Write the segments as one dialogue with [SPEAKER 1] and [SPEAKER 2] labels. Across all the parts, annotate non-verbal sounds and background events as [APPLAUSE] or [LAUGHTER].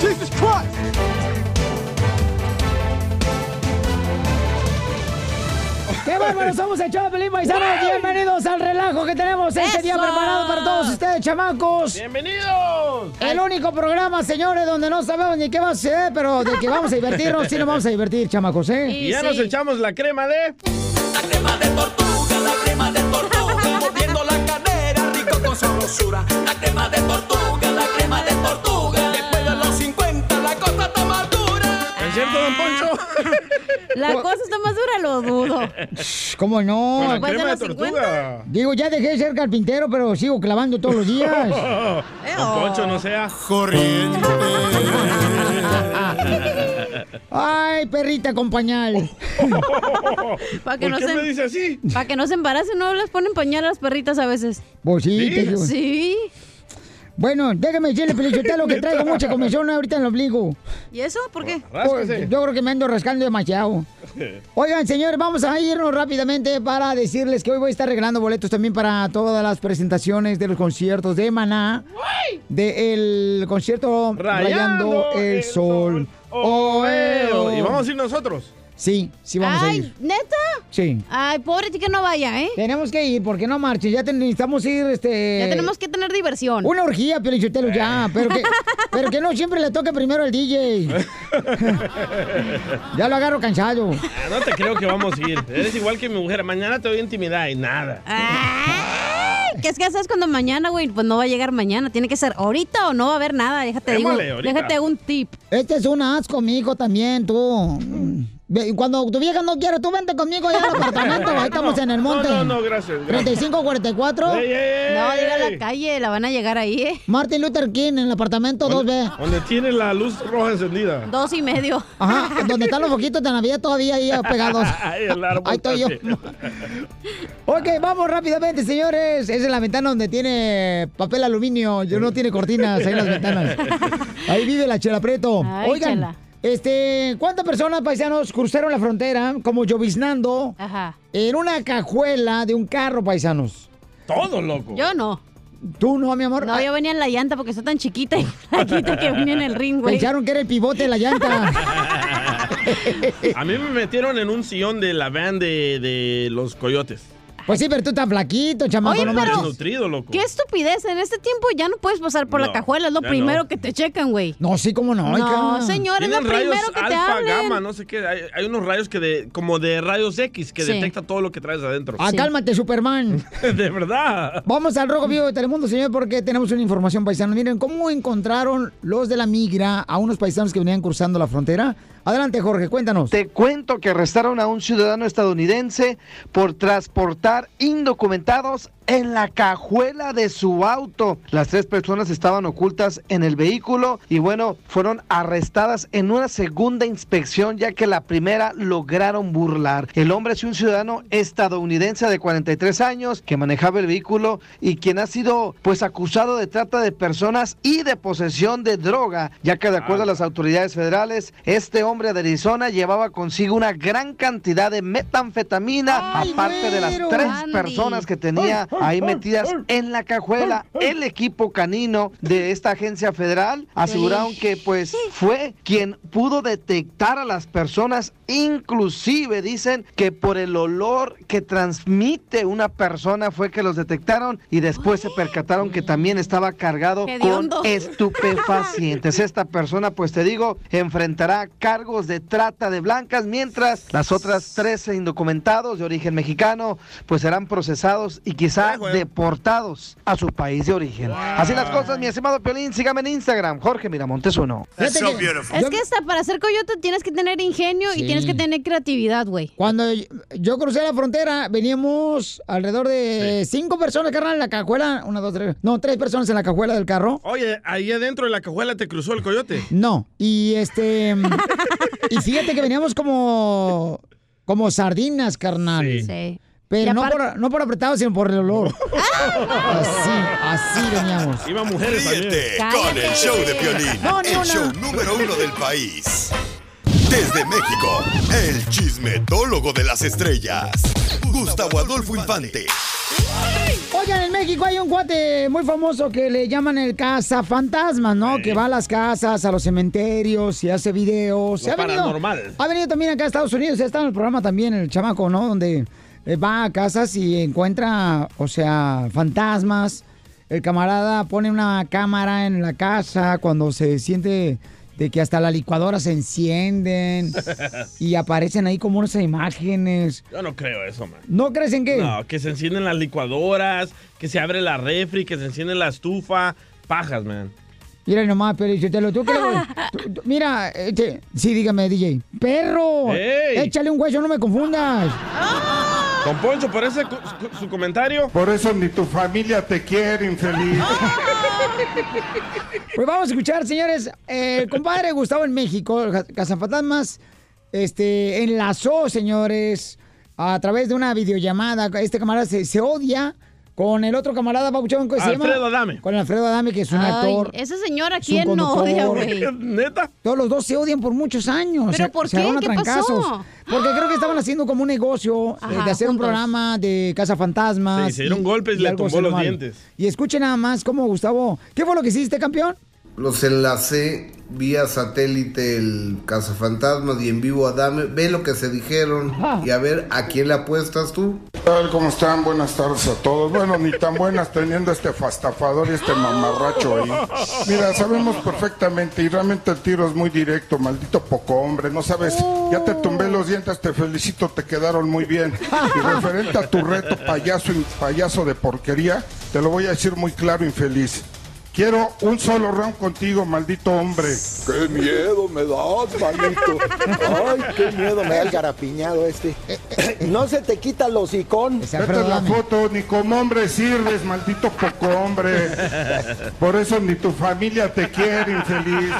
[SPEAKER 1] Jesus Christ!
[SPEAKER 2] ¡Qué bárbaros somos el show de Pelín Paisanos! Bienvenidos al relajo que tenemos este día
[SPEAKER 3] ¡Eso!
[SPEAKER 2] preparado para todos ustedes, chamacos.
[SPEAKER 3] ¡Bienvenidos!
[SPEAKER 2] El único programa, señores, donde no sabemos ni qué va a suceder, pero de que vamos a divertirnos, sí nos vamos a divertir, chamacos, ¿eh?
[SPEAKER 3] Y ya nos echamos la crema de...
[SPEAKER 4] Mordiendo la cadera, rico con sabrosura. La crema de tortuga, la crema de tortuga. Después de los 50, la cosa está más dura.
[SPEAKER 3] ¿Es cierto, don Poncho?
[SPEAKER 5] Ah. La cosa está más dura, lo dudo.
[SPEAKER 2] ¿Cómo no?
[SPEAKER 3] Con la crema de tortuga.
[SPEAKER 2] Digo, ya dejé de ser carpintero, pero sigo clavando todos los días.
[SPEAKER 3] [LAUGHS] Don Poncho, no sea...
[SPEAKER 2] ¡Ay, perrita con
[SPEAKER 5] [LAUGHS]
[SPEAKER 2] pañal!
[SPEAKER 5] Para que,
[SPEAKER 3] ¿Por
[SPEAKER 5] no
[SPEAKER 3] qué me
[SPEAKER 5] se, em-
[SPEAKER 3] dice así?
[SPEAKER 5] pa' que no se embaracen, no les ponen pañal a las perritas a veces.
[SPEAKER 2] Pues sí,
[SPEAKER 3] ¿Sí?
[SPEAKER 2] te digo.
[SPEAKER 5] Sí.
[SPEAKER 2] Bueno, déjame decirle, Pelichotelo, que traigo mucha comisión ahorita en el ombligo.
[SPEAKER 5] ¿Y eso? ¿Por qué?
[SPEAKER 3] Pues, Rásquese.
[SPEAKER 2] Yo creo que me ando rascando demasiado. Oigan, señores, vamos a irnos rápidamente para decirles que hoy voy a estar regalando boletos también para todas las presentaciones de los conciertos de Maná. Del concierto Rayando, el, Sol. Oe,
[SPEAKER 3] Pero,
[SPEAKER 2] o.
[SPEAKER 3] [LAUGHS] Y vamos a ir nosotros.
[SPEAKER 2] Sí, sí vamos a
[SPEAKER 5] Ay,
[SPEAKER 2] ir.
[SPEAKER 5] ¿neta?
[SPEAKER 2] Sí.
[SPEAKER 5] Ay, pobre chica, no vaya, ¿eh?
[SPEAKER 2] Tenemos que ir, porque no marches, ya ten- necesitamos ir, este...
[SPEAKER 5] Ya tenemos Eh. que tener diversión.
[SPEAKER 2] Una orgía, Piolichotelo, ya, pero que, pero que no siempre le toque primero al DJ.
[SPEAKER 5] [LAUGHS]
[SPEAKER 2] [LAUGHS] ya lo agarro cansado.
[SPEAKER 3] Ah, no te creo que vamos a ir. Eres igual que mi mujer. Mañana te voy a intimidar y nada.
[SPEAKER 5] Ay, que es que sabes cuando mañana, güey, pues no va a llegar mañana. Tiene que ser ahorita o no va a haber nada. Déjate, digo,
[SPEAKER 3] Démosle, ahorita.
[SPEAKER 5] déjate un tip.
[SPEAKER 2] Este es un asco, mijo, también, tú. Ve- Cuando tu vieja no quiere, tú vente conmigo ya
[SPEAKER 3] [LAUGHS]
[SPEAKER 2] al apartamento, ahí estamos en el monte.
[SPEAKER 3] No, no, no, gracias. gracias.
[SPEAKER 2] 3544,
[SPEAKER 3] Ey, ey, ey,
[SPEAKER 5] No, diga
[SPEAKER 3] ey.
[SPEAKER 5] la calle, la van a llegar ahí, ¿eh?
[SPEAKER 2] Martin Luther King en el apartamento 2B.
[SPEAKER 3] Donde tiene la luz roja encendida.
[SPEAKER 5] Dos y medio.
[SPEAKER 2] Ajá, donde están los foquitos de Navidad todavía ahí
[SPEAKER 3] [LAUGHS]
[SPEAKER 2] pegados.
[SPEAKER 3] Ay, el árbol
[SPEAKER 2] Ahí estoy yo. Ok, vamos rápidamente, señores. Esa es la ventana donde tiene papel aluminio. Yo no tiene cortinas ahí en las ventanas.
[SPEAKER 3] [LAUGHS]
[SPEAKER 2] Ahí vive la Chela Preto.
[SPEAKER 5] Ay,
[SPEAKER 2] Oigan,
[SPEAKER 5] Chela.
[SPEAKER 2] este, ¿cuántas personas paisanos cruzaron la frontera como lloviznando
[SPEAKER 5] Ajá.
[SPEAKER 2] en una cajuela de un carro, paisanos?
[SPEAKER 3] Todo loco.
[SPEAKER 5] Yo no.
[SPEAKER 2] Tú no, mi amor.
[SPEAKER 5] No, yo venía en la llanta porque soy tan chiquita y [LAUGHS] flaquita que venía en el ring, güey.
[SPEAKER 2] Pensaron que era el pivote de la
[SPEAKER 5] [LAUGHS]
[SPEAKER 2] llanta.
[SPEAKER 3] A mí me metieron en un sillón de la van de, de los coyotes.
[SPEAKER 2] pues sí, pero tú estás flaquito, chamaco.
[SPEAKER 5] Oye,
[SPEAKER 2] no
[SPEAKER 5] pero-
[SPEAKER 2] manches.
[SPEAKER 3] Desnutrido, loco.
[SPEAKER 5] Qué estupidez, en este tiempo ya no puedes pasar por la
[SPEAKER 3] No,
[SPEAKER 5] cajuela, es lo
[SPEAKER 3] ya
[SPEAKER 5] primero
[SPEAKER 3] no.
[SPEAKER 5] que te checan, güey.
[SPEAKER 2] No, sí, cómo no.
[SPEAKER 5] No,
[SPEAKER 2] hija.
[SPEAKER 5] señor, es lo
[SPEAKER 3] Tienen rayos
[SPEAKER 5] primero que te
[SPEAKER 3] alfa,
[SPEAKER 5] hablen.
[SPEAKER 3] gamma, no sé qué. Hay, hay unos rayos que de, como de rayos X que
[SPEAKER 5] Sí.
[SPEAKER 3] detecta todo lo que traes adentro.
[SPEAKER 2] Ah,
[SPEAKER 5] Sí.
[SPEAKER 2] cálmate, Superman.
[SPEAKER 3] [LAUGHS] de verdad.
[SPEAKER 2] Vamos al Rojo Vivo de Telemundo, señor, porque tenemos una información paisana. Miren, ¿cómo encontraron los de la migra a unos paisanos que venían cruzando la frontera? Adelante, Jorge, cuéntanos.
[SPEAKER 6] Te cuento que arrestaron a un ciudadano estadounidense por transportar indocumentados en la cajuela de su auto. Las tres personas estaban ocultas en el vehículo y bueno, fueron arrestadas en una segunda inspección ya que la primera lograron burlar. El hombre es un ciudadano estadounidense de 43 años que manejaba el vehículo y quien ha sido pues acusado de trata de personas y de posesión de droga, ya que de acuerdo a las autoridades federales, este hombre de Arizona llevaba consigo una gran cantidad de metanfetamina,
[SPEAKER 2] ¡Ay,
[SPEAKER 6] aparte de las
[SPEAKER 2] güero!
[SPEAKER 6] tres
[SPEAKER 5] Andy.
[SPEAKER 6] personas que tenía ahí metidas en la cajuela. El equipo canino de esta agencia federal aseguraron que pues fue quien pudo detectar a las personas, inclusive dicen que por el olor que transmite una persona fue que los detectaron y después se percataron que también estaba cargado con
[SPEAKER 5] Hediondo.
[SPEAKER 6] estupefacientes. Esta persona, pues te digo, enfrentará cargos de trata de blancas, mientras las otras 13 indocumentados de origen mexicano, pues serán procesados y quizá
[SPEAKER 3] Ah, güey.
[SPEAKER 6] deportados a su país de origen. Así las cosas, mi estimado Piolín, sígame en Instagram, Jorge Miramontes uno.
[SPEAKER 2] Fíjate que-
[SPEAKER 5] Es que hasta para ser coyote tienes que tener ingenio
[SPEAKER 2] Sí.
[SPEAKER 5] y tienes que tener creatividad, güey.
[SPEAKER 2] Cuando yo crucé la frontera, veníamos alrededor de cinco personas, carnal, en la cajuela. Una, dos, tres. No, tres personas en la cajuela del carro.
[SPEAKER 3] Oye, ahí adentro de la cajuela te cruzó el coyote.
[SPEAKER 2] No. Y este. Y fíjate que veníamos como, como sardinas, carnal.
[SPEAKER 5] Sí.
[SPEAKER 2] Pero
[SPEAKER 5] Y
[SPEAKER 2] no,
[SPEAKER 5] aparte-
[SPEAKER 2] por, no por apretado, sino por el olor. así, así veníamos.
[SPEAKER 3] Iba mujeres
[SPEAKER 7] Ríete
[SPEAKER 2] también.
[SPEAKER 7] con el
[SPEAKER 2] Cállate.
[SPEAKER 7] show de Piolín,
[SPEAKER 2] No, ni
[SPEAKER 7] el
[SPEAKER 2] una.
[SPEAKER 7] show número uno del país. Desde México, el chismetólogo de las estrellas, Gustavo Adolfo Infante.
[SPEAKER 2] Oigan, en México hay un cuate muy famoso que le llaman el cazafantasmas, ¿no? Que va a las casas, a los cementerios y hace videos.
[SPEAKER 3] Lo
[SPEAKER 2] Se ha venido-
[SPEAKER 3] paranormal.
[SPEAKER 2] ha venido también acá a Estados Unidos, ya está en el programa también el chamaco, ¿no? Donde eh, va a casas y encuentra, o sea, fantasmas. El camarada pone una cámara en la casa cuando se siente de que hasta la licuadora se
[SPEAKER 3] [LAUGHS]
[SPEAKER 2] encienden y aparecen ahí como unas imágenes.
[SPEAKER 3] [LAUGHS] Yo no creo eso, man.
[SPEAKER 2] ¿No crees en qué?
[SPEAKER 3] No, que se encienden las licuadoras, que se abre la refri, que se enciende la estufa. Pajas, man.
[SPEAKER 2] Mira nomás, pero yo te lo tú que le voy- tú- tú- Mira, este, sí, dígame, DJ. ¡Perro!
[SPEAKER 3] ¡Ey!
[SPEAKER 2] Échale un hueso, no me confundas.
[SPEAKER 3] Don Poncho, por ese cu- cu- su comentario.
[SPEAKER 8] Por eso ni tu familia te quiere, infeliz.
[SPEAKER 2] Pues vamos a escuchar, señores. eh, El compadre Gustavo en México, el ca- Cazafantasmas, este, enlazó, señores, a través de una videollamada. Este camarada se, se odia con el otro camarada, Pabuchón, que se llama?
[SPEAKER 3] Alfredo Adame.
[SPEAKER 2] Con Alfredo Adame, que es un
[SPEAKER 5] Ay,
[SPEAKER 2] actor.
[SPEAKER 5] ese señor a
[SPEAKER 2] es un
[SPEAKER 5] quién no odia,
[SPEAKER 2] conductor.
[SPEAKER 5] güey.
[SPEAKER 3] Neta.
[SPEAKER 2] Todos los dos se odian por muchos años.
[SPEAKER 5] ¿Pero
[SPEAKER 2] se-
[SPEAKER 5] por
[SPEAKER 2] se
[SPEAKER 5] qué?
[SPEAKER 2] agarraron a
[SPEAKER 5] ¿Qué
[SPEAKER 2] trancazos.
[SPEAKER 5] pasó?
[SPEAKER 2] Porque creo que estaban haciendo como un negocio eh,
[SPEAKER 5] Ajá,
[SPEAKER 2] de hacer un
[SPEAKER 5] juntos.
[SPEAKER 2] programa de Casa Fantasmas.
[SPEAKER 3] Sí, se dieron golpes y le
[SPEAKER 2] algo
[SPEAKER 3] tumbó los
[SPEAKER 2] sexual.
[SPEAKER 3] dientes.
[SPEAKER 2] Y escuchen nada más cómo Gustavo. ¿Qué fue lo que hiciste, campeón?
[SPEAKER 9] Los enlacé vía satélite el cazafantasmas y en vivo a Dame. Ve lo que se dijeron y a ver a quién le apuestas tú.
[SPEAKER 8] ¿Qué tal? ¿Cómo están? Buenas tardes a todos. Bueno, ni tan buenas teniendo este fastafador y este mamarracho ahí. Mira, sabemos perfectamente y realmente el tiro es muy directo, maldito poco hombre. No sabes, ya te tumbé los dientes, te felicito, te quedaron muy bien. Y referente a tu reto, payaso, y- payaso de porquería, te lo voy a decir muy claro, infeliz. Quiero un solo round contigo, maldito hombre.
[SPEAKER 1] ¡Qué miedo me das, manito! ¡Ay, qué miedo me da el garapiñado este! No se te quita el hocicón.
[SPEAKER 8] Esta es la foto, ni como hombre sirves, maldito poco hombre. Por eso ni tu familia te quiere, infeliz.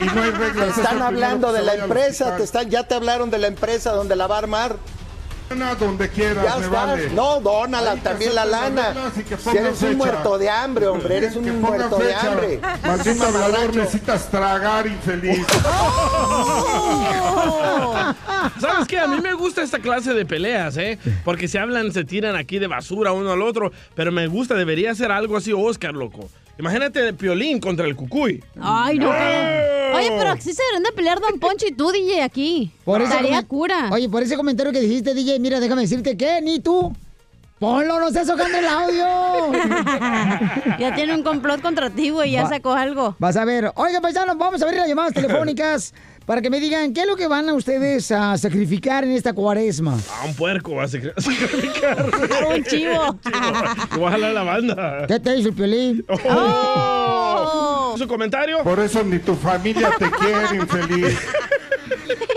[SPEAKER 8] Y no hay
[SPEAKER 1] Te
[SPEAKER 8] reglas. es el
[SPEAKER 1] están
[SPEAKER 8] primero
[SPEAKER 1] hablando
[SPEAKER 8] que
[SPEAKER 1] de
[SPEAKER 8] se
[SPEAKER 1] la
[SPEAKER 8] vaya al
[SPEAKER 1] empresa,
[SPEAKER 8] hospital.
[SPEAKER 1] te están, ya te hablaron de la empresa donde la va a armar.
[SPEAKER 8] Dona donde quieras,
[SPEAKER 1] Ya
[SPEAKER 8] me
[SPEAKER 1] estás.
[SPEAKER 8] vale.
[SPEAKER 1] No, dónala
[SPEAKER 8] Ahí que
[SPEAKER 1] también la
[SPEAKER 8] acepten las
[SPEAKER 1] lana.
[SPEAKER 8] reglas y que
[SPEAKER 1] Si
[SPEAKER 8] pongan
[SPEAKER 1] eres
[SPEAKER 8] fecha.
[SPEAKER 1] un muerto de hambre, hombre, eres
[SPEAKER 8] Que
[SPEAKER 1] un
[SPEAKER 8] pongan
[SPEAKER 1] muerto de
[SPEAKER 8] fecha.
[SPEAKER 1] hambre.
[SPEAKER 8] Maldito hablador,
[SPEAKER 1] mamarracho.
[SPEAKER 8] necesitas tragar, infeliz.
[SPEAKER 3] ¿Sabes qué? A mí me gusta esta clase de peleas, ¿eh? Porque se hablan, se tiran aquí de basura uno al otro. Pero me gusta, debería ser algo así Oscar, loco. Imagínate Piolín contra el Cucuy. Ah,
[SPEAKER 5] Ay, no. Oye, pero Ah, sí se deberían de pelear Don Poncho y tú, DJ, aquí. Estaría
[SPEAKER 2] comen-
[SPEAKER 5] cura.
[SPEAKER 2] Oye, por ese comentario que dijiste, DJ, mira, déjame decirte que ni tú. Ponlo, no estés sacando el audio.
[SPEAKER 5] [LAUGHS] Ya tiene un complot contra ti, güey. Ya
[SPEAKER 2] Va-
[SPEAKER 5] sacó algo. [LAUGHS]
[SPEAKER 2] Vas a ver. Oiga, paisanos, vamos a abrir las llamadas
[SPEAKER 3] [LAUGHS]
[SPEAKER 2] telefónicas para que me digan qué es lo que van a ustedes a sacrificar en esta cuaresma.
[SPEAKER 3] A un puerco va a [LAUGHS] sacri- sacrificar.
[SPEAKER 5] A Ah, un chivo.
[SPEAKER 3] Igual a la banda.
[SPEAKER 2] ¿Qué te hizo el piolín?
[SPEAKER 5] Oh.
[SPEAKER 3] ¿Su comentario?
[SPEAKER 8] Por eso ni tu familia te quiere, infeliz.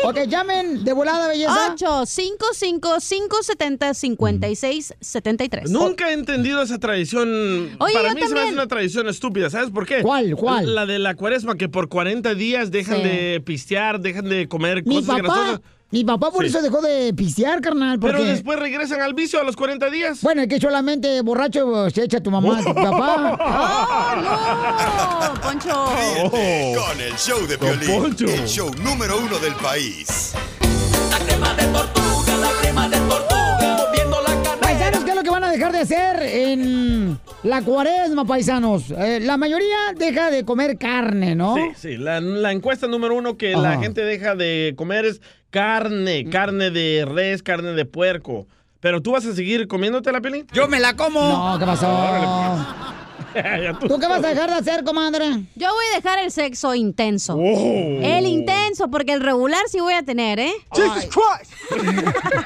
[SPEAKER 2] Ok, llamen de volada, belleza.
[SPEAKER 5] 8 5 5 5 70 56 73.
[SPEAKER 3] Nunca he entendido esa tradición.
[SPEAKER 5] Oye,
[SPEAKER 3] Para
[SPEAKER 5] yo
[SPEAKER 3] mí se me hace
[SPEAKER 5] también.
[SPEAKER 3] una tradición estúpida, ¿sabes por qué?
[SPEAKER 2] ¿Cuál, cuál?
[SPEAKER 3] La de la cuaresma, que por 40 días dejan
[SPEAKER 5] Sí.
[SPEAKER 3] de pistear, dejan de comer
[SPEAKER 2] Ah, Mi
[SPEAKER 3] cosas
[SPEAKER 2] papá,
[SPEAKER 3] grasosas.
[SPEAKER 2] mi papá por
[SPEAKER 3] Sí.
[SPEAKER 2] eso dejó de pistear, carnal. Porque,
[SPEAKER 3] Pero después regresan al vicio a los 40 días.
[SPEAKER 2] Bueno, es que solamente borracho se echa tu mamá,
[SPEAKER 3] [LAUGHS]
[SPEAKER 2] tu papá.
[SPEAKER 5] ¡Oh, no! Poncho.
[SPEAKER 7] Ríete con el show de
[SPEAKER 3] Oh. Don
[SPEAKER 7] Piolín,
[SPEAKER 3] Poncho.
[SPEAKER 7] el show número uno del país.
[SPEAKER 4] La crema de tortuga, la crema de tortuga, moviendo la
[SPEAKER 2] Paisanos,
[SPEAKER 4] cadera.
[SPEAKER 2] ¿qué es lo que van a dejar de hacer en la cuaresma, paisanos? Eh, la mayoría deja de comer carne, ¿no?
[SPEAKER 3] Sí, sí. La, la encuesta número uno que
[SPEAKER 2] Ajá. Mm.
[SPEAKER 3] la gente deja de comer es carne, carne de res, carne de puerco. Pero tú vas a seguir comiéndote la peli.
[SPEAKER 10] Yo me la como.
[SPEAKER 2] No, ¿qué pasó? [LAUGHS]
[SPEAKER 3] pues. [LAUGHS] Ya tú-
[SPEAKER 2] ¿Tú qué vas a dejar de hacer, comadre?
[SPEAKER 5] Yo voy a dejar el sexo intenso.
[SPEAKER 3] Oh.
[SPEAKER 5] El intenso, porque el regular sí voy a tener, ¿eh?
[SPEAKER 1] Jesus Christ.
[SPEAKER 5] [LAUGHS]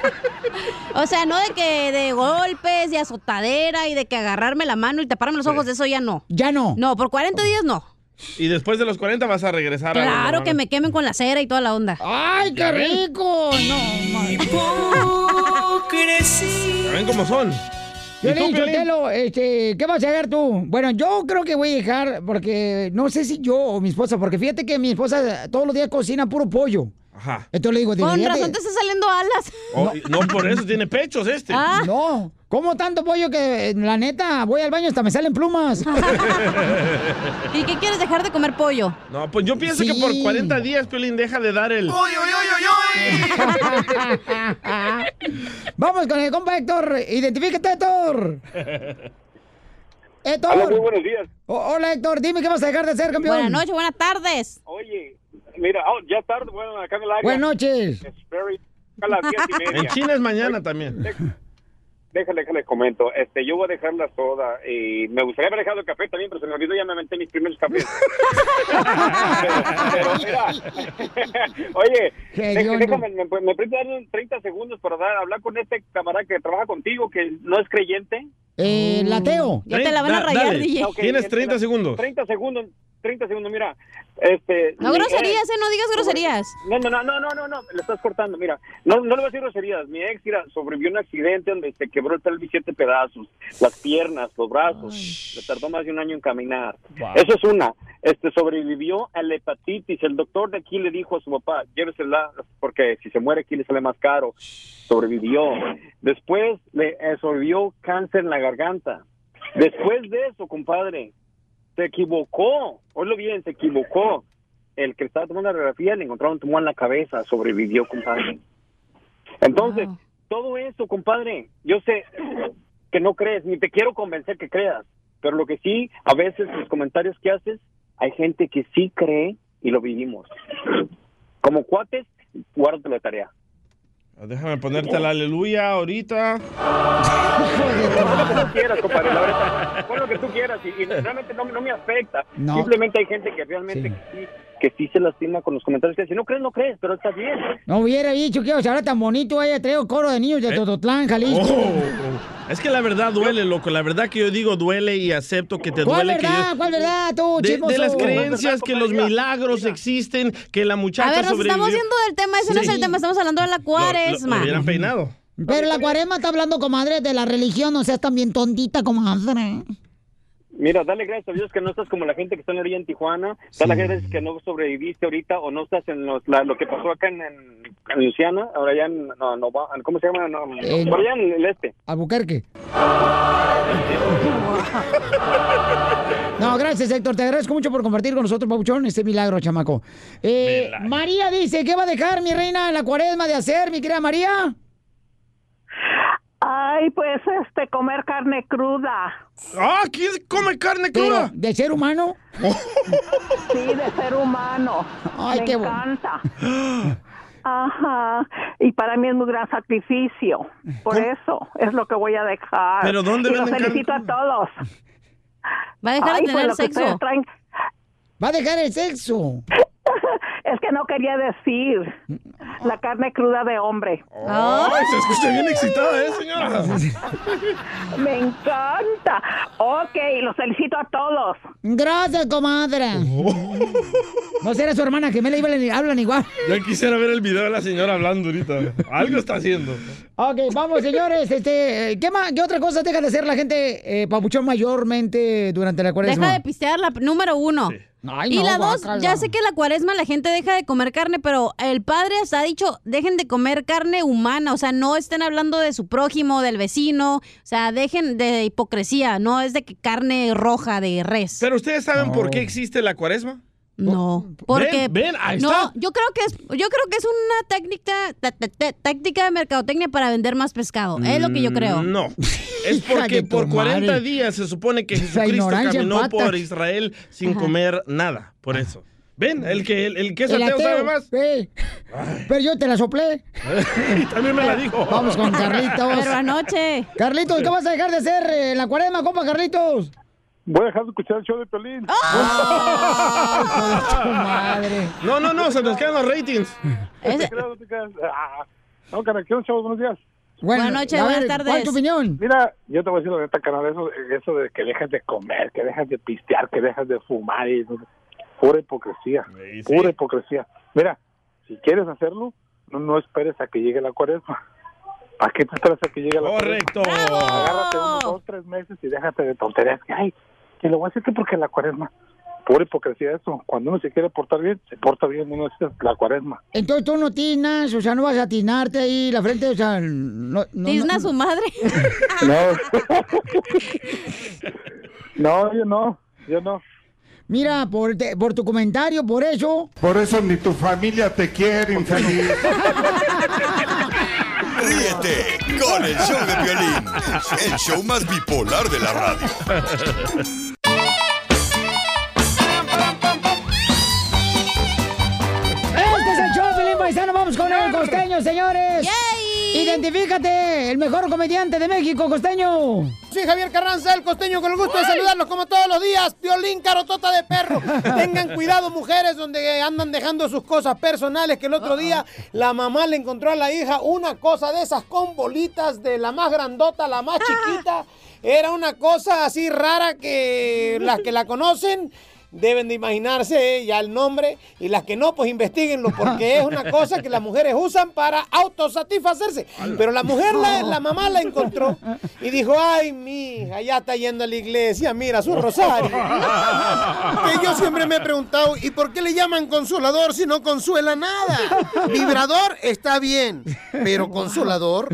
[SPEAKER 5] O sea, no de que de golpes, de azotadera y de que agarrarme la mano y taparme los ojos, eso ya no.
[SPEAKER 2] Ya no.
[SPEAKER 5] No, por 40 días no.
[SPEAKER 3] Y después de los 40 vas a regresar a. lo
[SPEAKER 5] Claro
[SPEAKER 3] normal.
[SPEAKER 5] que me quemen con la cera y toda la onda.
[SPEAKER 2] ¡Ay, qué rico!
[SPEAKER 5] [LAUGHS]
[SPEAKER 2] No, madre.
[SPEAKER 3] Ya ¿Ven cómo son? ¿Y
[SPEAKER 2] Yo
[SPEAKER 3] tú,
[SPEAKER 2] le
[SPEAKER 3] Piolín?
[SPEAKER 2] este, ¿qué vas a hacer tú? Bueno, yo creo que voy a dejar, porque no sé si yo o mi esposa, porque fíjate que mi esposa todos los días cocina puro pollo.
[SPEAKER 3] Ajá.
[SPEAKER 2] Entonces le digo,
[SPEAKER 5] Con
[SPEAKER 2] "Deberías de-
[SPEAKER 5] razón te está saliendo alas. Ah.
[SPEAKER 3] Oh, y- no. por eso tiene pechos este.
[SPEAKER 2] No, como tanto pollo que eh, la neta voy al baño hasta me salen plumas.
[SPEAKER 5] [LAUGHS] ¿Y qué quieres dejar de comer pollo?
[SPEAKER 3] [LAUGHS] No, pues yo pienso que por
[SPEAKER 5] Sí.
[SPEAKER 3] 40 días, Piolín, deja de dar el...
[SPEAKER 2] [LAUGHS] Vamos con el compa Héctor, identifícate Héctor. Héctor.
[SPEAKER 10] Hola, muy buenos días.
[SPEAKER 2] O- hola Héctor, dime qué vas a dejar de hacer, campeón.
[SPEAKER 10] Buenas noches,
[SPEAKER 5] buenas tardes.
[SPEAKER 10] Oye, mira, oh, ya tarde, bueno, acá en el área.
[SPEAKER 2] Buenas noches.
[SPEAKER 10] Es very- a las diez y media.
[SPEAKER 3] [LAUGHS] En China es mañana también.
[SPEAKER 10] Déjale, déjale, comento. Este, yo voy a dejar la soda y me gustaría haber dejado el café también, pero se me olvidó, ya me aventé mis primeros
[SPEAKER 3] [LAUGHS]
[SPEAKER 10] cafés. pero, pero mira, [LAUGHS] oye,
[SPEAKER 4] Qué
[SPEAKER 10] dé-
[SPEAKER 4] hediondo.
[SPEAKER 10] déjame, me, me permite dar un 30 segundos para dar, hablar con este camarada que trabaja contigo, que no es creyente.
[SPEAKER 2] Eh, lateo.
[SPEAKER 10] Ya te la van a
[SPEAKER 3] Oh, Da-
[SPEAKER 10] rayar,
[SPEAKER 3] dale.
[SPEAKER 10] DJ.
[SPEAKER 3] Ok, Tienes
[SPEAKER 10] entra-
[SPEAKER 3] 30 segundos.
[SPEAKER 10] 30 segundos, 30 segundos, mira. Este,
[SPEAKER 5] No
[SPEAKER 10] mi-
[SPEAKER 5] groserías,
[SPEAKER 10] eh,
[SPEAKER 5] eh, no digas groserías.
[SPEAKER 10] No, no, no, no, no, no, no, le estás cortando, mira. No, no le voy a decir groserías. Mi ex, mira, sobrevivió a un accidente donde se quebró el pelvis siete pedazos, las piernas, los brazos. Le tardó más de un año en caminar.
[SPEAKER 4] Wow.
[SPEAKER 10] Eso es una. Este, sobrevivió a la hepatitis. El doctor de aquí le dijo a su papá, llévesela, porque si se muere aquí le sale más caro. Sobrevivió. Después le eh, sobrevivió cáncer en la garganta. Después de eso, compadre, se equivocó. Oílo bien, se equivocó. El que estaba tomando la radiografía le encontraron un tumor en la cabeza. Sobrevivió, compadre. Entonces, todo eso, compadre, yo sé que no crees, ni te quiero convencer que creas, pero lo que sí, a veces los comentarios que haces, hay gente que sí cree y lo vivimos. Como cuates, guárdatelo de tarea.
[SPEAKER 3] Déjame ponerte la aleluya ahorita.
[SPEAKER 10] Pon lo que tú quieras, compadre, la verdad. Pon lo que tú quieras y, y realmente no, me- no me afecta.
[SPEAKER 4] No.
[SPEAKER 10] Simplemente hay gente que realmente que sí- que sí se lastima con los comentarios que hace. Si no crees, no crees, pero está bien.
[SPEAKER 2] No hubiera dicho que ahora tan bonito haya traído coro de niños de Tototlán, Jalisco.
[SPEAKER 3] Eh. Oh, es que la verdad duele, loco. La verdad que yo digo duele y acepto que te
[SPEAKER 2] ¿Cuál
[SPEAKER 3] duele. que
[SPEAKER 2] verdad?
[SPEAKER 3] yo-
[SPEAKER 2] ¿Cuál verdad tú,
[SPEAKER 3] de, de
[SPEAKER 2] chismoso?
[SPEAKER 3] las creencias que los milagros existen, que la muchacha
[SPEAKER 5] A ver, nos
[SPEAKER 3] sobrevivió.
[SPEAKER 5] estamos yendo del tema, ese no es
[SPEAKER 3] Sí.
[SPEAKER 5] el tema, estamos hablando de la
[SPEAKER 3] Lo- lo-
[SPEAKER 5] cuaresma.
[SPEAKER 3] Lo hubieran peinado.
[SPEAKER 2] Pero la cuarema está hablando, comadre, de la religión, o sea, están bien tontita, comadre.
[SPEAKER 10] Mira, dale gracias a Dios que no estás como la gente que está en la orilla en Tijuana. Dale gracias que no sobreviviste ahorita o no estás en los- la- lo que pasó acá en, en- en Luciana, ahora ya en, no, no va- ¿cómo se llama? No,
[SPEAKER 2] Eh,
[SPEAKER 10] por allá en el este.
[SPEAKER 2] Albuquerque. No, gracias, Héctor. Te agradezco mucho por compartir con nosotros, Pabuchón, este milagro, chamaco. Eh, María dice, ¿qué va a dejar mi reina en la cuaresma de hacer, mi querida María?
[SPEAKER 11] Ay, pues este, comer carne cruda.
[SPEAKER 3] ¡Ah! ¿Quién come carne
[SPEAKER 2] cruda? ¿De ser humano?
[SPEAKER 11] [LAUGHS] Sí, de ser humano.
[SPEAKER 2] Ay,
[SPEAKER 11] Me
[SPEAKER 2] qué bueno.
[SPEAKER 11] encanta. Ajá. Y para mí es un gran sacrificio. Por eso es lo que voy a dejar.
[SPEAKER 4] ¿Pero dónde
[SPEAKER 11] y los
[SPEAKER 4] venden carne
[SPEAKER 11] felicito a todos.
[SPEAKER 5] Va a dejar de
[SPEAKER 11] Ay, pues,
[SPEAKER 5] tener
[SPEAKER 11] lo que
[SPEAKER 5] sexo.
[SPEAKER 11] ustedes traen-
[SPEAKER 2] Va a dejar el sexo.
[SPEAKER 11] [LAUGHS] es que no quería decir la carne cruda de hombre.
[SPEAKER 4] Ay, se escucha bien excitada,
[SPEAKER 3] ¿eh, señora?
[SPEAKER 11] [LAUGHS] Me encanta. Ok, los felicito a todos.
[SPEAKER 2] Gracias, comadre. No será su hermana que me le hablan igual.
[SPEAKER 3] Yo quisiera ver el video de la señora hablando ahorita. Algo está haciendo.
[SPEAKER 2] Ok, vamos, señores. [LAUGHS] Este, eh, ¿qué, más, ¿Qué otra cosa deja de hacer la gente, eh, Pabuchón, mayormente durante la cuaresma?
[SPEAKER 5] Deja de pistear, la p- número uno.
[SPEAKER 2] Ay,
[SPEAKER 5] y
[SPEAKER 2] no,
[SPEAKER 5] la dos,
[SPEAKER 2] guácala.
[SPEAKER 5] ya sé que la cuaresma la gente deja de comer carne, pero el padre hasta ha dicho, dejen de comer carne humana, o sea, no estén hablando de su prójimo, del vecino, o sea, dejen de hipocresía, no es de que carne roja de res.
[SPEAKER 3] Pero ustedes saben por qué existe la cuaresma.
[SPEAKER 5] No, porque
[SPEAKER 3] Ven, ven, ahí
[SPEAKER 5] no,
[SPEAKER 3] está.
[SPEAKER 5] yo creo que es, yo creo que es una técnica, ta- ta- ta- táctica de mercadotecnia para vender más pescado, es lo que yo
[SPEAKER 2] Mm,
[SPEAKER 5] creo.
[SPEAKER 2] [LAUGHS]
[SPEAKER 3] Mm, No. Es
[SPEAKER 5] Hija de
[SPEAKER 3] porque
[SPEAKER 5] tu
[SPEAKER 3] por 40
[SPEAKER 5] madre.
[SPEAKER 3] días se supone que Jesucristo
[SPEAKER 2] ignorancia en
[SPEAKER 3] caminó
[SPEAKER 2] patas.
[SPEAKER 3] por Israel sin
[SPEAKER 2] Ajá.
[SPEAKER 3] comer nada. Por eso. Ven, el que, el, el que es
[SPEAKER 2] El
[SPEAKER 3] ateo sabe
[SPEAKER 2] ateo,
[SPEAKER 3] más.
[SPEAKER 2] sí. Pero yo te la soplé.
[SPEAKER 3] Y [LAUGHS] También me la dijo.
[SPEAKER 2] Vamos con Carlitos.
[SPEAKER 5] Pero anoche.
[SPEAKER 2] Carlitos, ¿qué vas a dejar de hacer eh, en la cuaresma, compa Carlitos?
[SPEAKER 12] Voy a dejar de escuchar el show de Pelín.
[SPEAKER 2] ¡Oh!
[SPEAKER 3] [LAUGHS]
[SPEAKER 2] madre.
[SPEAKER 3] No, no, no, se nos quedan los ratings.
[SPEAKER 12] No te creas, no te creas. Ah, No, carnal, ¿qué onda, chavos? Buenos días.
[SPEAKER 2] Bueno, Buenas noches, a ver, buenas tardes. ¿cuál es tu opinión?
[SPEAKER 12] Mira, yo te voy a decir la neta, carnal, eso, eso de que dejas de comer, que dejas de pistear, que dejas de fumar, y, pura hipocresía, pura hipocresía. Mira, si quieres hacerlo, no, no esperes a que llegue la cuaresma. ¿Para qué te esperas a que llegue
[SPEAKER 3] [LAUGHS]
[SPEAKER 12] la
[SPEAKER 3] Correcto.
[SPEAKER 12] cuaresma? Agárrate unos dos, tres meses y déjate de tonterías. Que, ay, que lo voy a hacer que porque la cuaresma. Pura hipocresía eso. Cuando uno se quiere portar bien, se porta bien. Uno es la cuaresma.
[SPEAKER 2] Entonces tú no tinas, o sea, no vas a atinarte ahí la frente, o sea, no. no
[SPEAKER 5] Tizna
[SPEAKER 2] [LAUGHS]
[SPEAKER 5] su madre.
[SPEAKER 12] No. no, yo no. Yo no.
[SPEAKER 2] Mira, por, te- por tu comentario, por eso.
[SPEAKER 8] Por eso ni tu familia te quiere, infeliz.
[SPEAKER 7] Ríete con el show de violín, el show más bipolar de
[SPEAKER 5] [LAUGHS]
[SPEAKER 7] la radio.
[SPEAKER 2] Este es el show, Pelín Paisano. Vamos con el costeño, señores. Identifícate, el mejor comediante de México, costeño.
[SPEAKER 13] Soy Javier Carranza, el costeño, con el gusto de saludarlos como todos los días. Violín, carotota de perro. Tengan cuidado, mujeres, donde andan dejando sus cosas personales. Que el otro día la mamá le encontró a la hija una cosa de esas con bolitas de la más grandota, la más chiquita. Era una cosa así rara que las que la conocen deben de imaginarse eh, ya el nombre y las que no, pues investiguenlo porque es una cosa que las mujeres usan para autosatisfacerse. Pero la mujer, la, la mamá la encontró y dijo, ay, mi hija, ya está yendo a la iglesia, mira su rosario. que yo siempre me he preguntado, ¿y por qué le llaman consolador si no consuela nada? Vibrador está bien, pero consolador,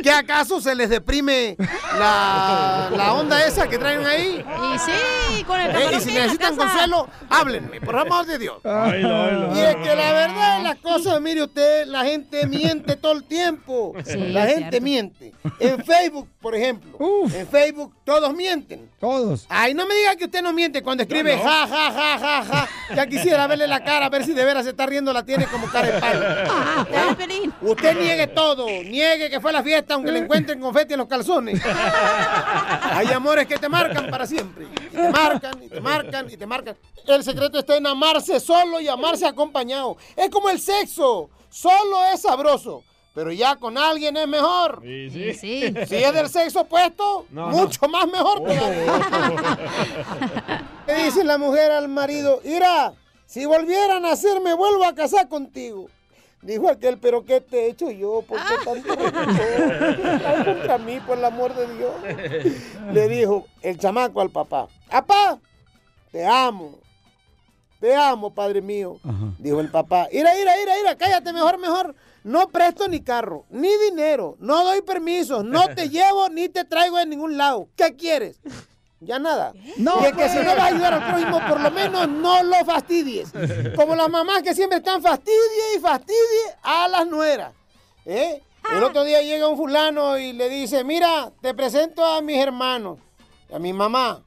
[SPEAKER 13] ¿qué acaso se les deprime la, la onda esa que traen ahí?
[SPEAKER 5] Y sí, con el
[SPEAKER 13] Eh,
[SPEAKER 5] camarote
[SPEAKER 13] y si
[SPEAKER 5] en la
[SPEAKER 13] necesitan
[SPEAKER 5] casa.
[SPEAKER 13] consuelo, háblenme, por amor de Dios.
[SPEAKER 4] Oilo, oilo,
[SPEAKER 13] Y es
[SPEAKER 4] oilo.
[SPEAKER 13] que la verdad de las cosas, mire usted, la gente miente todo el tiempo.
[SPEAKER 4] [LAUGHS] Sí,
[SPEAKER 13] la
[SPEAKER 4] es
[SPEAKER 13] gente
[SPEAKER 4] cierto.
[SPEAKER 13] miente. En Facebook, por ejemplo. En Facebook todos mienten.
[SPEAKER 2] Todos.
[SPEAKER 13] Ay, no me diga que usted no miente cuando escribe
[SPEAKER 4] no.
[SPEAKER 13] ja, ja, ja, ja, ja. Ya quisiera verle la cara, a ver si de veras se está riendo, la tiene como cara de palo. Usted niegue todo, niegue que fue a la fiesta aunque le encuentren confeti en los calzones. [LAUGHS] Hay amores que te
[SPEAKER 8] [LAUGHS]
[SPEAKER 13] marcan para siempre. Y te marcan, y te marcan, y te marcan. El secreto está en amarse solo y amarse acompañado. Es como el sexo, solo es sabroso. Pero ya con alguien es mejor.
[SPEAKER 4] sí. Sí, sí.
[SPEAKER 13] [LAUGHS] Si es del sexo opuesto,
[SPEAKER 4] No, Oh.
[SPEAKER 13] mucho más mejor.
[SPEAKER 4] [LAUGHS]
[SPEAKER 13] Le dice la mujer al marido, mira, si volvieran a hacer, me vuelvo a casar contigo. Dijo aquel, pero ¿qué te he hecho yo? ¿Por
[SPEAKER 4] Ah.
[SPEAKER 13] qué tanto rencor? Ay, contra mí, por el amor de Dios? Le dijo el chamaco al papá, papá, te amo, te amo, padre mío. Dijo el papá, ira, ira, ira, ira, cállate mejor, mejor. No presto ni carro, ni dinero, no doy permisos, no te llevo ni te traigo de ningún lado. ¿Qué quieres? Ya nada.
[SPEAKER 4] No,
[SPEAKER 13] y es que si
[SPEAKER 4] pues.
[SPEAKER 13] no vas a ayudar al prójimo, por lo menos no lo
[SPEAKER 4] [LAUGHS]
[SPEAKER 13] fastidies. Como las mamás que siempre están fastidie y fastidie a las nueras. ¿eh?
[SPEAKER 4] Ah.
[SPEAKER 13] El otro día llega un fulano y le dice, mira, te presento a mis hermanos, a mi mamá.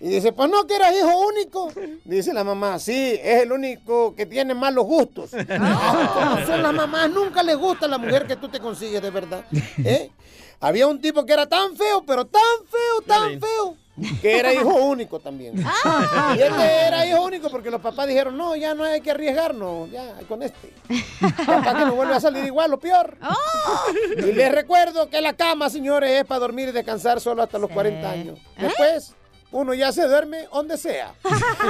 [SPEAKER 13] Y dice, pues no que eras hijo único. Dice la mamá, sí, es el único que tiene malos gustos. Ay, [LAUGHS] ¿cómo son las mamás, nunca les gusta la mujer que tú te consigues de verdad. ¿eh? Había un tipo que era tan feo, pero tan feo, tan feo, que era hijo único también.
[SPEAKER 2] Ah,
[SPEAKER 13] [LAUGHS] Y este era hijo único porque los papás dijeron, no, ya no hay que arriesgarnos, ya con
[SPEAKER 2] [LAUGHS]
[SPEAKER 13] este. Capaz que nos vuelve a salir igual o peor.
[SPEAKER 2] Oh.
[SPEAKER 13] Y les recuerdo que la cama, señores, es para dormir y descansar solo hasta los 40 años.
[SPEAKER 2] ¿Eh?
[SPEAKER 13] Después, uno ya se duerme donde sea.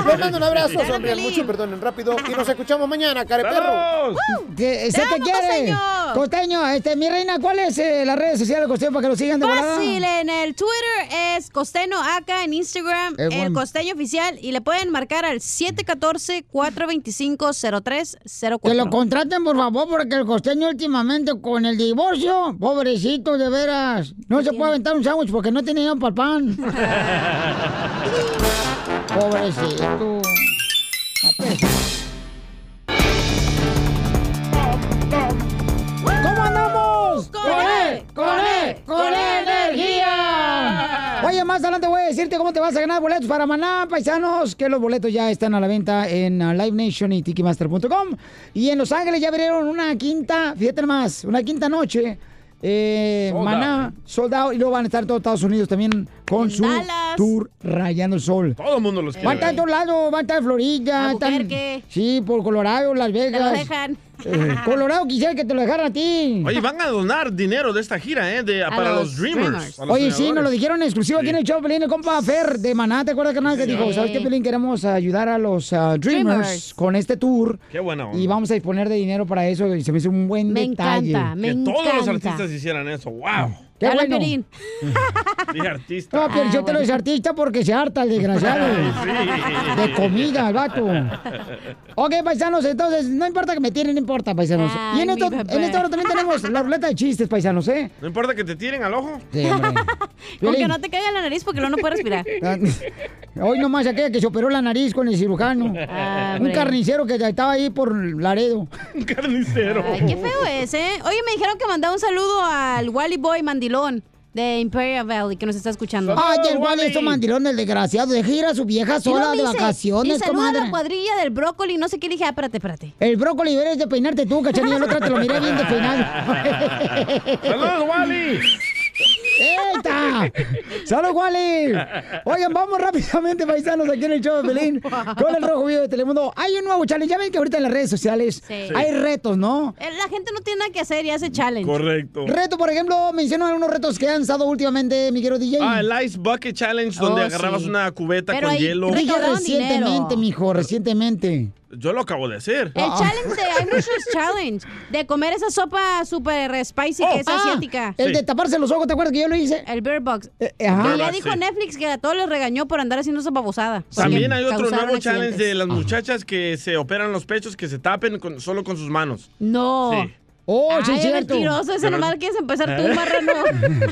[SPEAKER 13] Les mando un abrazo,
[SPEAKER 2] Dale,
[SPEAKER 13] sonrían
[SPEAKER 2] Piolín.
[SPEAKER 13] mucho, perdonen rápido. Y nos escuchamos mañana, careperro.
[SPEAKER 2] Te- eh, se te
[SPEAKER 13] amo,
[SPEAKER 2] quiere.
[SPEAKER 13] costeño!
[SPEAKER 2] Costeño, este, mi reina, ¿cuál es eh, las redes sociales, costeño, para que lo sigan de volada?
[SPEAKER 5] Fácil, eh. en el Twitter es Costeño Acá, en Instagram
[SPEAKER 2] Es
[SPEAKER 5] el
[SPEAKER 2] bueno.
[SPEAKER 5] Costeño Oficial y le pueden marcar al 714-425-0304.
[SPEAKER 2] Que lo contraten, por favor, porque el costeño últimamente con el divorcio, pobrecito, de veras. No se puede aventar un sándwich porque no tiene dinero para el pan. [LAUGHS] Pobrecito. ¿Cómo andamos?
[SPEAKER 4] ¡Con él! ¡Con él! ¡Con él, energía!
[SPEAKER 2] Oye, más adelante voy a decirte cómo te vas a ganar boletos para Maná, paisanos, que los boletos ya están a la venta en uh, Live Nation y Ticketmaster.com. Y en Los Ángeles ya abrieron una quinta, fíjate más, una quinta noche. eh,
[SPEAKER 4] Sold out.
[SPEAKER 2] Maná, soldado, y luego van a estar en todos Estados Unidos también con su
[SPEAKER 4] Dallas.
[SPEAKER 2] tour Rayando el Sol.
[SPEAKER 3] Todo el mundo los
[SPEAKER 2] Va a
[SPEAKER 3] quiere.
[SPEAKER 2] estar en
[SPEAKER 3] ver.
[SPEAKER 2] todos lados, va a estar en Florida. están- sí, por Colorado, Las Vegas.
[SPEAKER 5] dejan.
[SPEAKER 2] Eh, Colorado quisiera que te lo dejaran a ti.
[SPEAKER 3] Oye, van a donar dinero de esta gira, ¿eh? De-
[SPEAKER 2] A
[SPEAKER 3] para
[SPEAKER 2] los
[SPEAKER 3] los, Dreamers.
[SPEAKER 2] Dreamers.
[SPEAKER 3] a los
[SPEAKER 2] Oye, sí, nos lo
[SPEAKER 3] soñadores.
[SPEAKER 2] dijeron en exclusivo aquí en el show, Pelín, el compa Fer de Maná, ¿te acuerdas, carnal? Que
[SPEAKER 3] Sí,
[SPEAKER 2] dijo,
[SPEAKER 3] señor.
[SPEAKER 2] ¿sabes qué, Pelín? Queremos ayudar a los ah, dreamers,
[SPEAKER 3] Dreamers.
[SPEAKER 2] con este tour.
[SPEAKER 3] Qué buena onda.
[SPEAKER 2] Y vamos a disponer de dinero para eso y se me hizo un buen detalle.
[SPEAKER 3] que todos los artistas hicieran eso. ¡Wow!
[SPEAKER 2] Que Qué Ah,
[SPEAKER 5] Habla
[SPEAKER 2] bueno.
[SPEAKER 5] Piolín.
[SPEAKER 3] Dije artista.
[SPEAKER 2] No, pero yo te lo es artista porque se harta el desgraciado.
[SPEAKER 3] Ay, [LAUGHS] sí.
[SPEAKER 2] De comida, el vato. Ok, paisanos, entonces, no importa que me tiren, no importa, paisanos.
[SPEAKER 3] Ay,
[SPEAKER 2] y en, esto,
[SPEAKER 3] mi bebé.
[SPEAKER 2] en esta hora también tenemos la ruleta de chistes, paisanos, ¿eh?
[SPEAKER 3] No importa que te tiren al ojo.
[SPEAKER 2] Sí, hombre.
[SPEAKER 5] [LAUGHS]
[SPEAKER 2] Ah,
[SPEAKER 5] Con que
[SPEAKER 2] Piolín.
[SPEAKER 5] no te caiga en la nariz porque luego no
[SPEAKER 2] [LAUGHS]
[SPEAKER 5] puedes respirar.
[SPEAKER 2] Hoy nomás aquella que se operó la nariz con el cirujano.
[SPEAKER 5] Ah,
[SPEAKER 2] un
[SPEAKER 5] hombre.
[SPEAKER 2] carnicero que estaba ahí por Laredo.
[SPEAKER 3] Un carnicero.
[SPEAKER 5] Ay, qué feo es, ¿eh? Oye, me dijeron que mandaba un saludo al Wally Boy Mandilón de Imperial Valley que nos está escuchando.
[SPEAKER 2] Ay, el cual es un mandilón, el desgraciado. Deja ir a su vieja
[SPEAKER 5] Y luego
[SPEAKER 2] sola
[SPEAKER 5] me
[SPEAKER 2] de
[SPEAKER 5] dice,
[SPEAKER 2] vacaciones,
[SPEAKER 5] y saluda a
[SPEAKER 2] comadre.
[SPEAKER 5] la cuadrilla del brócoli, no sé qué. Le dije, ah, espérate, espérate.
[SPEAKER 2] El brócoli deberías de peinarte tú, cachanilla. La otra te lo miré bien de
[SPEAKER 3] [LAUGHS]
[SPEAKER 2] peinado.
[SPEAKER 4] ¡Saludos, Wally!
[SPEAKER 2] ¡Eta! ¡Salud, Wally! Oigan, vamos rápidamente, paisanos, aquí en el show de Pelín. Con el Rojo Vivo de Telemundo. Hay un nuevo challenge. Ya ven que ahorita en las redes sociales
[SPEAKER 5] Sí.
[SPEAKER 2] hay retos, ¿no?
[SPEAKER 5] Eh, La gente no tiene nada que hacer y hace challenge.
[SPEAKER 3] Correcto.
[SPEAKER 2] Reto, por ejemplo, menciona algunos retos que han lanzado últimamente, mi querido DJ.
[SPEAKER 3] Ah, el Ice Bucket Challenge, donde
[SPEAKER 2] Oh,
[SPEAKER 3] agarrabas
[SPEAKER 2] sí.
[SPEAKER 3] una cubeta
[SPEAKER 2] Pero
[SPEAKER 3] con
[SPEAKER 2] ahí
[SPEAKER 3] hielo.
[SPEAKER 2] Dije recientemente, mijo, recientemente. Ah.
[SPEAKER 3] Yo lo acabo de decir.
[SPEAKER 5] El challenge de,
[SPEAKER 2] [LAUGHS]
[SPEAKER 5] hay muchos challenge de comer esa sopa super spicy que es
[SPEAKER 2] Ah,
[SPEAKER 5] asiática.
[SPEAKER 2] el de taparse los ojos, ¿te acuerdas que yo lo hice? Eh,
[SPEAKER 5] El Bird Box.
[SPEAKER 2] ajá.
[SPEAKER 5] Y
[SPEAKER 2] Bird
[SPEAKER 5] ya
[SPEAKER 2] Box,
[SPEAKER 5] dijo
[SPEAKER 2] sí.
[SPEAKER 5] Netflix que a todos les regañó por andar haciendo esa babosada. porque
[SPEAKER 3] También hay otro
[SPEAKER 5] causaron
[SPEAKER 3] nuevo
[SPEAKER 5] accidentes.
[SPEAKER 3] challenge de las muchachas que se operan los pechos, que se tapen con- solo con sus manos.
[SPEAKER 5] No.
[SPEAKER 3] Sí.
[SPEAKER 2] Oh, sí,
[SPEAKER 5] Ay,
[SPEAKER 2] es
[SPEAKER 5] eres
[SPEAKER 2] cierto.
[SPEAKER 5] mentiroso, ese
[SPEAKER 2] Pero-
[SPEAKER 5] nomás [LAUGHS] quieres empezar tú, marrano.
[SPEAKER 2] Eh.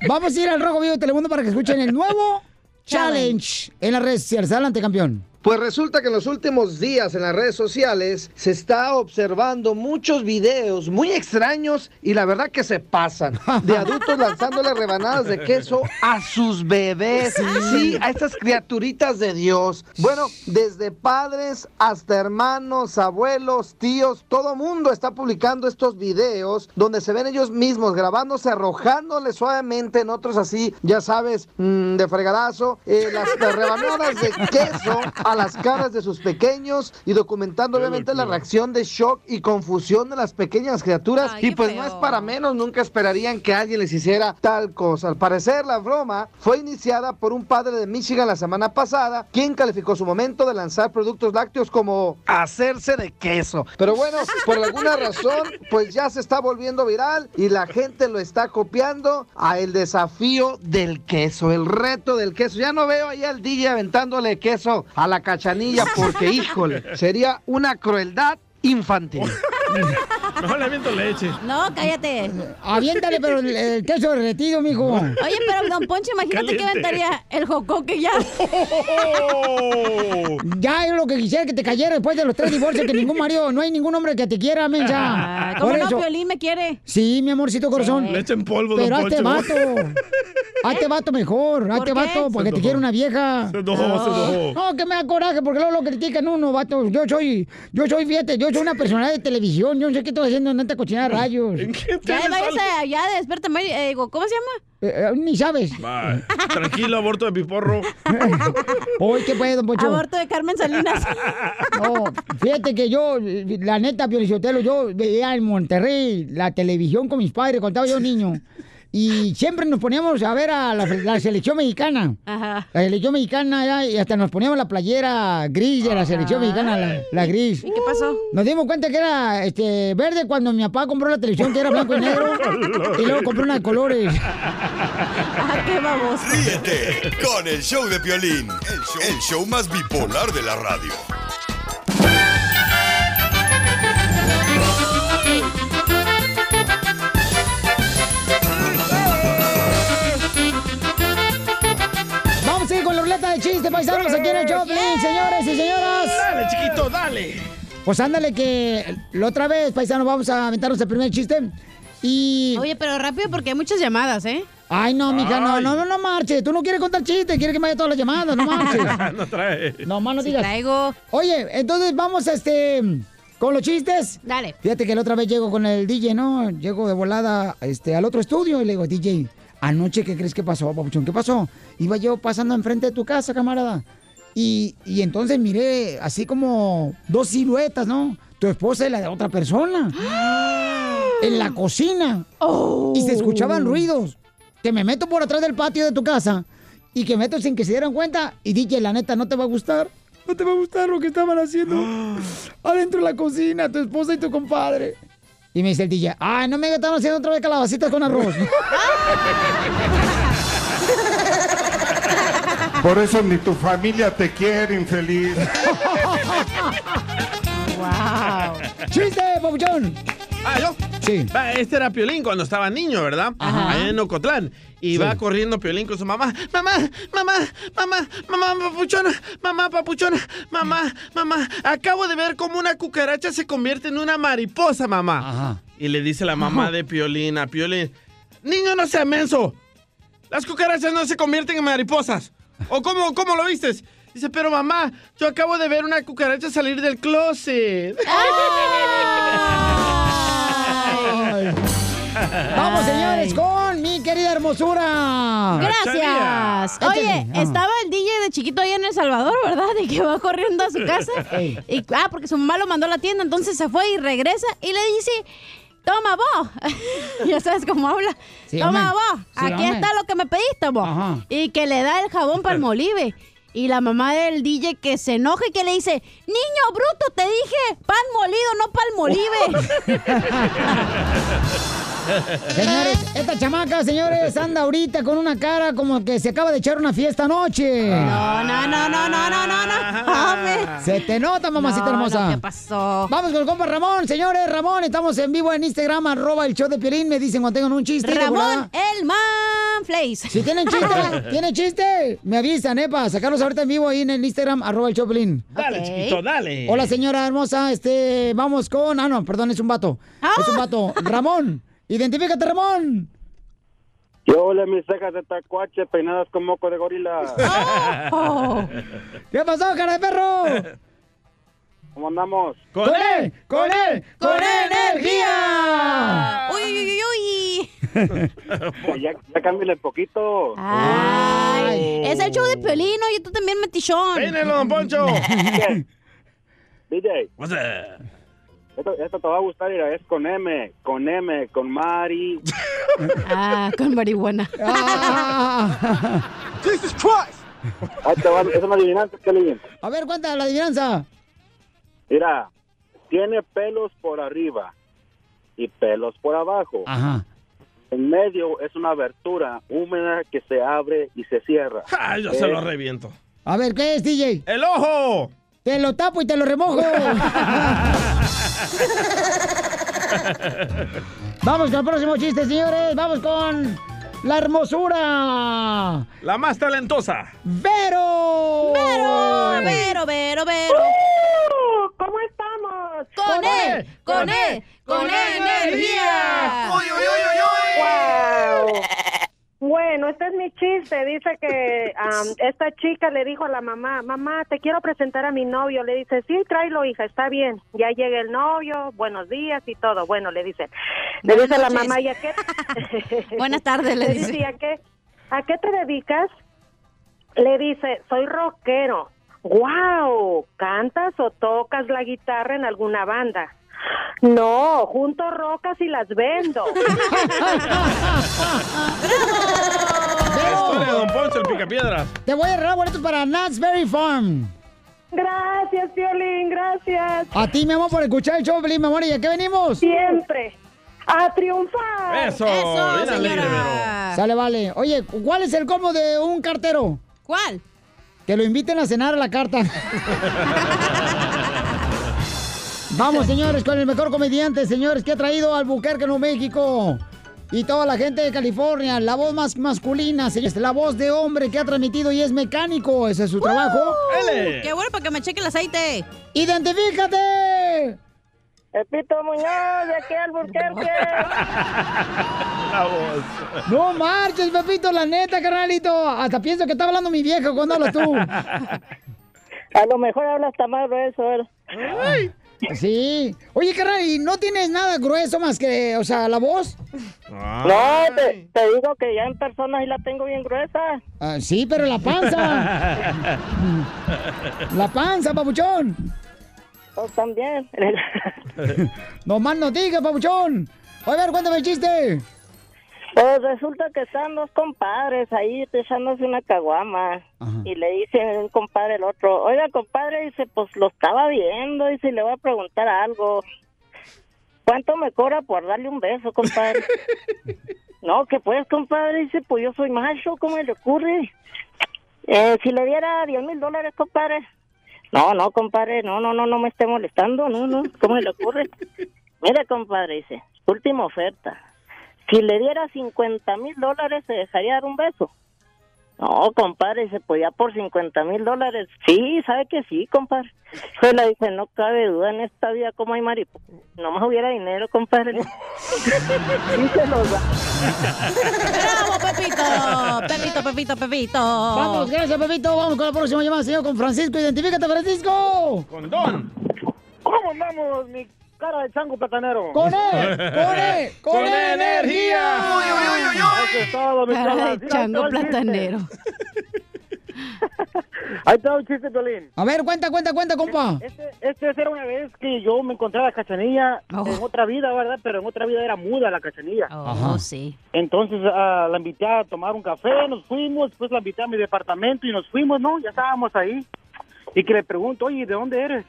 [SPEAKER 2] [LAUGHS] Vamos a ir al Rojo Vivo de Telemundo para que escuchen el nuevo challenge en las redes sociales. Adelante, campeón.
[SPEAKER 6] Pues resulta que en los últimos días en las redes sociales se está observando muchos videos muy extraños y la verdad que se pasan
[SPEAKER 2] [LAUGHS]
[SPEAKER 6] de adultos lanzándole rebanadas de queso a sus bebés, sí, a estas criaturitas de Dios. Bueno, desde padres hasta hermanos, abuelos, tíos, todo mundo está publicando estos videos donde se ven ellos mismos grabándose, arrojándole suavemente en otros así, ya sabes, mm, de fregadazo, eh, las, las rebanadas de queso a las caras de sus pequeños y documentando obviamente la reacción de shock y confusión de las pequeñas criaturas. y pues no es para menos, nunca esperarían que alguien les hiciera tal cosa. Al parecer la broma fue iniciada por un padre de Michigan la semana pasada, quien calificó su momento de lanzar productos lácteos como hacerse de queso. Pero bueno, por alguna razón, pues ya se está volviendo viral y la gente lo está copiando a el desafío del queso, el reto del queso. Ya no veo ahí al DJ aventándole queso a la cachanilla porque, híjole, sería una crueldad infantil.
[SPEAKER 3] [LAUGHS] Mejor le aviento leche.
[SPEAKER 5] No, cállate.
[SPEAKER 2] Aviéntale, pero el, el queso derretido, mijo.
[SPEAKER 5] Oye, pero Don Poncho, imagínate
[SPEAKER 2] Caliente.
[SPEAKER 5] que aventaría el jocó que
[SPEAKER 3] [LAUGHS]
[SPEAKER 5] ya.
[SPEAKER 2] Ya es lo que quisiera que te cayera después de los tres divorcios, que ningún marido, no hay ningún hombre que te quiera, men, ya.
[SPEAKER 5] Ah, ¿Cómo
[SPEAKER 2] Por
[SPEAKER 5] no?
[SPEAKER 2] eso.
[SPEAKER 5] Piolín me quiere.
[SPEAKER 2] Sí, mi amorcito corazón.
[SPEAKER 3] Leche en polvo,
[SPEAKER 2] Pero
[SPEAKER 3] don
[SPEAKER 2] a este vato.
[SPEAKER 3] Poncho.
[SPEAKER 2] A
[SPEAKER 5] ¿Eh?
[SPEAKER 2] este vato mejor. A
[SPEAKER 3] ¿Por
[SPEAKER 2] este
[SPEAKER 3] qué?
[SPEAKER 2] vato,
[SPEAKER 3] Se
[SPEAKER 2] porque te
[SPEAKER 3] enojó.
[SPEAKER 2] quiere una vieja.
[SPEAKER 3] Se enojó, se enojó.
[SPEAKER 2] No, que me da coraje, porque luego lo critican uno, vato. Yo soy, yo soy, fíjate, yo soy una personalidad de televisión. Yo no sé qué estoy haciendo en esta cochinada de rayos.
[SPEAKER 5] Ya vayas allá, despiértame. eh, digo, ¿Cómo se llama?
[SPEAKER 2] Eh, eh, ni sabes.
[SPEAKER 3] Va, Tranquilo, aborto de piporro.
[SPEAKER 2] Eh, Hoy qué puedo, don Poncho.
[SPEAKER 5] Aborto de Carmen [LAUGHS] Salinas.
[SPEAKER 2] No, fíjate que yo, la neta, Piolichotelo, yo veía en Monterrey la televisión con mis padres cuando estaba yo niño. Y siempre nos poníamos a ver a la, la selección mexicana.
[SPEAKER 5] Ajá.
[SPEAKER 2] La selección mexicana, ya, y hasta nos poníamos la playera gris de la selección mexicana, la, la gris.
[SPEAKER 5] ¿Y qué pasó?
[SPEAKER 2] Nos dimos cuenta que era este, verde cuando mi papá compró la televisión, que era blanco y negro. y luego compró una de colores.
[SPEAKER 5] qué vamos.
[SPEAKER 7] Ríete con el show de Piolín, el show, el show más bipolar de la radio.
[SPEAKER 2] Vamos a ir con la ruleta de chiste, paisanos, aquí en el shopping, señores y señoras.
[SPEAKER 3] Dale, chiquito, dale.
[SPEAKER 2] Pues ándale que la otra vez, paisanos, vamos a aventarnos el primer chiste. Y...
[SPEAKER 5] Oye, pero rápido porque hay muchas llamadas, ¿eh?
[SPEAKER 2] Ay, no, mija, no,
[SPEAKER 5] Ay.
[SPEAKER 2] no, no, no marches. Tú no quieres contar chistes, quieres que me haya todas las llamadas, no marches.
[SPEAKER 3] [LAUGHS]
[SPEAKER 9] [LAUGHS]
[SPEAKER 3] no trae.
[SPEAKER 2] No, más no
[SPEAKER 5] Sí
[SPEAKER 2] digas.
[SPEAKER 5] traigo.
[SPEAKER 2] Oye, entonces vamos este con los chistes.
[SPEAKER 5] Dale.
[SPEAKER 2] Fíjate que la otra vez llego con el DJ, ¿no? Llego de volada este, al otro estudio y le digo, DJ, anoche, ¿qué crees que pasó, papuchón? ¿Qué pasó? Iba yo pasando enfrente de tu casa, camarada. Y, y entonces miré así como dos siluetas, ¿no? Tu esposa y la de otra persona.
[SPEAKER 5] ¡Ah!
[SPEAKER 2] En la cocina. Y se escuchaban ruidos. Que me meto por atrás del patio de tu casa y que meto sin que se dieran cuenta. Y DJ, la neta, no te va a gustar. No [GASPS] te va a gustar lo que estaban haciendo adentro de la cocina, tu esposa y tu compadre. Y me dice el DJ, ay, no me están haciendo otra vez calabacitas con arroz. [LAUGHS]
[SPEAKER 8] Por eso ni tu familia te quiere,
[SPEAKER 2] [LAUGHS]
[SPEAKER 8] infeliz.
[SPEAKER 2] ¡Wow! ¡Chiste, papuchón!
[SPEAKER 3] Ah, ¿yo?
[SPEAKER 2] Sí.
[SPEAKER 3] Este era Piolín cuando estaba niño, ¿verdad? Allá en Ocotlán. Y va corriendo Piolín con su mamá. Mamá, mamá, mamá, mamá, papuchona, mamá, papuchona, mamá, mamá. Acabo de ver cómo una cucaracha se convierte en una mariposa, mamá. Y le dice la mamá de Piolín a Piolín. Niño, no sea menso. Las cucarachas no se convierten en mariposas. ¿O cómo, cómo lo vistes? Dice, pero mamá, yo acabo de ver una cucaracha salir del closet.
[SPEAKER 2] Vamos, señores, con mi querida hermosura.
[SPEAKER 5] Gracias. Oye,
[SPEAKER 2] Échale. Ajá.
[SPEAKER 5] estaba el DJ de chiquito ahí en El Salvador, ¿verdad? [LAUGHS] De que va corriendo a su casa.
[SPEAKER 2] Ey.
[SPEAKER 5] Y, ah, porque su mamá lo mandó a la tienda, entonces se fue y regresa y le dice, toma vos. [LAUGHS] ya sabes cómo habla.
[SPEAKER 14] Sí,
[SPEAKER 5] toma
[SPEAKER 14] hombre.
[SPEAKER 5] vos,
[SPEAKER 14] Sí,
[SPEAKER 5] aquí
[SPEAKER 14] hombre.
[SPEAKER 5] está lo que me pediste vos. Y que le da el jabón para el molive. Y la mamá del DJ que se enoja y que le dice, niño bruto, te dije, pan molido, no pan molive.
[SPEAKER 2] Señores, esta chamaca, señores, anda ahorita con una cara como que se acaba de echar una fiesta anoche.
[SPEAKER 5] No, [LAUGHS] no, no, no, no, no, no, no.
[SPEAKER 2] Se te nota, mamacita
[SPEAKER 5] Ah. No, no,
[SPEAKER 2] hermosa.
[SPEAKER 5] ¿qué pasó?
[SPEAKER 2] Vamos con el compa Ramón, señores. Ramón, estamos en vivo en Instagram, arroba el show de Piolín. Me dicen cuando tengan un chiste. de
[SPEAKER 5] Ramón,
[SPEAKER 2] volada.
[SPEAKER 5] el man place.
[SPEAKER 2] Si tienen
[SPEAKER 5] [LAUGHS]
[SPEAKER 2] chiste, tienen chiste, me avisan, eh, para sacarlos ahorita en vivo ahí en el Instagram, arroba el Choplin.
[SPEAKER 3] Dale, Ok. chiquito, dale.
[SPEAKER 2] Hola, señora hermosa, este, vamos con, ah, no, perdón, es un vato,
[SPEAKER 5] Ah.
[SPEAKER 2] es un vato. Ramón, identifícate, Ramón.
[SPEAKER 10] Yo le mis cejas de tacuache peinadas con moco de gorila.
[SPEAKER 2] [LAUGHS]
[SPEAKER 3] ¡Oh!
[SPEAKER 2] ¿Qué pasó, cara de perro?
[SPEAKER 10] ¿Cómo andamos?
[SPEAKER 2] ¡Con
[SPEAKER 3] E,
[SPEAKER 2] él! ¡Con él! ¡Con energía!
[SPEAKER 5] Uy, uy, uy, uy.
[SPEAKER 10] ya ya cámbiale poquito.
[SPEAKER 2] Ah.
[SPEAKER 5] Ay, es el show de Piolín, oye, tú también metichón.
[SPEAKER 10] Peínelo, don Poncho. DJ,
[SPEAKER 3] What's up?
[SPEAKER 10] esto, esto te va a gustar, mira, es con M, con M, con Mari.
[SPEAKER 5] [LAUGHS] ah, con marihuana.
[SPEAKER 10] Jesus Christ. Ahí te va, es una adivinanza, Kelly.
[SPEAKER 2] A ver, cuenta la adivinanza.
[SPEAKER 10] Mira, tiene pelos por arriba y pelos por abajo.
[SPEAKER 2] Ajá.
[SPEAKER 10] En medio es una abertura húmeda que se abre y se cierra.
[SPEAKER 3] Ah, yo se
[SPEAKER 15] Eh,
[SPEAKER 3] lo
[SPEAKER 2] [LAUGHS]
[SPEAKER 3] reviento.
[SPEAKER 2] A ver, ¿qué es, DJ?
[SPEAKER 3] ¡El ojo!
[SPEAKER 2] Te lo tapo y te lo
[SPEAKER 5] [LAUGHS]
[SPEAKER 2] remojo. Vamos con el próximo chiste, señores. Vamos con la hermosura.
[SPEAKER 3] La más talentosa.
[SPEAKER 2] ¡Vero!
[SPEAKER 5] Vero, Vero, Vero, Vero.
[SPEAKER 14] ¡Uh! ¿Cómo estamos?
[SPEAKER 5] Con él,
[SPEAKER 16] E,
[SPEAKER 5] con él, con E energía.
[SPEAKER 14] Uy, uy, uy, uy, uy.
[SPEAKER 16] Bueno, este es mi chiste. Dice que am, esta chica le dijo a la mamá, mamá, te quiero presentar a mi novio. Le dice, sí, tráelo, hija, está bien. Ya llega el novio, buenos días y todo. Bueno, le dice, le
[SPEAKER 5] Buenas
[SPEAKER 16] dice a la
[SPEAKER 5] noches.
[SPEAKER 16] mamá, ¿y a qué?
[SPEAKER 5] Buenas tardes, le dice.
[SPEAKER 16] "¿Y a qué, a qué te dedicas? Le dice, soy rockero. ¡Wow! ¿Cantas o tocas la guitarra en alguna banda? No, junto rocas y las vendo.
[SPEAKER 3] La historia de Don Poncho, el picapiedras.
[SPEAKER 2] Te voy a regalar boletos para Nutsberry Farm.
[SPEAKER 16] Gracias, Violín, gracias.
[SPEAKER 2] A ti, mi amor, por escuchar el show, Piolín, mi amor. ¿Y a qué venimos?
[SPEAKER 16] Siempre. ¡A triunfar!
[SPEAKER 3] Eso, Eso, bien alegre, señora.
[SPEAKER 2] Sale, vale. Oye, ¿cuál es el combo de un cartero?
[SPEAKER 5] ¿Cuál?
[SPEAKER 2] Que lo inviten a cenar a la carta. [LAUGHS] Vamos, señores, con el mejor comediante, señores, que ha traído al Buquerque, Nuevo México. Y toda la gente de California, la voz más masculina, señores, la voz de hombre que ha transmitido y es mecánico, ese es su trabajo.
[SPEAKER 5] Uh, ¡Qué bueno para que me cheque el aceite!
[SPEAKER 2] ¡Identifícate!
[SPEAKER 14] Pepito Muñoz, de aquí al
[SPEAKER 3] La voz.
[SPEAKER 2] [LAUGHS] No marches, Pepito, la neta, carnalito. Hasta pienso que está hablando mi vieja cuando hablas
[SPEAKER 14] [LAUGHS]
[SPEAKER 2] tú.
[SPEAKER 14] A lo mejor hablas tan mal grueso.
[SPEAKER 2] Sí. Oye, carnal, ¿y no tienes nada grueso más que, o sea, la voz?
[SPEAKER 14] No, te, te digo que ya en persona ahí la tengo bien gruesa.
[SPEAKER 2] Ah, sí, pero la panza.
[SPEAKER 14] [LAUGHS]
[SPEAKER 2] La panza, papuchón.
[SPEAKER 14] Pues también. [LAUGHS]
[SPEAKER 2] No más no digas, papuchón. Oye, a ver, cuéntame el chiste.
[SPEAKER 14] Pues resulta que están dos compadres ahí echándose una caguama. Y le dice un compadre al otro, oiga compadre, dice, pues lo estaba viendo, dice, le voy a preguntar algo. ¿Cuánto me cobra por darle un beso, compadre? no, que pues, compadre, dice, pues yo soy macho, ¿cómo le ocurre? Eh, si le diera 10 mil dólares, compadre. No, no, compadre, no, no, no, no me esté molestando, no, no, ¿cómo le ocurre? Mira, compadre, dice, última oferta. Si le diera 50 mil dólares, se dejaría dar un beso. No, compadre, dice, pues ya por 50 mil dólares. Sí, sabe que sí, compadre. Pues la dice, no cabe duda en esta vida como hay maripo. Nomás hubiera dinero, compadre. sí se los da.
[SPEAKER 5] ¡Bravo, Pepito! Pepito, Pepito, Pepito.
[SPEAKER 2] Vamos, gracias, Pepito. Vamos con la próxima llamada, señor, con Francisco. Identifícate, Francisco.
[SPEAKER 3] Con Don.
[SPEAKER 17] ¿Cómo andamos, mi cara de chango platanero?
[SPEAKER 2] Con él, con él, con Con él, energía. energía.
[SPEAKER 17] Eso es todo, mi
[SPEAKER 5] Cara
[SPEAKER 17] cara.
[SPEAKER 5] de
[SPEAKER 17] Mira, ahí te va
[SPEAKER 5] chango
[SPEAKER 17] el chiste.
[SPEAKER 5] platanero.
[SPEAKER 17] [LAUGHS] Ahí está un chiste, Piolín.
[SPEAKER 2] A ver, cuenta, cuenta, cuenta, compa.
[SPEAKER 17] Este, este era una vez que yo me encontré a la cachanilla
[SPEAKER 2] Oh.
[SPEAKER 17] en otra vida, ¿verdad? Pero en otra vida era muda la cachanilla.
[SPEAKER 5] Oh, sí.
[SPEAKER 17] Entonces ah, la invité a tomar un café, nos fuimos, después la invité a mi departamento y nos fuimos, ¿no? Ya estábamos ahí. Y que le pregunto, oye, ¿de dónde eres?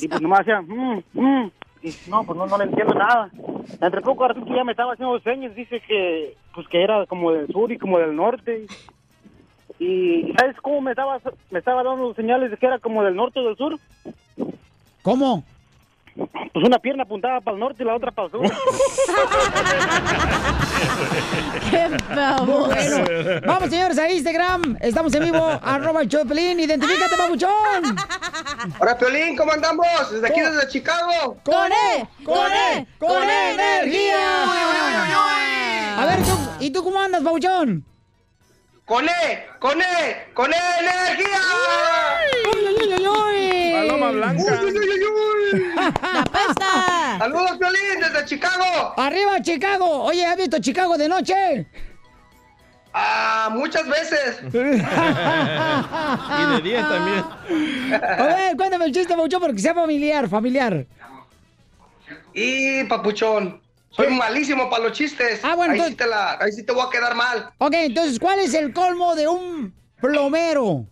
[SPEAKER 17] Y pues nomás decía, mm, mm. Y no, pues no, no le entiendo nada. Entre poco ahora que ya me estaba haciendo señas, dice que pues que era como del sur y como del norte. Y ¿sabes cómo me estaba, me estaba dando señales de que era como del norte o del sur?
[SPEAKER 2] ¿Cómo?
[SPEAKER 17] Pues una pierna apuntaba para el norte y la otra para el
[SPEAKER 5] [LAUGHS]
[SPEAKER 17] sur.
[SPEAKER 2] [LAUGHS]
[SPEAKER 5] ¡Qué
[SPEAKER 2] Bueno, vamos, señores, a Instagram. Estamos en vivo. [LAUGHS] Arroba el Choplin. Identifícate, papuchón.
[SPEAKER 9] Hola, Piolín, ¿cómo andamos? Desde aquí, desde Chicago.
[SPEAKER 2] ¡Con E! ¡Con E! ¡Con E energía! A ver, ¿tú, ¿y tú cómo andas, papuchón?
[SPEAKER 9] ¡Con E! ¡Con E! ¡Con E energía!
[SPEAKER 2] ¡Uy, uy, uy, uy!
[SPEAKER 9] Paloma
[SPEAKER 2] blanca.
[SPEAKER 9] ¡Uy, uy, uy, uy, uy! ¡La pesta! [LAUGHS] ¡Saludos, Piolín, desde
[SPEAKER 2] [LAUGHS]
[SPEAKER 9] Chicago!
[SPEAKER 2] ¡Arriba, Chicago! Oye, ¿has visto Chicago de noche?
[SPEAKER 9] ¡Ah, muchas
[SPEAKER 2] [LAUGHS]
[SPEAKER 9] veces!
[SPEAKER 3] y de 10 también.
[SPEAKER 2] A ver, cuéntame el chiste, papuchón, porque sea familiar, familiar.
[SPEAKER 9] Y, papuchón, soy
[SPEAKER 2] Sí.
[SPEAKER 9] malísimo para los chistes.
[SPEAKER 2] Ah, bueno,
[SPEAKER 9] ahí,
[SPEAKER 2] entonces-
[SPEAKER 9] sí te la- ahí sí te voy a quedar mal.
[SPEAKER 2] Ok, entonces, ¿cuál es el colmo de un plomero?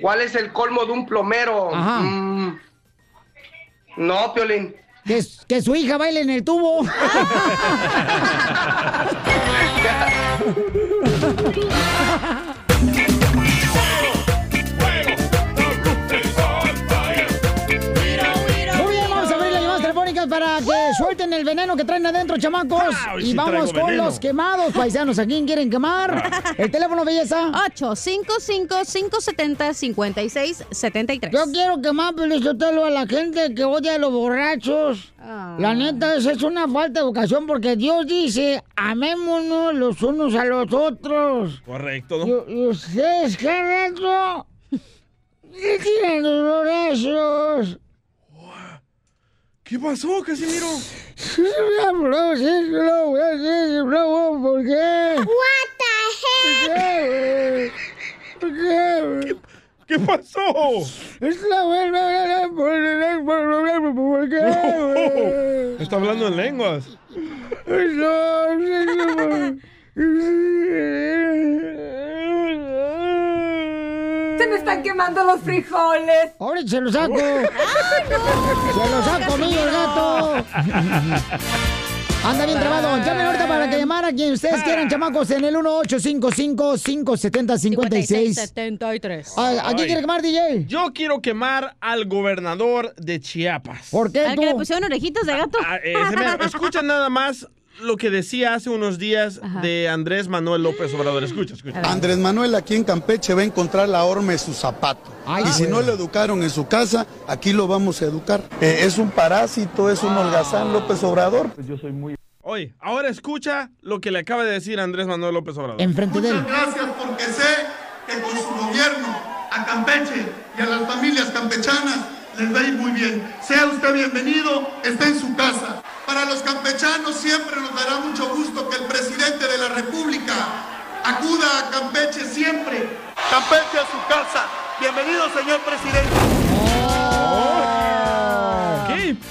[SPEAKER 9] ¿Cuál es el colmo de un plomero?
[SPEAKER 2] Ajá.
[SPEAKER 9] Mm, no, Piolín.
[SPEAKER 2] Que, que su hija baile en el tubo. Muy bien, vamos a abrir las llamadas telefónicas para que suelten el veneno que traen adentro, chamacos.
[SPEAKER 18] Ah, hoy
[SPEAKER 2] Y
[SPEAKER 18] sí
[SPEAKER 2] vamos
[SPEAKER 18] traigo
[SPEAKER 2] con
[SPEAKER 18] veneno.
[SPEAKER 2] los quemados, paisanos. ¿A quién quieren quemar?
[SPEAKER 5] [LAUGHS]
[SPEAKER 2] El teléfono, belleza.
[SPEAKER 5] 855-570-5673.
[SPEAKER 2] Yo quiero quemar, Pelizotelo, a la gente que odia a los borrachos. La neta, esa es una falta de vocación porque Dios dice, amémonos los unos a los otros.
[SPEAKER 3] Correcto.
[SPEAKER 2] Y, y ustedes, qué rato, ¿qué tienen los borrachos?
[SPEAKER 3] ¿Qué pasó, Casimiro?
[SPEAKER 2] ¿Por qué? What the ¿Por qué?
[SPEAKER 3] ¿Qué pasó?
[SPEAKER 2] Es la buena, ¿por qué?
[SPEAKER 3] Está hablando en lenguas.
[SPEAKER 2] Se me están quemando los frijoles. Ahora se los saco. Se los ha comido el gato. Anda bien trabado. Llamen ahorita para que llamar a quien ustedes quieran, chamacos, en el 1855-570-56.
[SPEAKER 5] 73.
[SPEAKER 2] Ah, ¿A, a quién quiere quemar, DJ?
[SPEAKER 3] Yo quiero quemar al gobernador de Chiapas. Ah, eh,
[SPEAKER 2] ¿Por
[SPEAKER 5] Al que le pusieron orejitas de gato. [LAUGHS]
[SPEAKER 3] escucha nada más lo que decía hace unos días de Andrés Manuel López Obrador. Escucha, escucha.
[SPEAKER 19] Andrés Manuel aquí en Campeche va a encontrar la horma de su zapato. y si no lo educaron en su casa, aquí lo vamos a educar. Eh, es un parásito, es un holgazán López Obrador. Yo soy muy...
[SPEAKER 3] Oye, ahora escucha lo que le acaba de decir Andrés Manuel López Obrador.
[SPEAKER 2] Enfrente de él.
[SPEAKER 19] Gracias porque sé que con su gobierno a Campeche y a las familias campechanas les va a ir muy bien. Sea usted bienvenido, está en su casa. Para los campechanos siempre nos dará mucho gusto que el presidente de la República acuda a Campeche siempre. Campeche a su casa. Bienvenido, señor presidente.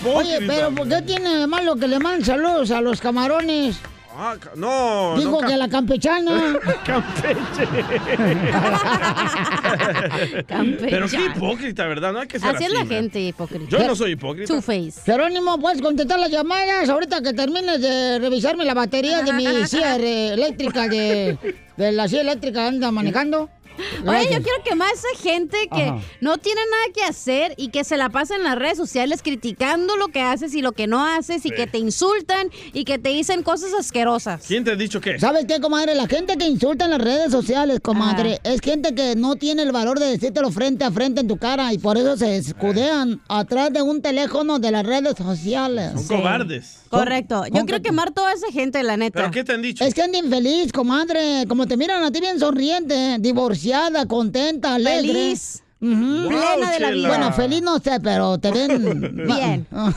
[SPEAKER 2] Oye, pero ¿por qué tiene de malo que le manden saludos a los camarones?
[SPEAKER 3] Ah, ca- no.
[SPEAKER 2] Digo
[SPEAKER 3] no, ca-
[SPEAKER 2] que la
[SPEAKER 3] [LAUGHS]
[SPEAKER 2] campechana. [LAUGHS]
[SPEAKER 5] [LAUGHS]
[SPEAKER 3] Pero qué hipócrita, ¿verdad? No hay que ser
[SPEAKER 5] Así es la
[SPEAKER 3] man.
[SPEAKER 5] gente hipócrita.
[SPEAKER 3] Yo no soy hipócrita.
[SPEAKER 5] Two face.
[SPEAKER 2] Jerónimo, puedes contestar las llamadas ahorita que termines de revisarme la batería
[SPEAKER 5] [LAUGHS]
[SPEAKER 2] de mi silla eh, eléctrica, de, de la silla eléctrica que anda manejando.
[SPEAKER 5] Oye, yo
[SPEAKER 2] Gracias.
[SPEAKER 5] quiero quemar a esa gente que
[SPEAKER 2] Ajá.
[SPEAKER 5] no tiene nada que hacer y que se la pasa en las redes sociales criticando lo que haces y lo que no haces y
[SPEAKER 3] Sí.
[SPEAKER 5] que te insultan y que te dicen cosas asquerosas.
[SPEAKER 3] ¿Quién te ha dicho qué?
[SPEAKER 2] ¿Sabes qué, comadre? La gente que insulta en las redes sociales, comadre, es gente que no tiene el valor de decírtelo frente a frente en tu cara y por eso se escudean atrás de un teléfono de las redes sociales.
[SPEAKER 3] Son cobardes.
[SPEAKER 5] Correcto. Yo quiero quemar toda esa gente, la neta.
[SPEAKER 3] ¿Pero qué te han dicho?
[SPEAKER 2] Es que anda infeliz, comadre. Como te miran a ti bien sonriente, divorciada, contenta, alegre.
[SPEAKER 5] Feliz.
[SPEAKER 2] Ujú. [LAUGHS]
[SPEAKER 5] Plena de la vida.
[SPEAKER 2] Bueno, feliz no sé, pero te
[SPEAKER 5] [LAUGHS]
[SPEAKER 2] ven... [LAUGHS]
[SPEAKER 5] Bien. Un-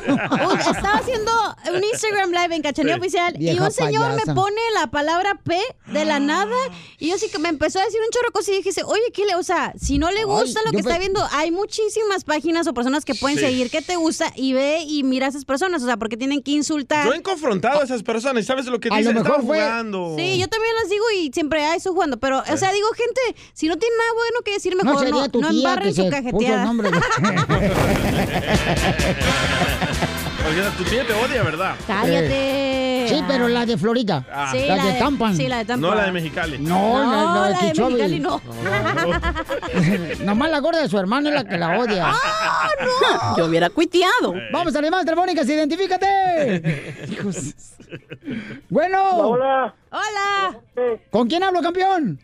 [SPEAKER 5] estaba haciendo un Instagram live en Cachanilla
[SPEAKER 2] Sí.
[SPEAKER 5] Oficial y
[SPEAKER 2] Vieja
[SPEAKER 5] un señor
[SPEAKER 2] payasa.
[SPEAKER 5] me pone la palabra P de la nada y yo sí que me empezó a decir un chorro de cosas y dije, oye, ¿qué le, o sea, si no le gusta lo
[SPEAKER 2] yo
[SPEAKER 5] que está
[SPEAKER 2] pe-
[SPEAKER 5] viendo, hay muchísimas páginas o personas que pueden
[SPEAKER 3] Sí.
[SPEAKER 5] seguir que te gusta y ve y mira a esas personas, o sea, porque tienen que insultar.
[SPEAKER 3] Yo he confrontado a esas personas y sabes lo que
[SPEAKER 5] A lo
[SPEAKER 3] dicen.
[SPEAKER 5] mejor
[SPEAKER 3] Estaba
[SPEAKER 5] fue-
[SPEAKER 3] jugando.
[SPEAKER 5] Sí, yo también las digo y siempre ah, eso jugando, pero o sea, digo, gente, si no tiene nada bueno que decir,
[SPEAKER 2] No
[SPEAKER 5] mejor
[SPEAKER 2] sería
[SPEAKER 5] no,
[SPEAKER 2] tu
[SPEAKER 5] no
[SPEAKER 2] tía que
[SPEAKER 5] embarren su
[SPEAKER 2] se puso el [LAUGHS]
[SPEAKER 5] cajeteada. [LAUGHS]
[SPEAKER 3] [LAUGHS]
[SPEAKER 2] nombre de-
[SPEAKER 3] Porque tu tía te odia, ¿verdad?
[SPEAKER 2] Eh.
[SPEAKER 5] Cállate.
[SPEAKER 2] Sí, pero la de Florida.
[SPEAKER 3] Ah.
[SPEAKER 5] Sí,
[SPEAKER 2] la,
[SPEAKER 5] la
[SPEAKER 2] de
[SPEAKER 5] de-
[SPEAKER 2] Tampa.
[SPEAKER 5] sí, la de Tampa.
[SPEAKER 3] No la de Mexicali.
[SPEAKER 2] No, la- la,
[SPEAKER 5] No,
[SPEAKER 2] de
[SPEAKER 5] la de
[SPEAKER 2] Kichobi.
[SPEAKER 5] Mexicali no.
[SPEAKER 2] [LAUGHS] Nomás la gorda de su hermano es la que la odia.
[SPEAKER 5] [LAUGHS]
[SPEAKER 2] ¡Ah, [LAUGHS]
[SPEAKER 5] no! Yo hubiera cuiteado.
[SPEAKER 2] Vamos a las llamadas telefónicas, identifícate. Bueno.
[SPEAKER 10] Hola.
[SPEAKER 5] Hola.
[SPEAKER 2] ¿Con quién hablo, campeón?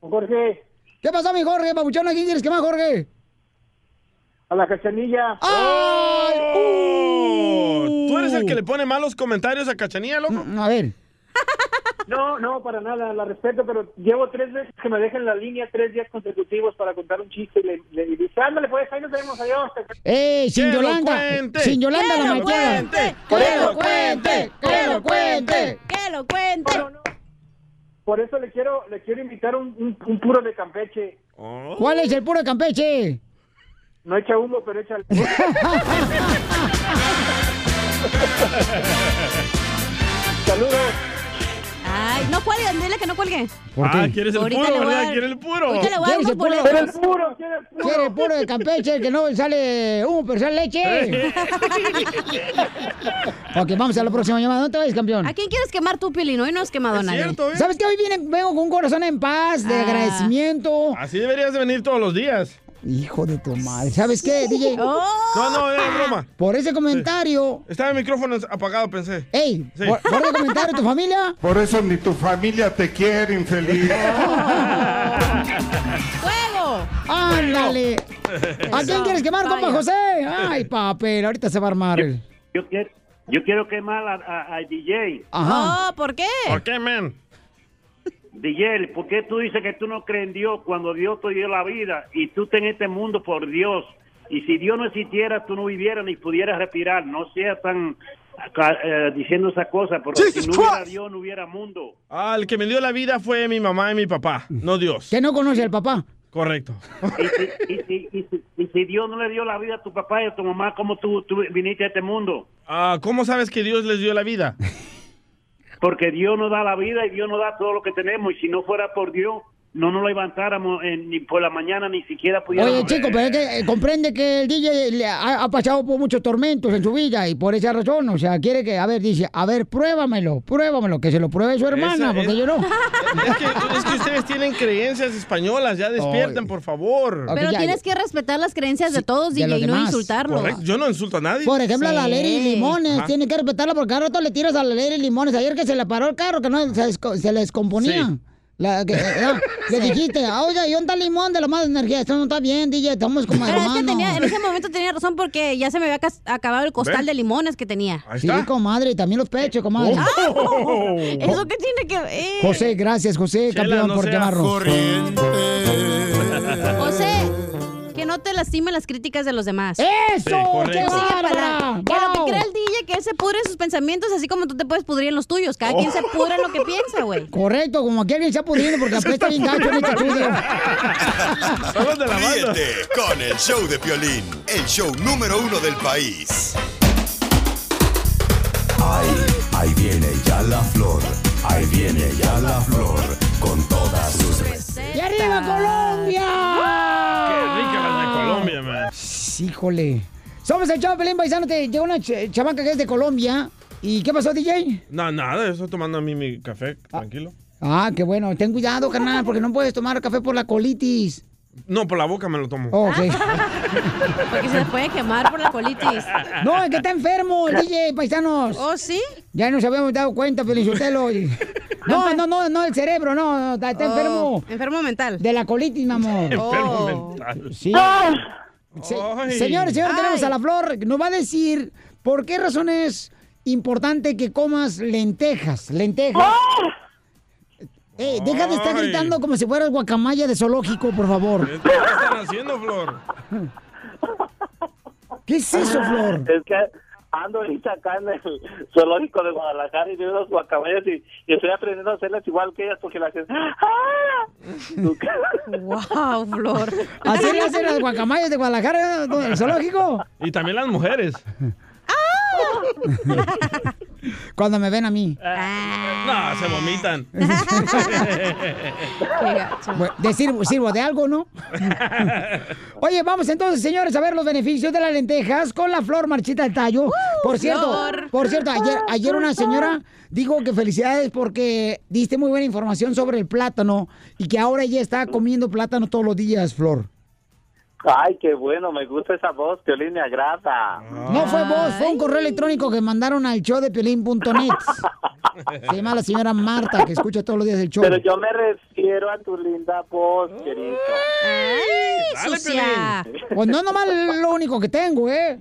[SPEAKER 10] Con Jorge.
[SPEAKER 2] ¿Qué pasó, mi Jorge? Papuchón, ¿a quién quieres que más, Jorge?
[SPEAKER 10] A la cachanilla.
[SPEAKER 2] ¡Ay!
[SPEAKER 3] Oh, ¿Tú eres el que le pone malos comentarios a Cachanía, loco?
[SPEAKER 2] Uh. A ver.
[SPEAKER 10] No, no, para nada, la respeto, pero llevo tres veces que me dejan la línea tres días consecutivos para contar un chiste y le, le dice, ándale pues, ahí nos vemos, adiós.
[SPEAKER 2] ¡Eh, sin
[SPEAKER 10] Que lo
[SPEAKER 2] Yolanda!
[SPEAKER 10] cuente.
[SPEAKER 2] ¡Sin Yolanda
[SPEAKER 10] Que
[SPEAKER 2] la
[SPEAKER 10] lo
[SPEAKER 2] malteada!
[SPEAKER 10] cuente.
[SPEAKER 2] ¡Que lo cuente! ¡Que lo cuente!
[SPEAKER 5] ¡Que lo cuente!
[SPEAKER 10] Por eso le quiero, le quiero invitar un, un, un puro de Campeche.
[SPEAKER 3] Oh.
[SPEAKER 2] ¿Cuál es el puro de Campeche?
[SPEAKER 10] No echa
[SPEAKER 2] [LAUGHS]
[SPEAKER 10] humo, pero echa... Saludos.
[SPEAKER 5] Ay, no cuelguen, dile que no cuelgue.
[SPEAKER 2] ¿Por qué?
[SPEAKER 3] Ah, ¿quieres el
[SPEAKER 5] Ahorita
[SPEAKER 3] puro,
[SPEAKER 5] le voy a
[SPEAKER 3] verdad?
[SPEAKER 5] dar-
[SPEAKER 3] ¿Quieres el puro?
[SPEAKER 5] Ahorita le voy a dar
[SPEAKER 2] ¿Quieres
[SPEAKER 5] unos
[SPEAKER 2] el puro?
[SPEAKER 5] boletos.
[SPEAKER 2] ¿Quieres el puro de Campeche que no sale humo, pero sale
[SPEAKER 3] [LAUGHS]
[SPEAKER 2] leche? ok, vamos a la próxima llamada. ¿Dónde te vas, campeón?
[SPEAKER 5] ¿A quién quieres quemar tú, Pilín? Hoy no has quemado a nadie.
[SPEAKER 3] ¿eh?
[SPEAKER 2] ¿Sabes qué? Hoy viene, vengo con un corazón en paz, de
[SPEAKER 5] Ah.
[SPEAKER 2] agradecimiento.
[SPEAKER 3] Así deberías de venir todos los días.
[SPEAKER 2] Hijo de tu madre. ¿Sabes qué, DJ?
[SPEAKER 5] Oh.
[SPEAKER 3] No, no, era broma.
[SPEAKER 2] Por ese comentario.
[SPEAKER 3] Estaba el micrófono apagado, pensé.
[SPEAKER 2] ¡Ey!
[SPEAKER 3] Sí.
[SPEAKER 2] Por, por el comentario, ¿tu familia?
[SPEAKER 8] Por eso ni tu familia te quiere, infeliz.
[SPEAKER 5] ¡Fuego!
[SPEAKER 2] ¡Ándale! [LAUGHS] ¿A quién
[SPEAKER 20] Eso.
[SPEAKER 2] quieres quemar, compa
[SPEAKER 20] Vaya.
[SPEAKER 2] José? ¡Ay, papel! Ahorita se va a armar el...
[SPEAKER 20] Yo quiero, yo quiero quemar a, a- al DJ.
[SPEAKER 2] Ajá.
[SPEAKER 5] No, ¿por qué?
[SPEAKER 3] ¿Por qué, man?
[SPEAKER 20] DJ, ¿por qué tú dices que tú no crees en Dios cuando Dios te dio la vida y tú estás en este mundo por Dios? Y si Dios no existiera, tú no vivieras ni pudieras respirar. No seas tan ca- eh, diciendo esas cosas, porque si no hubiera Dios, no hubiera mundo.
[SPEAKER 3] Ah, el que me dio la vida fue mi mamá y mi papá, no Dios.
[SPEAKER 2] Que no conoce al papá.
[SPEAKER 3] Correcto.
[SPEAKER 20] Y si, y si- y si Dios no le dio la vida a tu papá y a tu mamá, ¿cómo tú, tú viniste a este mundo?
[SPEAKER 3] Ah, ¿Cómo sabes que Dios les dio la vida?
[SPEAKER 20] Porque Dios nos da la vida y Dios nos da todo lo que tenemos. Y si no fuera por Dios, no nos levantáramos eh, ni por la mañana, ni siquiera pudiéramos.
[SPEAKER 2] Oye, chico, pero es que eh, comprende que el DJ le ha, ha pasado por muchos tormentos en su vida y por esa razón, o sea, quiere que, a ver, dice, a ver, pruébamelo, pruébamelo, que se lo pruebe su hermana,
[SPEAKER 3] Esa es-
[SPEAKER 2] porque yo
[SPEAKER 3] [LAUGHS]
[SPEAKER 2] no.
[SPEAKER 3] Es que, es que ustedes tienen creencias españolas, ya despierten, por favor.
[SPEAKER 5] Pero tienes que respetar las creencias de todos,
[SPEAKER 3] de
[SPEAKER 5] DJ,
[SPEAKER 3] los
[SPEAKER 5] y no
[SPEAKER 3] demás.
[SPEAKER 5] insultarlos.
[SPEAKER 3] Correcto, Yo no insulto a nadie.
[SPEAKER 2] Por ejemplo, a la Leri Limones,
[SPEAKER 3] Ajá.
[SPEAKER 2] tiene que respetarla porque cada rato le tiras a la Leri Limones. Ayer que se le paró el carro, que no se, desco- se le descomponía.
[SPEAKER 3] Sí.
[SPEAKER 2] La que- eh, ah,
[SPEAKER 5] [LAUGHS]
[SPEAKER 2] le dijiste, "Ah, oiga, ¿y dónde está el limón de la más energía? Esto no está bien, DJ, estamos como
[SPEAKER 5] Pero es que
[SPEAKER 2] hermanos.
[SPEAKER 5] tenía, en ese momento tenía razón porque ya se me había cas- acabado el costal
[SPEAKER 2] ¿Ven?
[SPEAKER 5] de limones que tenía.
[SPEAKER 2] Sí, comadre, y también los pechos, comadre.
[SPEAKER 5] ¡Au!
[SPEAKER 3] Oh.
[SPEAKER 5] ¿Eso qué tiene que ver?
[SPEAKER 2] [LAUGHS] José, gracias, José, campeón, por llamarnos.
[SPEAKER 5] José, que no te lastimen las críticas de los demás.
[SPEAKER 2] ¡Eso!
[SPEAKER 20] Sí, correcto.
[SPEAKER 5] Que siga
[SPEAKER 20] bárbara!
[SPEAKER 5] para adelante. Que lo que crea el DJ, que él se pudre en sus pensamientos, así como tú te puedes pudrir en los tuyos. Cada quien
[SPEAKER 3] Oh.
[SPEAKER 5] se pudre en lo que piensa, güey.
[SPEAKER 2] Correcto, como aquí alguien se ha pudriendo
[SPEAKER 3] [LAUGHS]
[SPEAKER 2] porque apesta bien gacho en este estudio.
[SPEAKER 7] Ríete con el show de Piolín, el show número uno del país.
[SPEAKER 21] Ahí viene ya
[SPEAKER 7] ya la flor. Ahí viene ya la flor con todas sus
[SPEAKER 2] ¡Y arriba Colombia!
[SPEAKER 3] Qué rica las de Colombia, man.
[SPEAKER 2] Híjole. Somos el Chavo Pelín Paisano. Te llegó una ch- chamaca que es de Colombia. ¿Y qué pasó, DJ?
[SPEAKER 3] No, nada, yo estoy tomando a mí mi café, tranquilo.
[SPEAKER 2] Ah, qué bueno. Ten cuidado, carnal, porque no puedes tomar café por la colitis.
[SPEAKER 3] No, por la boca me lo tomo.
[SPEAKER 2] Oh, ok.
[SPEAKER 5] Ah. Porque se puede quemar por la colitis.
[SPEAKER 2] No, es que está enfermo el DJ, paisanos.
[SPEAKER 5] ¿Oh, sí?
[SPEAKER 2] Ya nos habíamos dado cuenta,
[SPEAKER 5] [LAUGHS]
[SPEAKER 2] Pelizotelo. No, no, no, no, el cerebro, no, no, está, está
[SPEAKER 5] Oh,
[SPEAKER 2] enfermo.
[SPEAKER 5] Enfermo mental.
[SPEAKER 2] De la colitis, mi
[SPEAKER 5] [LAUGHS]
[SPEAKER 2] amor.
[SPEAKER 3] mental.
[SPEAKER 2] Oh. Sí. Se-
[SPEAKER 3] Ay.
[SPEAKER 2] señores, señores, tenemos
[SPEAKER 3] Ay.
[SPEAKER 2] a la flor. Nos va a decir por qué razón es importante que comas lentejas. Lentejas. Eh, deja de estar
[SPEAKER 3] Ay.
[SPEAKER 2] gritando como si fueras guacamaya de zoológico, por favor.
[SPEAKER 3] ¿Qué están haciendo, Flor?
[SPEAKER 2] ¿Qué es eso, Flor?
[SPEAKER 15] Es que ando ahorita acá en el zoológico de Guadalajara y veo los guacamayas y, y estoy aprendiendo a hacerlas igual que ellas porque las hacen. ¡Ah!
[SPEAKER 5] wow, Flor.
[SPEAKER 2] ¿Así le hacen las guacamayas de Guadalajara, ¿no? el zoológico?
[SPEAKER 3] Y también las mujeres.
[SPEAKER 2] Cuando me ven a mí.
[SPEAKER 3] No, se
[SPEAKER 2] [LAUGHS]
[SPEAKER 3] vomitan.
[SPEAKER 2] Bueno, de sirvo, sirvo de algo, ¿no? Oye, vamos entonces, señores, a ver los beneficios de las lentejas con la flor marchita del tallo. Por cierto,
[SPEAKER 5] Uh, Flor.
[SPEAKER 2] por cierto, ayer, ayer una señora dijo que felicidades porque diste muy buena información sobre el plátano y que ahora ella está comiendo plátano todos los días, Flor.
[SPEAKER 15] Ay, qué bueno, me gusta esa voz, Piolín, me agrada.
[SPEAKER 2] Ah. No fue vos, fue un correo electrónico que mandaron al show de
[SPEAKER 5] [LAUGHS]
[SPEAKER 2] piolín.net. Se llama la señora Marta, que escucha todos los días el show.
[SPEAKER 15] Pero yo me refiero a tu linda voz, querido.
[SPEAKER 5] Dale, sucia. Piolín.
[SPEAKER 2] Pues no nomás lo único que tengo, ¿eh?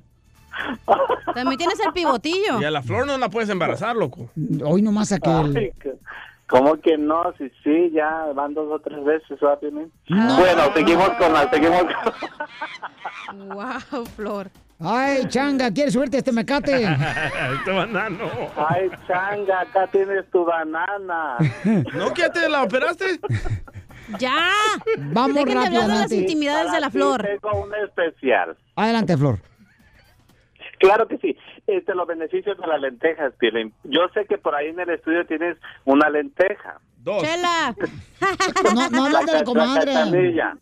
[SPEAKER 5] También tienes el pivotillo.
[SPEAKER 3] Y a la Flor no la puedes embarazar, loco.
[SPEAKER 2] Hoy nomás aquel.
[SPEAKER 15] Ay, que- ¿Cómo que no? Sí, sí, ya van dos o tres veces, ¿verdad, Piolín?
[SPEAKER 2] No.
[SPEAKER 15] Bueno, seguimos con la, seguimos con...
[SPEAKER 5] Wow, Flor.
[SPEAKER 2] Ay, changa, ¿quieres subirte a este [LAUGHS] mecate?
[SPEAKER 3] este banano.
[SPEAKER 15] Ay, changa, acá tienes tu banana.
[SPEAKER 3] ¿No que te la operaste?
[SPEAKER 5] ¡Ya!
[SPEAKER 2] Vamos
[SPEAKER 5] Dejen de hablar de las
[SPEAKER 2] rápidamente.
[SPEAKER 5] intimidades de la
[SPEAKER 15] Para ti
[SPEAKER 5] Flor.
[SPEAKER 15] Tengo un especial.
[SPEAKER 2] Adelante, Flor.
[SPEAKER 15] Claro que sí. Este, los beneficios de las lentejas, Piolín. Yo sé que por ahí en el estudio tienes una lenteja.
[SPEAKER 3] Dos.
[SPEAKER 5] Chela.
[SPEAKER 2] No, no hablas de la comadre.
[SPEAKER 15] Catanilla.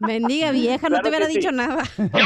[SPEAKER 5] Bendiga vieja, no
[SPEAKER 15] Claro
[SPEAKER 5] te hubiera
[SPEAKER 15] que
[SPEAKER 5] dicho
[SPEAKER 15] sí.
[SPEAKER 5] nada.
[SPEAKER 15] [LAUGHS]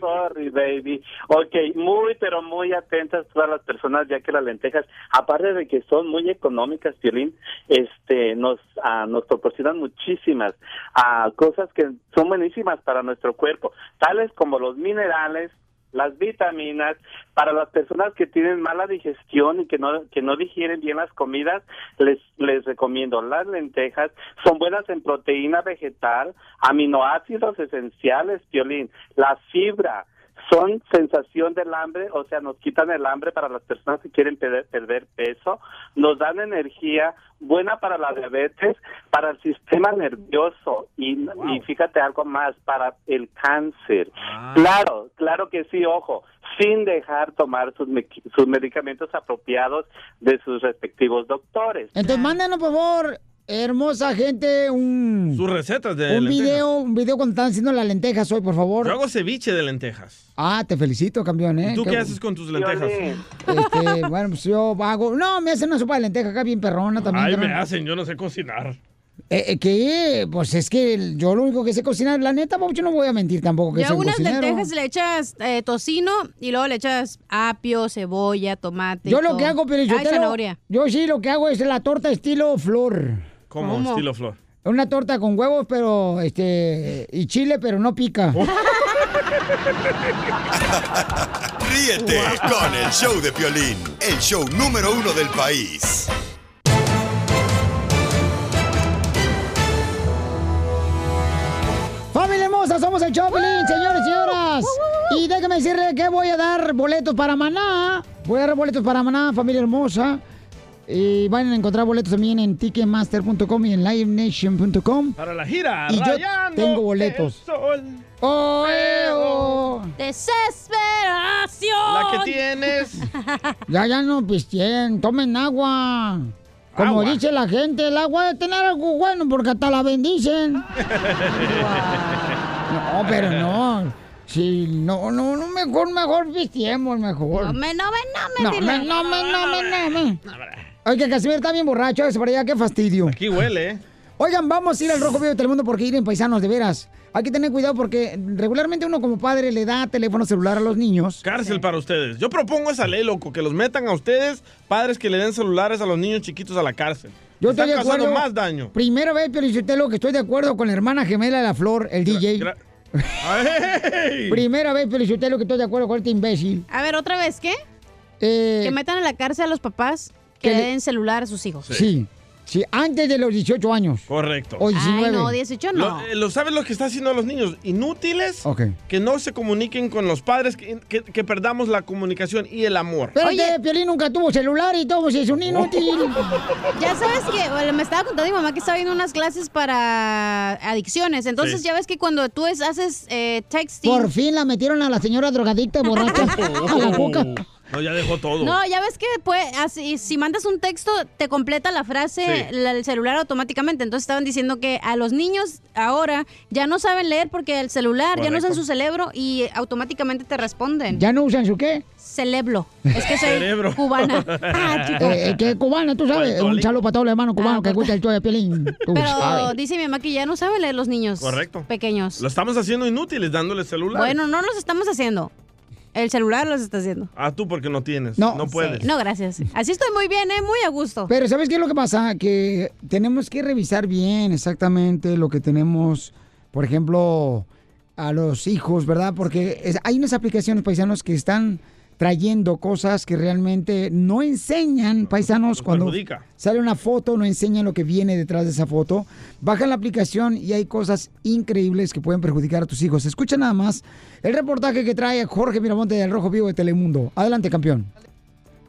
[SPEAKER 15] Sorry, baby. Ok, muy, pero muy atentas todas las personas, ya que las lentejas, aparte de que son muy económicas, Piolín, este, nos, ah, nos proporcionan muchísimas ah, cosas que son buenísimas para nuestro cuerpo, tales como los minerales, las vitaminas, para las personas que tienen mala digestión y que no, que no digieren bien las comidas, les, les recomiendo las lentejas, son buenas en proteína vegetal, aminoácidos esenciales, violín, la fibra, son sensación del hambre, o sea, nos quitan el hambre para las personas que quieren perder, perder peso, nos dan energía buena para la diabetes, para el sistema nervioso y, y fíjate algo más, para el cáncer.
[SPEAKER 10] Ah.
[SPEAKER 15] Claro, claro que sí, ojo, sin dejar tomar sus, me- sus medicamentos apropiados de sus respectivos doctores.
[SPEAKER 2] Entonces, mándanos, por favor, hermosa gente, un.
[SPEAKER 3] Sus recetas de
[SPEAKER 2] Un
[SPEAKER 3] lentejas.
[SPEAKER 2] video, un video cuando están haciendo las lentejas hoy, por favor.
[SPEAKER 3] Yo hago ceviche de lentejas.
[SPEAKER 2] Ah, te felicito, campeón, ¿eh?
[SPEAKER 3] ¿Y tú qué
[SPEAKER 2] bu-
[SPEAKER 3] haces con tus lentejas?
[SPEAKER 2] Este, bueno, pues yo hago. No, me hacen una sopa de lentejas acá bien perrona también.
[SPEAKER 3] Ay, me
[SPEAKER 2] carnal.
[SPEAKER 3] hacen, yo no sé cocinar.
[SPEAKER 2] Eh, eh, ¿Qué? Pues es que el- yo lo único que sé cocinar, la neta, Pabucho, no voy a mentir tampoco que
[SPEAKER 5] Yo
[SPEAKER 2] soy
[SPEAKER 5] hago
[SPEAKER 2] un
[SPEAKER 5] unas
[SPEAKER 2] cocinero.
[SPEAKER 5] lentejas, le echas eh, tocino y luego le echas apio, cebolla, tomate. y
[SPEAKER 2] Yo lo
[SPEAKER 5] todo.
[SPEAKER 2] que hago, pero yo
[SPEAKER 5] Ay, zanahoria.
[SPEAKER 2] Yo sí lo que hago es la torta estilo flor.
[SPEAKER 3] ¿Cómo?
[SPEAKER 2] ¿Cómo?
[SPEAKER 3] Estilo Flor.
[SPEAKER 2] Una torta con huevos, pero este y chile, pero no pica.
[SPEAKER 3] Oh.
[SPEAKER 7] Ríete con el show de Piolín, el show número uno del país.
[SPEAKER 2] Familia hermosa, somos el Choplin, señores y señoras. Y déjame decirle que voy a dar boletos para Maná. Voy a dar boletos para Maná, familia hermosa. Y van a encontrar boletos también en ticketmaster.com y en livenation.com.
[SPEAKER 3] Para la gira.
[SPEAKER 2] Y yo
[SPEAKER 3] rayando
[SPEAKER 2] tengo
[SPEAKER 3] el
[SPEAKER 2] boletos.
[SPEAKER 3] sol.
[SPEAKER 2] Oh, eh, oh.
[SPEAKER 5] Desesperación.
[SPEAKER 3] La
[SPEAKER 2] [LAUGHS]
[SPEAKER 3] que tienes.
[SPEAKER 2] Ya, ya no pisteen, tomen agua. Como
[SPEAKER 3] Agua.
[SPEAKER 2] dice la gente, el agua debe tener algo bueno porque hasta la bendicen. No, pero no. Sí, no, no, no, mejor, mejor vistiemos, mejor.
[SPEAKER 5] No me, no me, no
[SPEAKER 2] No,
[SPEAKER 5] me.
[SPEAKER 2] me,
[SPEAKER 5] dile.
[SPEAKER 2] no, me, no, me, no, me. Oiga, Casimiro está bien borracho, eso para allá, qué fastidio.
[SPEAKER 3] Aquí huele, ¿eh?
[SPEAKER 2] Oigan, vamos a ir al Rojo Vivo de Telemundo porque ir en paisanos, de veras. Hay que tener cuidado porque regularmente uno como padre le da teléfono celular a los niños.
[SPEAKER 3] Cárcel para ustedes. Yo propongo esa ley, loco, que los metan a ustedes, padres que le den celulares a los niños chiquitos a la cárcel.
[SPEAKER 2] Yo
[SPEAKER 3] Están
[SPEAKER 2] estoy de
[SPEAKER 3] causando
[SPEAKER 2] acuerdo.
[SPEAKER 3] más daño.
[SPEAKER 2] Primera vez, Piolichotelo, que estoy de acuerdo con la hermana gemela de la Flor, el DJ.
[SPEAKER 3] ¡Ey!
[SPEAKER 2] Primera vez, Piolichotelo, que estoy de acuerdo con este imbécil.
[SPEAKER 5] A ver, otra vez, ¿qué?
[SPEAKER 2] que
[SPEAKER 5] metan a la cárcel a los papás
[SPEAKER 2] que
[SPEAKER 5] que le
[SPEAKER 2] le-
[SPEAKER 5] den celular a sus hijos.
[SPEAKER 2] Sí. sí. antes de los 18 años.
[SPEAKER 3] Correcto.
[SPEAKER 2] O 19.
[SPEAKER 5] Ay, no, 18 no.
[SPEAKER 3] Lo, eh, lo- ¿Sabes lo que está haciendo a los niños? Inútiles.
[SPEAKER 2] Ok.
[SPEAKER 3] Que no se comuniquen con los padres, que, que- que perdamos la comunicación y el amor.
[SPEAKER 2] Espérate, Piolín nunca tuvo celular y todo, si es un inútil.
[SPEAKER 5] Ya sabes que bueno, me estaba contando mi mamá que estaba viendo unas clases para adicciones. Entonces
[SPEAKER 2] Sí.
[SPEAKER 5] ya ves que cuando tú es- haces eh, texting.
[SPEAKER 2] Por fin la metieron a la señora drogadicta
[SPEAKER 5] [LAUGHS]
[SPEAKER 2] borracha. a la boca.
[SPEAKER 3] No, ya dejó todo.
[SPEAKER 5] No, ya ves que pues, así, si mandas un texto, te completa la frase
[SPEAKER 3] Sí.
[SPEAKER 5] la- el celular automáticamente. Entonces estaban diciendo que a los niños ahora ya no saben leer porque el celular ya no
[SPEAKER 2] Correcto.
[SPEAKER 5] usan su cerebro y automáticamente te responden.
[SPEAKER 2] ¿Ya no usan su qué?
[SPEAKER 5] Cerebro. Es que soy
[SPEAKER 2] Cerebro.
[SPEAKER 5] cubana. Ah, chico.
[SPEAKER 2] Eh, eh, que es cubana, tú sabes. Un saludo para todos los hermanos cubanos
[SPEAKER 5] Ah,
[SPEAKER 2] que escuchan el show de Piolín.
[SPEAKER 5] [LAUGHS]
[SPEAKER 2] Tú
[SPEAKER 5] Pero
[SPEAKER 2] sabes.
[SPEAKER 5] dice mi mamá que ya no saben leer los niños.
[SPEAKER 3] Correcto.
[SPEAKER 5] Pequeños.
[SPEAKER 3] Lo estamos haciendo inútiles dándoles celular.
[SPEAKER 5] Bueno, no los estamos haciendo. El celular los está haciendo.
[SPEAKER 3] Ah, tú porque no tienes.
[SPEAKER 2] No.
[SPEAKER 3] No, puedes.
[SPEAKER 5] No, gracias. Así estoy muy bien, ¿eh? Muy a gusto.
[SPEAKER 2] Pero ¿sabes qué es lo que pasa? Que tenemos que revisar bien exactamente lo que tenemos, por ejemplo, a los hijos, ¿verdad? Porque es- hay unas aplicaciones paisanos que están trayendo cosas que realmente no enseñan paisanos cuando
[SPEAKER 3] perjudica.
[SPEAKER 2] sale una foto, no enseñan lo que viene detrás de esa foto. Bajan la aplicación y hay cosas increíbles que pueden perjudicar a tus hijos. Escucha nada más el reportaje que trae Jorge Miramonte del Rojo Vivo de Telemundo. Adelante, campeón.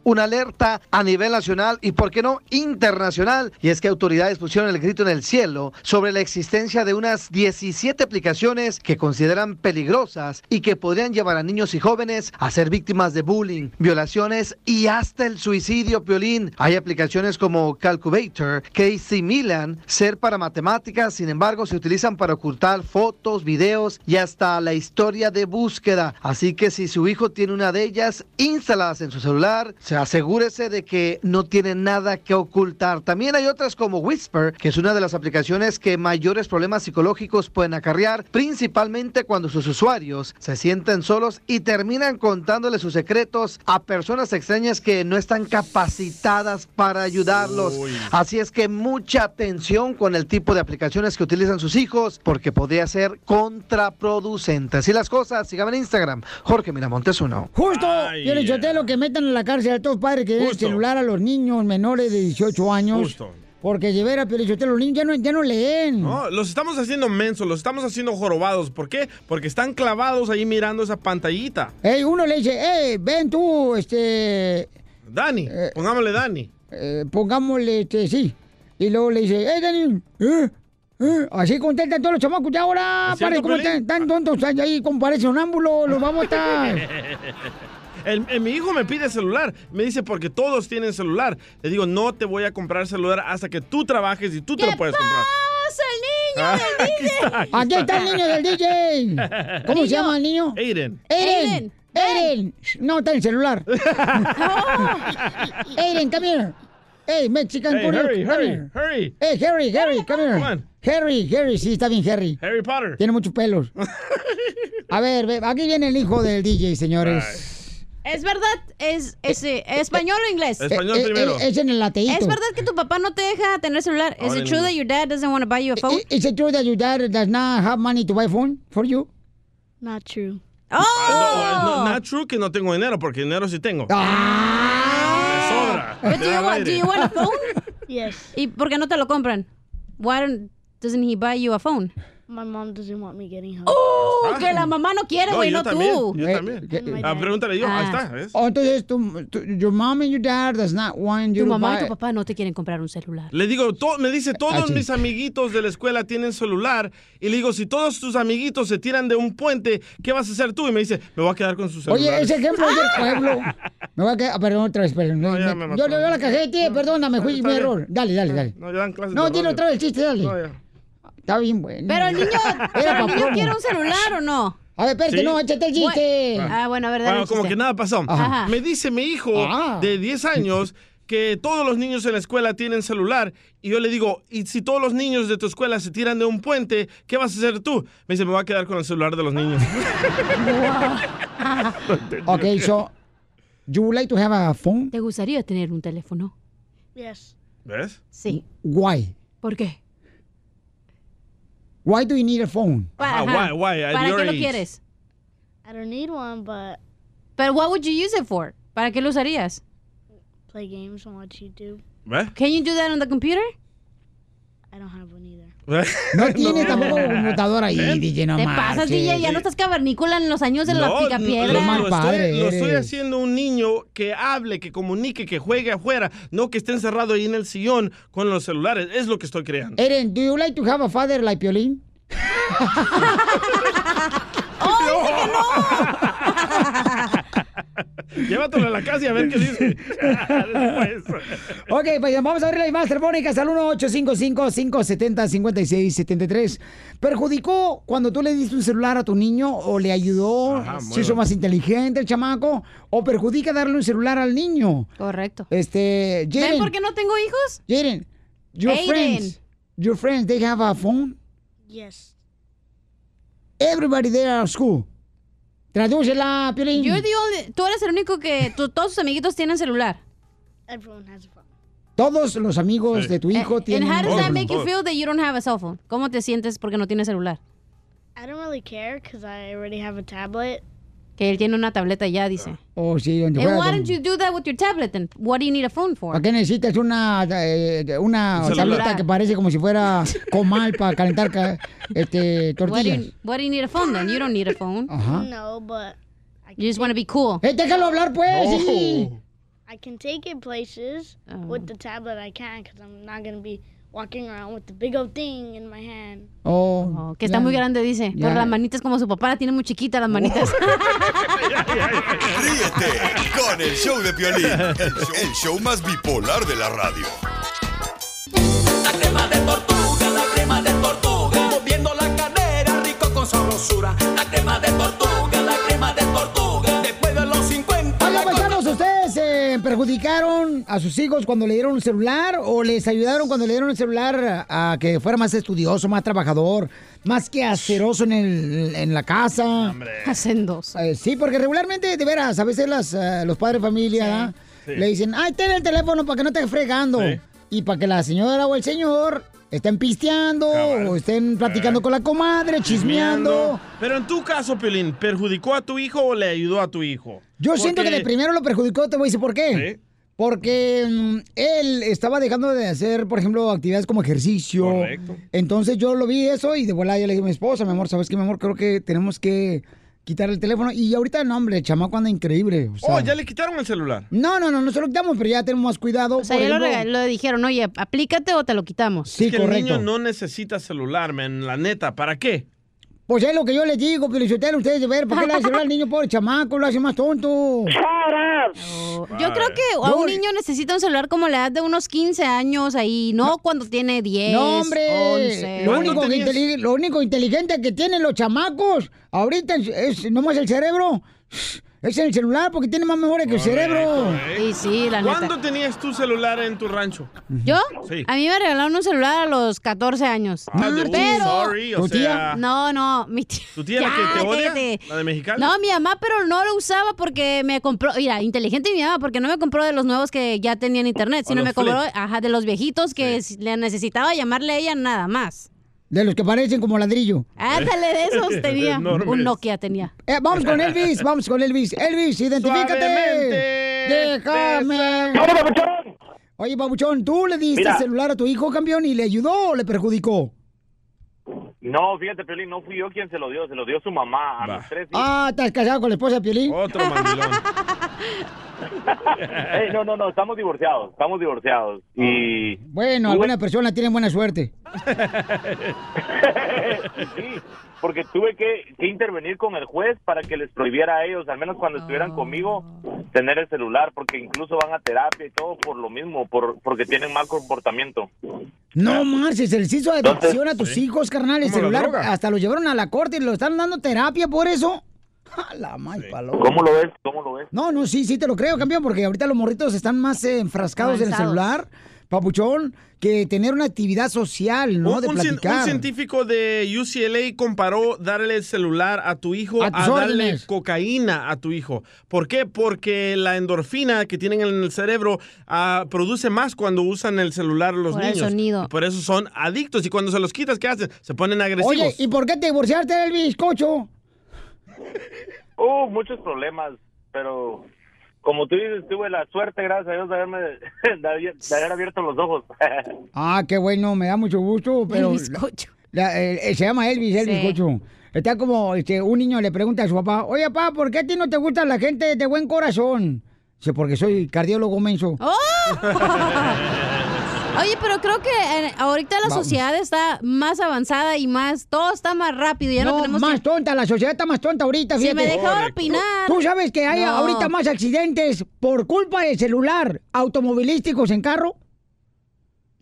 [SPEAKER 6] una alerta a nivel nacional y, por qué no, internacional. Y es que autoridades pusieron el grito en el cielo sobre la existencia de unas 17 aplicaciones que consideran peligrosas y que podrían llevar a niños y jóvenes a ser víctimas de bullying, violaciones y hasta el suicidio, Piolín. Hay aplicaciones como Calculator que disimulan ser para matemáticas, sin embargo, se utilizan para ocultar fotos, videos y hasta la historia de búsqueda. Así que si su hijo tiene una de ellas instaladas en su celular, se asegúrese de que no tiene nada que ocultar. También hay otras como Whisper, que es una de las aplicaciones que mayores problemas psicológicos pueden acarrear, principalmente cuando sus usuarios se sienten solos y terminan contándole sus secretos a personas extrañas que no están capacitadas para ayudarlos. Así es que mucha atención con el tipo de aplicaciones que utilizan sus hijos, porque podría ser contraproducente. Así las cosas, síganme en Instagram, Jorge Miramontes uno.
[SPEAKER 2] Justo, Piolín Sotelo, que metan a la cárcel a todos los padres que den el celular a los niños menores de 18 años.
[SPEAKER 3] Justo.
[SPEAKER 2] Porque llevar a Piolín Sotelo, los niños ya no, ya no leen.
[SPEAKER 3] No, los estamos haciendo mensos, los estamos haciendo jorobados. ¿Por qué? Porque están clavados ahí mirando esa pantallita.
[SPEAKER 2] Ey, uno le dice, hey, ven tú, este... eh,
[SPEAKER 3] Dani, pongámosle Dani.
[SPEAKER 2] pongámosle, este, sí. Y luego le dice, hey, Dani, eh, eh", Así contestan todos los chamacos. Ya ahora,
[SPEAKER 3] ¿Es cierto,
[SPEAKER 2] pare, ¿cómo
[SPEAKER 3] Piolín?
[SPEAKER 2] están tan tontos ahí con parece un ámbulo? Los vamos a estar...
[SPEAKER 3] [LAUGHS] El- el- mi hijo me pide celular. Me dice, porque todos tienen celular. Le digo, no te voy a comprar celular hasta que tú trabajes y tú te lo puedes comprar. Ah,
[SPEAKER 5] ¡Pasa
[SPEAKER 3] el niño del DJ!
[SPEAKER 2] Aquí está el niño del DJ. ¿Cómo se llama el niño?
[SPEAKER 3] Aiden.
[SPEAKER 2] Eren, Eren, no está en el
[SPEAKER 3] [LAUGHS]
[SPEAKER 2] celular. Eren, come here. Hey, Mexican
[SPEAKER 3] Hey,
[SPEAKER 2] Courier,
[SPEAKER 3] hurry,
[SPEAKER 2] come
[SPEAKER 3] hurry,
[SPEAKER 2] here.
[SPEAKER 3] hurry.
[SPEAKER 2] Hey, Harry, Harry, come here. Harry, Harry, sí, está bien, Harry.
[SPEAKER 3] Harry Potter.
[SPEAKER 2] Tiene muchos
[SPEAKER 3] [LAUGHS]
[SPEAKER 2] pelos. A ver, ve- aquí viene el hijo del DJ, señores.
[SPEAKER 5] ¿Es verdad? ¿Es, es eh, español o inglés?
[SPEAKER 2] Español Eh, eh, primero. eh, es en el ateíto.
[SPEAKER 5] ¿Es verdad que tu papá no te deja tener celular?
[SPEAKER 3] Ah,
[SPEAKER 5] ¿Es
[SPEAKER 2] Ahora
[SPEAKER 5] it
[SPEAKER 2] en
[SPEAKER 5] true
[SPEAKER 2] inglés.
[SPEAKER 5] that your dad doesn't want to buy you a phone?
[SPEAKER 2] I- ¿E-, Is it true that your dad does not have money to buy phone for you?
[SPEAKER 5] Not true. Oh!
[SPEAKER 3] Ah, no, no, not true que no tengo dinero, porque dinero sí tengo. Me sobra.
[SPEAKER 5] But
[SPEAKER 3] Me
[SPEAKER 5] do you,
[SPEAKER 3] da
[SPEAKER 5] want, do
[SPEAKER 3] aire.
[SPEAKER 5] you want a phone? [LAUGHS]
[SPEAKER 22] Yes.
[SPEAKER 5] ¿Y por qué no te lo compran? Why don't, doesn't he buy you a phone?
[SPEAKER 22] My mom doesn't want me getting home.
[SPEAKER 5] ¡Oh! Que la mamá no quiere,
[SPEAKER 3] No,
[SPEAKER 5] güey,
[SPEAKER 3] yo
[SPEAKER 5] no,
[SPEAKER 3] también,
[SPEAKER 5] tú.
[SPEAKER 3] Yo también. Ah, pregúntale yo. Ahí está, ¿eh? ¿ves?
[SPEAKER 2] Oh, entonces, tu, tu- your mom and your dad does not want you to
[SPEAKER 5] Tu mamá
[SPEAKER 2] buy-
[SPEAKER 5] y tu papá no te quieren comprar un celular.
[SPEAKER 3] Le digo, to- me dice, todos
[SPEAKER 2] Así.
[SPEAKER 3] mis amiguitos de la escuela tienen celular. Y le digo, si todos tus amiguitos se tiran de un puente, ¿qué vas a hacer tú? Y me dice, me voy a quedar con su celular.
[SPEAKER 2] Oye, ese ejemplo
[SPEAKER 3] [LAUGHS]
[SPEAKER 2] es del pueblo. Me voy a quedar. ah, Perdón, otra vez, perdón.
[SPEAKER 3] ya
[SPEAKER 2] Me-
[SPEAKER 3] me
[SPEAKER 2] yo
[SPEAKER 3] mató.
[SPEAKER 2] le doy la cajete, perdóname, fue
[SPEAKER 3] está
[SPEAKER 2] mi
[SPEAKER 3] bien.
[SPEAKER 2] error. Dale, dale, dale.
[SPEAKER 3] No, ya dan clases
[SPEAKER 2] No,
[SPEAKER 3] de
[SPEAKER 2] dile
[SPEAKER 3] radio.
[SPEAKER 2] otra vez el chiste, dale.
[SPEAKER 3] No, ya.
[SPEAKER 2] Está bien bueno.
[SPEAKER 5] Pero el niño,
[SPEAKER 2] [LAUGHS] Era
[SPEAKER 5] pero
[SPEAKER 2] pa'
[SPEAKER 5] el niño
[SPEAKER 2] promo.
[SPEAKER 5] quiere un celular o no?
[SPEAKER 2] A ver, espérate,
[SPEAKER 3] ¿Sí?
[SPEAKER 2] no, échate el chiste.
[SPEAKER 3] Ah,
[SPEAKER 5] bueno, a ver,
[SPEAKER 3] Bueno, como que nada pasó.
[SPEAKER 2] Ajá.
[SPEAKER 3] Me dice mi hijo
[SPEAKER 2] Ah.
[SPEAKER 3] de 10 años que todos los niños en la escuela tienen celular. Y yo le digo, ¿y si todos los niños de tu escuela se tiran de un puente, qué vas a hacer tú? Me dice, me voy a quedar con el celular de los
[SPEAKER 2] [LAUGHS]
[SPEAKER 3] niños. [LAUGHS]
[SPEAKER 2] Okay, so you would like to have a phone?
[SPEAKER 5] ¿Te gustaría tener un teléfono?
[SPEAKER 22] Yes.
[SPEAKER 3] ¿Ves?
[SPEAKER 5] Sí.
[SPEAKER 2] Why?
[SPEAKER 5] ¿Por qué?
[SPEAKER 2] Why do you need a phone?
[SPEAKER 3] Ah, guay, guay, at
[SPEAKER 5] ¿Para
[SPEAKER 3] your
[SPEAKER 5] qué lo
[SPEAKER 3] age.
[SPEAKER 5] quieres?
[SPEAKER 22] I don't need one, but
[SPEAKER 5] Pero what would you use it for? ¿Para qué lo usarías?
[SPEAKER 22] play games and watch YouTube.
[SPEAKER 3] ¿Eh?
[SPEAKER 5] Can you do that on the computer?
[SPEAKER 2] No tiene tampoco computadora ahí,
[SPEAKER 3] ¿Eh?
[SPEAKER 2] DJ, no
[SPEAKER 5] Te pasas,
[SPEAKER 2] marches.
[SPEAKER 5] DJ, ya no estás cavernícola en los años de la
[SPEAKER 3] No,
[SPEAKER 5] picapiedra.
[SPEAKER 3] lo- lo- lo estoy, lo estoy
[SPEAKER 2] eres.
[SPEAKER 3] haciendo un niño que hable, que comunique, que juegue afuera, no que esté encerrado ahí en el sillón con los celulares. Es lo que estoy creando.
[SPEAKER 2] Eren, do you like to have a father like Piolín?
[SPEAKER 3] Llévatelo a la casa y a ver qué dice.
[SPEAKER 2] Ok, pues vamos a ver las más telefónicas al 1-855-570-5673. ¿Perjudicó cuando tú le diste un celular a tu niño o le ayudó?
[SPEAKER 3] Ajá, muy
[SPEAKER 2] ¿Se hizo
[SPEAKER 3] bueno.
[SPEAKER 2] más inteligente el chamaco? ¿O perjudica darle un celular al niño?
[SPEAKER 5] Correcto.
[SPEAKER 2] Este,
[SPEAKER 5] ¿Ven
[SPEAKER 2] Jaren,
[SPEAKER 5] por qué no tengo hijos?
[SPEAKER 2] Jaren, your
[SPEAKER 5] Aiden.
[SPEAKER 2] friends, your friends, they have a phone?
[SPEAKER 22] Yes.
[SPEAKER 2] Everybody there at school. Tradúcela, Piolín.
[SPEAKER 5] You're the only- tú eres el único que tu- todos tus amiguitos tienen celular.
[SPEAKER 22] Everyone has a phone.
[SPEAKER 2] Todos los amigos de tu hijo
[SPEAKER 5] And
[SPEAKER 2] tienen...
[SPEAKER 5] how does that
[SPEAKER 2] un
[SPEAKER 5] make you
[SPEAKER 2] teléfono.
[SPEAKER 5] feel that you don't have a cell phone? ¿Cómo te sientes porque no tienes celular?
[SPEAKER 22] I don't really care because I already have a tablet.
[SPEAKER 5] Que él tiene una tableta ya, dice.
[SPEAKER 2] Oh, sí, donde
[SPEAKER 5] And
[SPEAKER 2] juega
[SPEAKER 5] why
[SPEAKER 2] con-
[SPEAKER 5] don't you do that with your tablet then? What do you need a phone for?
[SPEAKER 2] ¿Para qué necesitas una, eh, una
[SPEAKER 5] Un celular.
[SPEAKER 2] tableta que parece como si fuera comal para calentar ca- este,
[SPEAKER 5] What do,
[SPEAKER 2] tortillas?
[SPEAKER 5] you, what do you need a phone then? You don't need a phone.
[SPEAKER 2] Ajá.
[SPEAKER 22] No, but
[SPEAKER 5] You just want to be cool.
[SPEAKER 2] ¡Eh, déjalo hablar, pues! sí.
[SPEAKER 22] I can take it places
[SPEAKER 5] Oh.
[SPEAKER 22] with the tablet. I can because I'm not gonna be walking around with the big old thing in my hand.
[SPEAKER 2] Oh,
[SPEAKER 5] que está
[SPEAKER 22] ya.
[SPEAKER 5] muy grande, dice.
[SPEAKER 22] Ya.
[SPEAKER 5] Por las manitas como su papá la tiene muy chiquita,
[SPEAKER 2] Oh, [LAUGHS]
[SPEAKER 5] las manitas.
[SPEAKER 7] Ríete con el show de Piolín, el show, el show más bipolar de la radio.
[SPEAKER 9] La crema de tortuga, moviendo la cadera, rico con sabrosura. La crema de tortuga, la crema de tortuga, después de los 50.
[SPEAKER 2] Oigan, paisanos, ¿ustedes eh, perjudicaron a sus hijos cuando le dieron un celular o les ayudaron cuando le dieron el celular a que fuera más estudioso, más trabajador, más que aceroso en, el- en la casa? Eh,
[SPEAKER 5] Hacendoso.
[SPEAKER 2] sí, porque regularmente, de veras, a veces las, eh, los padres de familia ¿verdad?
[SPEAKER 5] Sí.
[SPEAKER 2] le dicen, ay, ten el teléfono para que no te fregando. Y para que la señora o el señor estén pisteando o estén platicando con la comadre, [LAUGHS] chismeando.
[SPEAKER 3] Pero en tu caso, Piolín, ¿perjudicó a tu hijo o le ayudó a tu hijo?
[SPEAKER 2] Yo siento que
[SPEAKER 3] Porque-
[SPEAKER 2] de primero lo perjudicó, te voy a decir por qué. Porque mm, él estaba dejando de hacer, por ejemplo, actividades como ejercicio.
[SPEAKER 3] Correcto.
[SPEAKER 2] Entonces yo lo vi eso y de volada yo le dije a mi esposa, mi amor, ¿sabes qué, mi amor? Creo que tenemos que quitar el teléfono. Y ahorita, no, hombre, el chamaco anda increíble. o sea.
[SPEAKER 3] Oh, ya le quitaron el celular.
[SPEAKER 2] No, no, no, no se lo quitamos, pero ya tenemos más cuidado.
[SPEAKER 5] O sea,
[SPEAKER 2] por
[SPEAKER 5] ya lo,
[SPEAKER 2] ejemplo-
[SPEAKER 5] rega- lo dijeron, oye, aplícate o te lo quitamos.
[SPEAKER 2] Sí,
[SPEAKER 3] que el niño no necesita celular, men, la neta. ¿Para qué?
[SPEAKER 2] Pues es lo que yo les digo, pero si ustedes, ustedes de ver, ¿por qué le hacen al niño pobre chamaco? Lo hace más tonto.
[SPEAKER 5] Yo creo que a un niño necesita un celular como la edad de unos 15 años ahí, no, cuando tiene 10,
[SPEAKER 2] No, hombre.
[SPEAKER 5] 11.
[SPEAKER 2] Lo único, que inteli- lo único inteligente que tienen los chamacos ahorita es, es nomás el cerebro. Es el celular porque tiene más memoria que el cerebro.
[SPEAKER 5] Sí, sí, la neta.
[SPEAKER 3] ¿eh? ¿Cuándo tenías tu celular en tu rancho?
[SPEAKER 5] ¿Yo?
[SPEAKER 3] Sí.
[SPEAKER 5] A mí me regalaron un celular a los 14 años.
[SPEAKER 3] Ah, de-
[SPEAKER 5] pero...
[SPEAKER 3] sorry, o ¿Tu tía? sea-
[SPEAKER 5] No, no, mi tía... [LAUGHS]
[SPEAKER 3] ¿Tu tía la que te odia?
[SPEAKER 5] cállate.
[SPEAKER 3] ¿La de Mexicali?
[SPEAKER 5] No, mi mamá, pero no lo usaba porque me compró, mira, inteligente mi mamá, porque no me compró de los nuevos que ya tenían internet,
[SPEAKER 2] O
[SPEAKER 5] sino
[SPEAKER 2] los
[SPEAKER 5] me compró,
[SPEAKER 2] flip.
[SPEAKER 5] ajá, de los viejitos que le necesitaba llamarle a ella nada más.
[SPEAKER 2] De los que parecen como ladrillo. [LAUGHS]
[SPEAKER 5] Ándale, de
[SPEAKER 3] [LAUGHS]
[SPEAKER 5] esos tenía.
[SPEAKER 2] Enormes.
[SPEAKER 5] Un
[SPEAKER 2] [LAUGHS]
[SPEAKER 5] Nokia tenía.
[SPEAKER 2] Eh, vamos con Elvis, vamos con Elvis. Elvis, identifícate. Déjame. Oye, Babuchón, ¿tú le diste
[SPEAKER 20] Mira.
[SPEAKER 2] el celular a tu hijo, campeón, y le ayudó o le perjudicó?
[SPEAKER 20] No, fíjate, Pelín, no fui yo quien se lo dio, se lo dio su mamá a mis tres hijos.
[SPEAKER 2] Ah, ¿estás casado con la esposa de Piolín?
[SPEAKER 3] Otro mandilón.
[SPEAKER 20] Ey, no, no, no, estamos divorciados, estamos divorciados. Y
[SPEAKER 2] Bueno, alguna persona tiene buena suerte.
[SPEAKER 20] sí, porque tuve que, que intervenir con el juez para que les prohibiera a ellos, al menos cuando estuvieran conmigo, tener el celular, porque incluso van a terapia y todo por lo mismo, por, porque tienen mal comportamiento.
[SPEAKER 3] Ah.
[SPEAKER 2] No marches, se les hizo
[SPEAKER 9] Entonces,
[SPEAKER 2] adicción a tus
[SPEAKER 9] sí.
[SPEAKER 2] hijos, carnal, el
[SPEAKER 9] Como la
[SPEAKER 2] celular.
[SPEAKER 9] droga.
[SPEAKER 2] Hasta lo llevaron a la corte y lo están dando terapia por eso. [LAUGHS] A la mal paloma.
[SPEAKER 20] ¿Cómo lo ves? ¿Cómo lo ves?
[SPEAKER 2] No, no, sí, sí te lo creo, campeón, porque ahorita los morritos están más eh, enfrascados en el
[SPEAKER 3] Avanzados.
[SPEAKER 2] celular, papuchón, que tener una actividad social, ¿no?
[SPEAKER 3] Un,
[SPEAKER 2] de
[SPEAKER 3] un cien- un
[SPEAKER 2] platicar.
[SPEAKER 3] científico de UCLA comparó darle el celular a tu hijo
[SPEAKER 2] A
[SPEAKER 3] a,
[SPEAKER 2] tus
[SPEAKER 3] darle
[SPEAKER 2] órdenes.
[SPEAKER 3] cocaína a tu hijo. ¿Por qué? Porque la endorfina que tienen en el cerebro ah, produce más cuando usan el celular los
[SPEAKER 5] Por el
[SPEAKER 3] niños.
[SPEAKER 5] sonido.
[SPEAKER 3] Y Por eso son adictos y cuando se los quitas, ¿qué hacen? Se ponen agresivos.
[SPEAKER 2] Oye, ¿y por qué te divorciaste del bizcocho?
[SPEAKER 20] Uh, muchos problemas, pero como tú dices, tuve la suerte, gracias a Dios, de, haberme, [LAUGHS] de, haber- de haber abierto los ojos. [LAUGHS]
[SPEAKER 2] Ah, qué bueno, me da mucho gusto, pero...
[SPEAKER 20] El bizcocho.
[SPEAKER 2] la- eh, eh, se llama Elvis, el
[SPEAKER 20] Sí.
[SPEAKER 2] bizcocho. Está como este, un niño le pregunta a su papá, oye, papá, ¿por qué a ti no te gusta la gente de buen corazón? Dice, porque soy cardiólogo menso.
[SPEAKER 20] Oh,
[SPEAKER 5] ¡Oh!
[SPEAKER 16] Ah,
[SPEAKER 5] Oye, pero creo que eh, ahorita la
[SPEAKER 2] Vamos.
[SPEAKER 5] sociedad está más avanzada y más, todo está más rápido. Ya no,
[SPEAKER 2] no,
[SPEAKER 5] tenemos
[SPEAKER 2] más
[SPEAKER 5] que-
[SPEAKER 2] tonta, la sociedad está más tonta ahorita,
[SPEAKER 5] Si
[SPEAKER 2] fíjate.
[SPEAKER 5] me dejaba Correcto. opinar.
[SPEAKER 2] Tú sabes que hay
[SPEAKER 5] No.
[SPEAKER 2] ahorita más accidentes por culpa del celular automovilísticos en carro.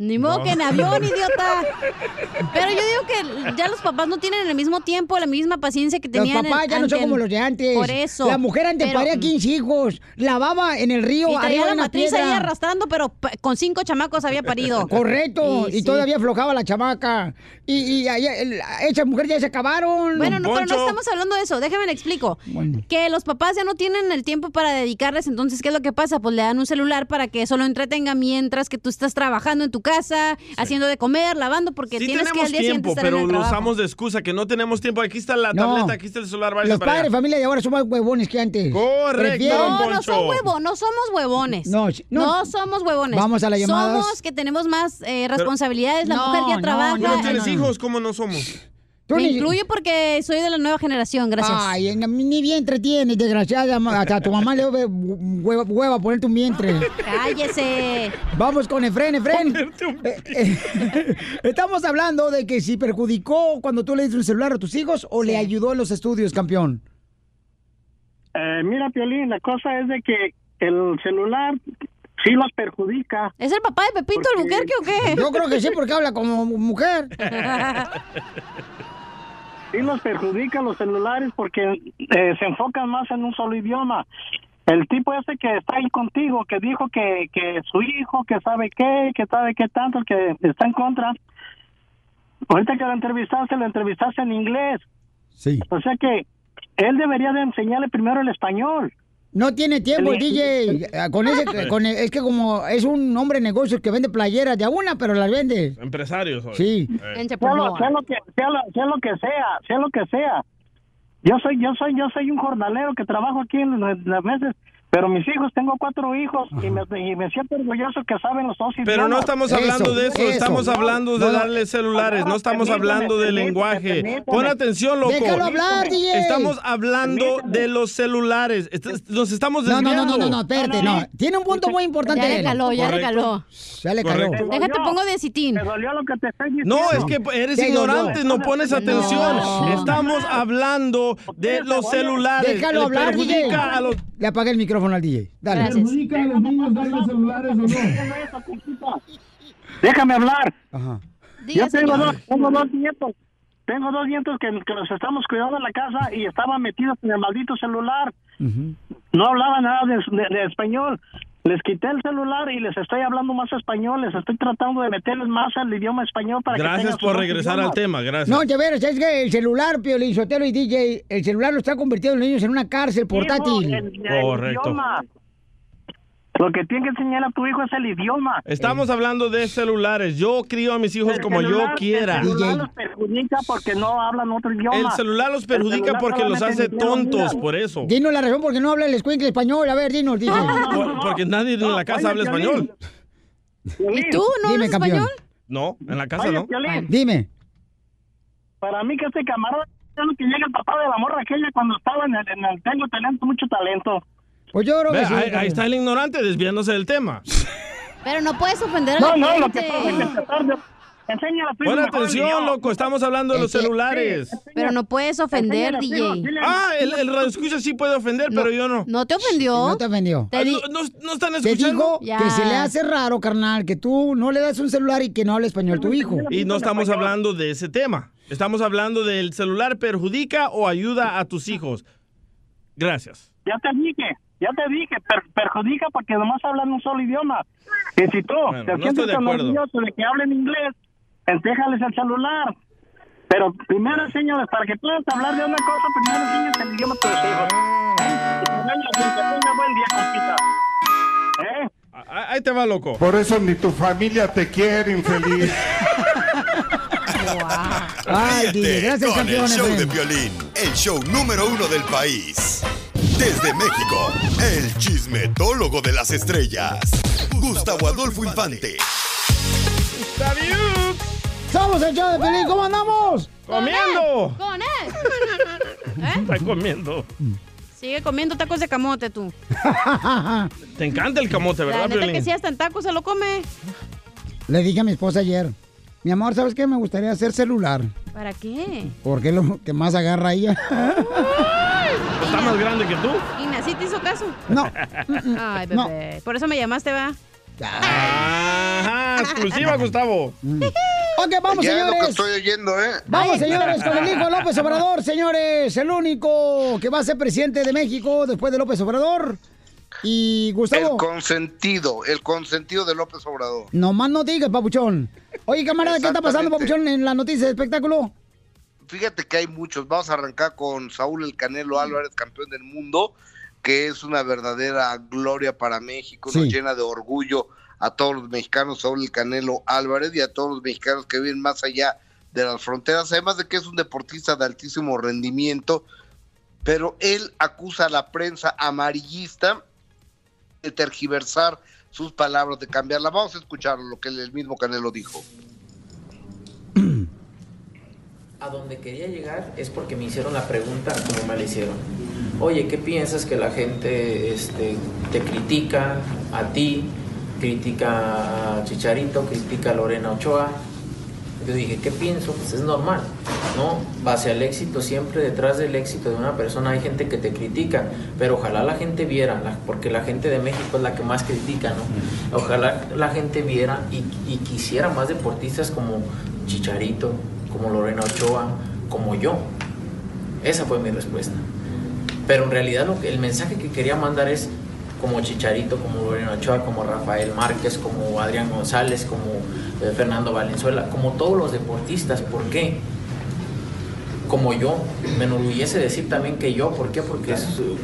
[SPEAKER 5] Ni modo
[SPEAKER 2] No.
[SPEAKER 5] que en
[SPEAKER 2] [LAUGHS]
[SPEAKER 5] avión, idiota. Pero yo digo que ya los papás no tienen el mismo tiempo, la misma paciencia que
[SPEAKER 2] Los
[SPEAKER 5] tenían.
[SPEAKER 2] papás ya no son
[SPEAKER 5] antes.
[SPEAKER 2] como los de antes.
[SPEAKER 5] Por eso.
[SPEAKER 2] La mujer antes
[SPEAKER 5] Pero-
[SPEAKER 2] paría 15 hijos, lavaba en el río,
[SPEAKER 5] Y traía
[SPEAKER 2] arriba de
[SPEAKER 5] la
[SPEAKER 2] una
[SPEAKER 5] matriz ahí
[SPEAKER 2] piedra.
[SPEAKER 5] arrastrando, pero pa- con cinco chamacos había parido.
[SPEAKER 2] Correcto, y,
[SPEAKER 5] sí.
[SPEAKER 2] todavía aflojaba la chamaca. Y, y ahí- el- esas mujeres ya se acabaron.
[SPEAKER 5] Bueno, no, pero no estamos hablando de eso. Déjame le explico.
[SPEAKER 2] Bueno.
[SPEAKER 5] Que los papás ya no tienen el tiempo para dedicarles, entonces, ¿qué es lo que pasa? Pues le dan un celular para que eso lo entretenga mientras que tú estás trabajando en tu casa, haciendo de comer, lavando, porque
[SPEAKER 3] Sí
[SPEAKER 5] tienes que al
[SPEAKER 3] tenemos
[SPEAKER 5] día siguiente
[SPEAKER 3] tiempo,
[SPEAKER 5] estar en
[SPEAKER 3] pero
[SPEAKER 5] el
[SPEAKER 3] lo
[SPEAKER 5] trabajo.
[SPEAKER 3] usamos de excusa, que no tenemos tiempo. Aquí está la
[SPEAKER 2] No.
[SPEAKER 3] tableta, aquí está el celular. váyase
[SPEAKER 2] Los
[SPEAKER 3] para
[SPEAKER 2] padres de
[SPEAKER 3] allá.
[SPEAKER 2] familia de ahora son más huevones que antes. Prefieren-
[SPEAKER 5] No, no son huevos, no somos huevones.
[SPEAKER 2] No, sh- no.
[SPEAKER 5] No somos huevones.
[SPEAKER 2] Vamos a las llamadas.
[SPEAKER 5] Somos que tenemos más eh,
[SPEAKER 3] Pero-
[SPEAKER 5] responsabilidades. La mujer ya trabaja.
[SPEAKER 3] Pero tienes hijos, ¿cómo no somos?
[SPEAKER 5] Me incluyo porque soy de la nueva generación, gracias.
[SPEAKER 2] Ay, no, ni vientre tienes, desgraciada. ma- Hasta a tu mamá le debe hueva, hueva ponerte un vientre.
[SPEAKER 5] Cállese.
[SPEAKER 2] Vamos con Efren, Efren. Eh, eh, [LAUGHS] estamos hablando de que si perjudicó cuando tú le diste un celular a tus hijos o le ayudó en los estudios, campeón.
[SPEAKER 1] Eh, mira, Piolín, la cosa es de que el celular sí los perjudica.
[SPEAKER 5] ¿Es el papá de Pepito el Buquerque o qué?
[SPEAKER 2] Yo creo que sí, porque habla como mujer.
[SPEAKER 1] [LAUGHS] Sí los perjudica los celulares porque eh, se enfocan más en un solo idioma. El tipo ese que está ahí contigo, que dijo que, que su hijo, que sabe qué, que sabe qué tanto, que está en contra. Ahorita que lo entrevistaste, lo entrevistaste en inglés.
[SPEAKER 2] Sí.
[SPEAKER 1] O sea que él debería de enseñarle primero el español.
[SPEAKER 2] No tiene tiempo el DJ. eh, Con
[SPEAKER 1] [LAUGHS]
[SPEAKER 2] ese, con el- es que como es un hombre de negocios que vende playeras de a una, pero las vende.
[SPEAKER 3] Empresarios. hoy.
[SPEAKER 2] Sí.
[SPEAKER 3] Eh.
[SPEAKER 1] sea lo, sea lo que sea lo, sea lo que sea sea lo que sea yo soy yo soy yo soy un jornalero que trabajo aquí en las- las meses pero mis hijos tengo cuatro hijos y me, y me siento orgulloso que saben los dos
[SPEAKER 3] Pero
[SPEAKER 1] idiomas.
[SPEAKER 3] no estamos hablando de eso, estamos hablando de
[SPEAKER 1] No, no.
[SPEAKER 3] darle celulares, no estamos
[SPEAKER 1] permíteme,
[SPEAKER 3] hablando de
[SPEAKER 1] permíteme,
[SPEAKER 3] lenguaje.
[SPEAKER 1] permíteme.
[SPEAKER 3] Pon atención, loco.
[SPEAKER 1] Déjalo hablar, DJ.
[SPEAKER 3] Estamos hablando de los celulares. Est- Nos estamos
[SPEAKER 2] No, no,
[SPEAKER 3] desviando.
[SPEAKER 2] no, no, no, no, espérate, no. Tiene un punto muy importante.
[SPEAKER 5] Ya le
[SPEAKER 2] él.
[SPEAKER 5] caló, ya le Correcto. caló.
[SPEAKER 2] Ya le caló.
[SPEAKER 3] Correcto.
[SPEAKER 5] Déjate, pongo de citín.
[SPEAKER 3] No, es que eres
[SPEAKER 5] Te dolió.
[SPEAKER 3] ignorante, no pones atención.
[SPEAKER 2] No.
[SPEAKER 3] Estamos hablando de los celulares.
[SPEAKER 2] Déjalo
[SPEAKER 3] Le
[SPEAKER 2] hablar,
[SPEAKER 3] perjudica
[SPEAKER 2] DJ.
[SPEAKER 3] a los-
[SPEAKER 2] Le apagué el micrófono al DJ. Dale.
[SPEAKER 1] ¿Perjudica a los niños darle celulares o no? Déjame hablar.
[SPEAKER 2] Ajá.
[SPEAKER 1] Yo tengo dos, tengo dos nietos. Tengo dos nietos que, que los estamos cuidando en la casa y estaban metidos en el maldito celular. No hablaban nada de, de- de español. Les quité el celular y les estoy hablando más español. Les estoy tratando de meterles más al idioma español para que
[SPEAKER 3] Gracias
[SPEAKER 1] tengan sus
[SPEAKER 3] por
[SPEAKER 1] dos
[SPEAKER 3] regresar
[SPEAKER 1] idiomas.
[SPEAKER 3] al tema, gracias.
[SPEAKER 2] No, de veras, es que el celular, Piolín Sotelo y DJ, el celular lo está convirtiendo en niños en una cárcel portátil.
[SPEAKER 3] Correcto.
[SPEAKER 1] Lo que tiene que enseñar a tu hijo es el idioma.
[SPEAKER 3] Estamos hablando de celulares. Yo crío a mis hijos
[SPEAKER 1] El
[SPEAKER 3] como yo
[SPEAKER 1] celular-
[SPEAKER 3] quiera.
[SPEAKER 1] El celular los perjudica porque no hablan otro idioma.
[SPEAKER 3] El celular los
[SPEAKER 1] El
[SPEAKER 3] perjudica
[SPEAKER 1] celular
[SPEAKER 3] porque los
[SPEAKER 1] solamente
[SPEAKER 3] hace
[SPEAKER 1] les dio
[SPEAKER 3] tontos,
[SPEAKER 1] vida.
[SPEAKER 3] por eso.
[SPEAKER 2] Dinos la razón porque no habla el escuincle español. A ver, dinos, DJ.
[SPEAKER 1] [LAUGHS]
[SPEAKER 3] Por- porque nadie en la casa habla
[SPEAKER 1] oye,
[SPEAKER 3] español.
[SPEAKER 1] ¿Y
[SPEAKER 2] tú? ¿No Dime, hablas campeón. español?
[SPEAKER 3] No, en la casa no.
[SPEAKER 2] Dime.
[SPEAKER 1] Para mí que este camarón es lo que llega el papá de la morra aquella cuando estaba en el, en el Tengo Talento, Mucho Talento.
[SPEAKER 2] Pues yo
[SPEAKER 3] Ve, ahí, ahí está el ignorante desviándose del tema.
[SPEAKER 5] Pero no puedes ofender a
[SPEAKER 1] No,
[SPEAKER 5] la
[SPEAKER 1] no, lo
[SPEAKER 5] gente.
[SPEAKER 1] que pasa es que tratar de-
[SPEAKER 10] Enséñala, primo.
[SPEAKER 3] Pon
[SPEAKER 10] mejor al
[SPEAKER 3] atención,
[SPEAKER 10] niño.
[SPEAKER 3] loco, estamos hablando de los
[SPEAKER 2] Este,
[SPEAKER 3] celulares.
[SPEAKER 5] Pero no puedes ofender, DJ.
[SPEAKER 3] Ah, el, el radio escucha sí puede ofender, pero yo no.
[SPEAKER 5] ¿No te ofendió?
[SPEAKER 2] No te ofendió.
[SPEAKER 3] Ah, no, no- no están
[SPEAKER 2] Te
[SPEAKER 3] escuchando.
[SPEAKER 2] digo que se le hace raro, carnal, que tú no le das un celular y que no hable español tu hijo.
[SPEAKER 3] Y no estamos hablando de ese tema. Estamos hablando del celular perjudica o ayuda a tus hijos. Gracias.
[SPEAKER 1] Ya te dije, ya te dije, per- perjudica porque nomás hablan un solo idioma. Que si tú
[SPEAKER 3] Bueno,
[SPEAKER 1] te
[SPEAKER 3] no estoy
[SPEAKER 1] sientes
[SPEAKER 3] de
[SPEAKER 1] tan
[SPEAKER 3] acuerdo.
[SPEAKER 1] orgulloso de que hablen inglés, pues déjales el celular. Pero primero enséñales, para que puedas hablar de una cosa, primero enséñales el idioma a tus hijos.
[SPEAKER 2] Ah.
[SPEAKER 1] ¿Eh? Que tenga buen día, compita. ¿Eh?
[SPEAKER 3] Ah, Ahí te va, loco.
[SPEAKER 8] Por eso ni tu familia te quiere, infeliz.
[SPEAKER 2] Ay,
[SPEAKER 7] Ríete
[SPEAKER 2] gracias,
[SPEAKER 7] con el
[SPEAKER 2] campeones,
[SPEAKER 7] show de
[SPEAKER 2] ven.
[SPEAKER 7] violín, el show número uno del país. Desde México, el chismetólogo de las estrellas, Gustavo Adolfo Infante.
[SPEAKER 2] ¡Somos el show de Pelín! ¿Cómo andamos?
[SPEAKER 3] ¡Comiendo!
[SPEAKER 5] ¡Con él! [LAUGHS] ¿Eh?
[SPEAKER 3] Está
[SPEAKER 2] [LAUGHS]
[SPEAKER 3] comiendo.
[SPEAKER 5] Sigue comiendo tacos de camote tú.
[SPEAKER 3] Te encanta el camote,
[SPEAKER 5] La
[SPEAKER 3] ¿verdad,
[SPEAKER 5] neta
[SPEAKER 3] Piolín?
[SPEAKER 5] que si hasta en tacos se lo come.
[SPEAKER 2] Le dije a mi esposa ayer, mi amor, ¿sabes qué? Me gustaría hacer celular,
[SPEAKER 5] ¿Para qué?
[SPEAKER 2] porque es lo que más agarra ella.
[SPEAKER 3] [LAUGHS] Está más grande que tú.
[SPEAKER 5] ¿Y Nací te hizo caso?
[SPEAKER 2] No. Mm,
[SPEAKER 5] Ay, bebé. Por eso me llamaste, va.
[SPEAKER 3] Ajá, exclusiva, Gustavo.
[SPEAKER 2] Mm. ok, vamos,
[SPEAKER 11] ya es lo que
[SPEAKER 2] señores.
[SPEAKER 11] estoy oyendo,
[SPEAKER 2] [LAUGHS]
[SPEAKER 11] ¿eh?
[SPEAKER 2] Vamos, señores, con el hijo de López Obrador, señores. El único que va a ser presidente de México después de López Obrador. Y
[SPEAKER 11] El
[SPEAKER 2] Gustavo,
[SPEAKER 11] consentido, el consentido de López Obrador.
[SPEAKER 2] nomás no digas, papuchón. Oye, camarada, ¿qué está pasando,
[SPEAKER 11] Exactamente.
[SPEAKER 2] papuchón, en la noticia de espectáculo?
[SPEAKER 11] Fíjate que hay muchos. Vamos a arrancar con Saúl El Canelo Álvarez, campeón del mundo, que es una verdadera gloria para México, nos
[SPEAKER 23] Sí.
[SPEAKER 11] llena de orgullo a todos los mexicanos, Saúl El Canelo Álvarez y a todos los mexicanos que viven más allá de las fronteras, además de que es un deportista de altísimo rendimiento, pero él acusa a la prensa amarillista de tergiversar sus palabras, de cambiarla. Vamos a escuchar lo que el mismo Canelo dijo.
[SPEAKER 24] A donde quería llegar es porque me hicieron la pregunta como me la hicieron. Oye, ¿qué piensas que la gente este, te critica a ti? Critica a Chicharito, critica a Lorena Ochoa. Yo dije, ¿qué pienso? Pues es normal, ¿no? Hacia el éxito, siempre detrás del éxito de una persona hay gente que te critica, pero ojalá la gente viera, la- porque la gente de México es la que más critica, ¿no? Ojalá la gente viera y, y quisiera más deportistas como Chicharito, como Lorena Ochoa, como yo. Esa fue mi respuesta. Pero en realidad lo que- el mensaje que quería mandar es como Chicharito, como Lorena Ochoa, como Rafael Márquez, como Adrián González, como eh, Fernando Valenzuela, como todos los deportistas. ¿Por qué? Como yo, me enorgullece decir también que yo, ¿por qué? Porque es, eh,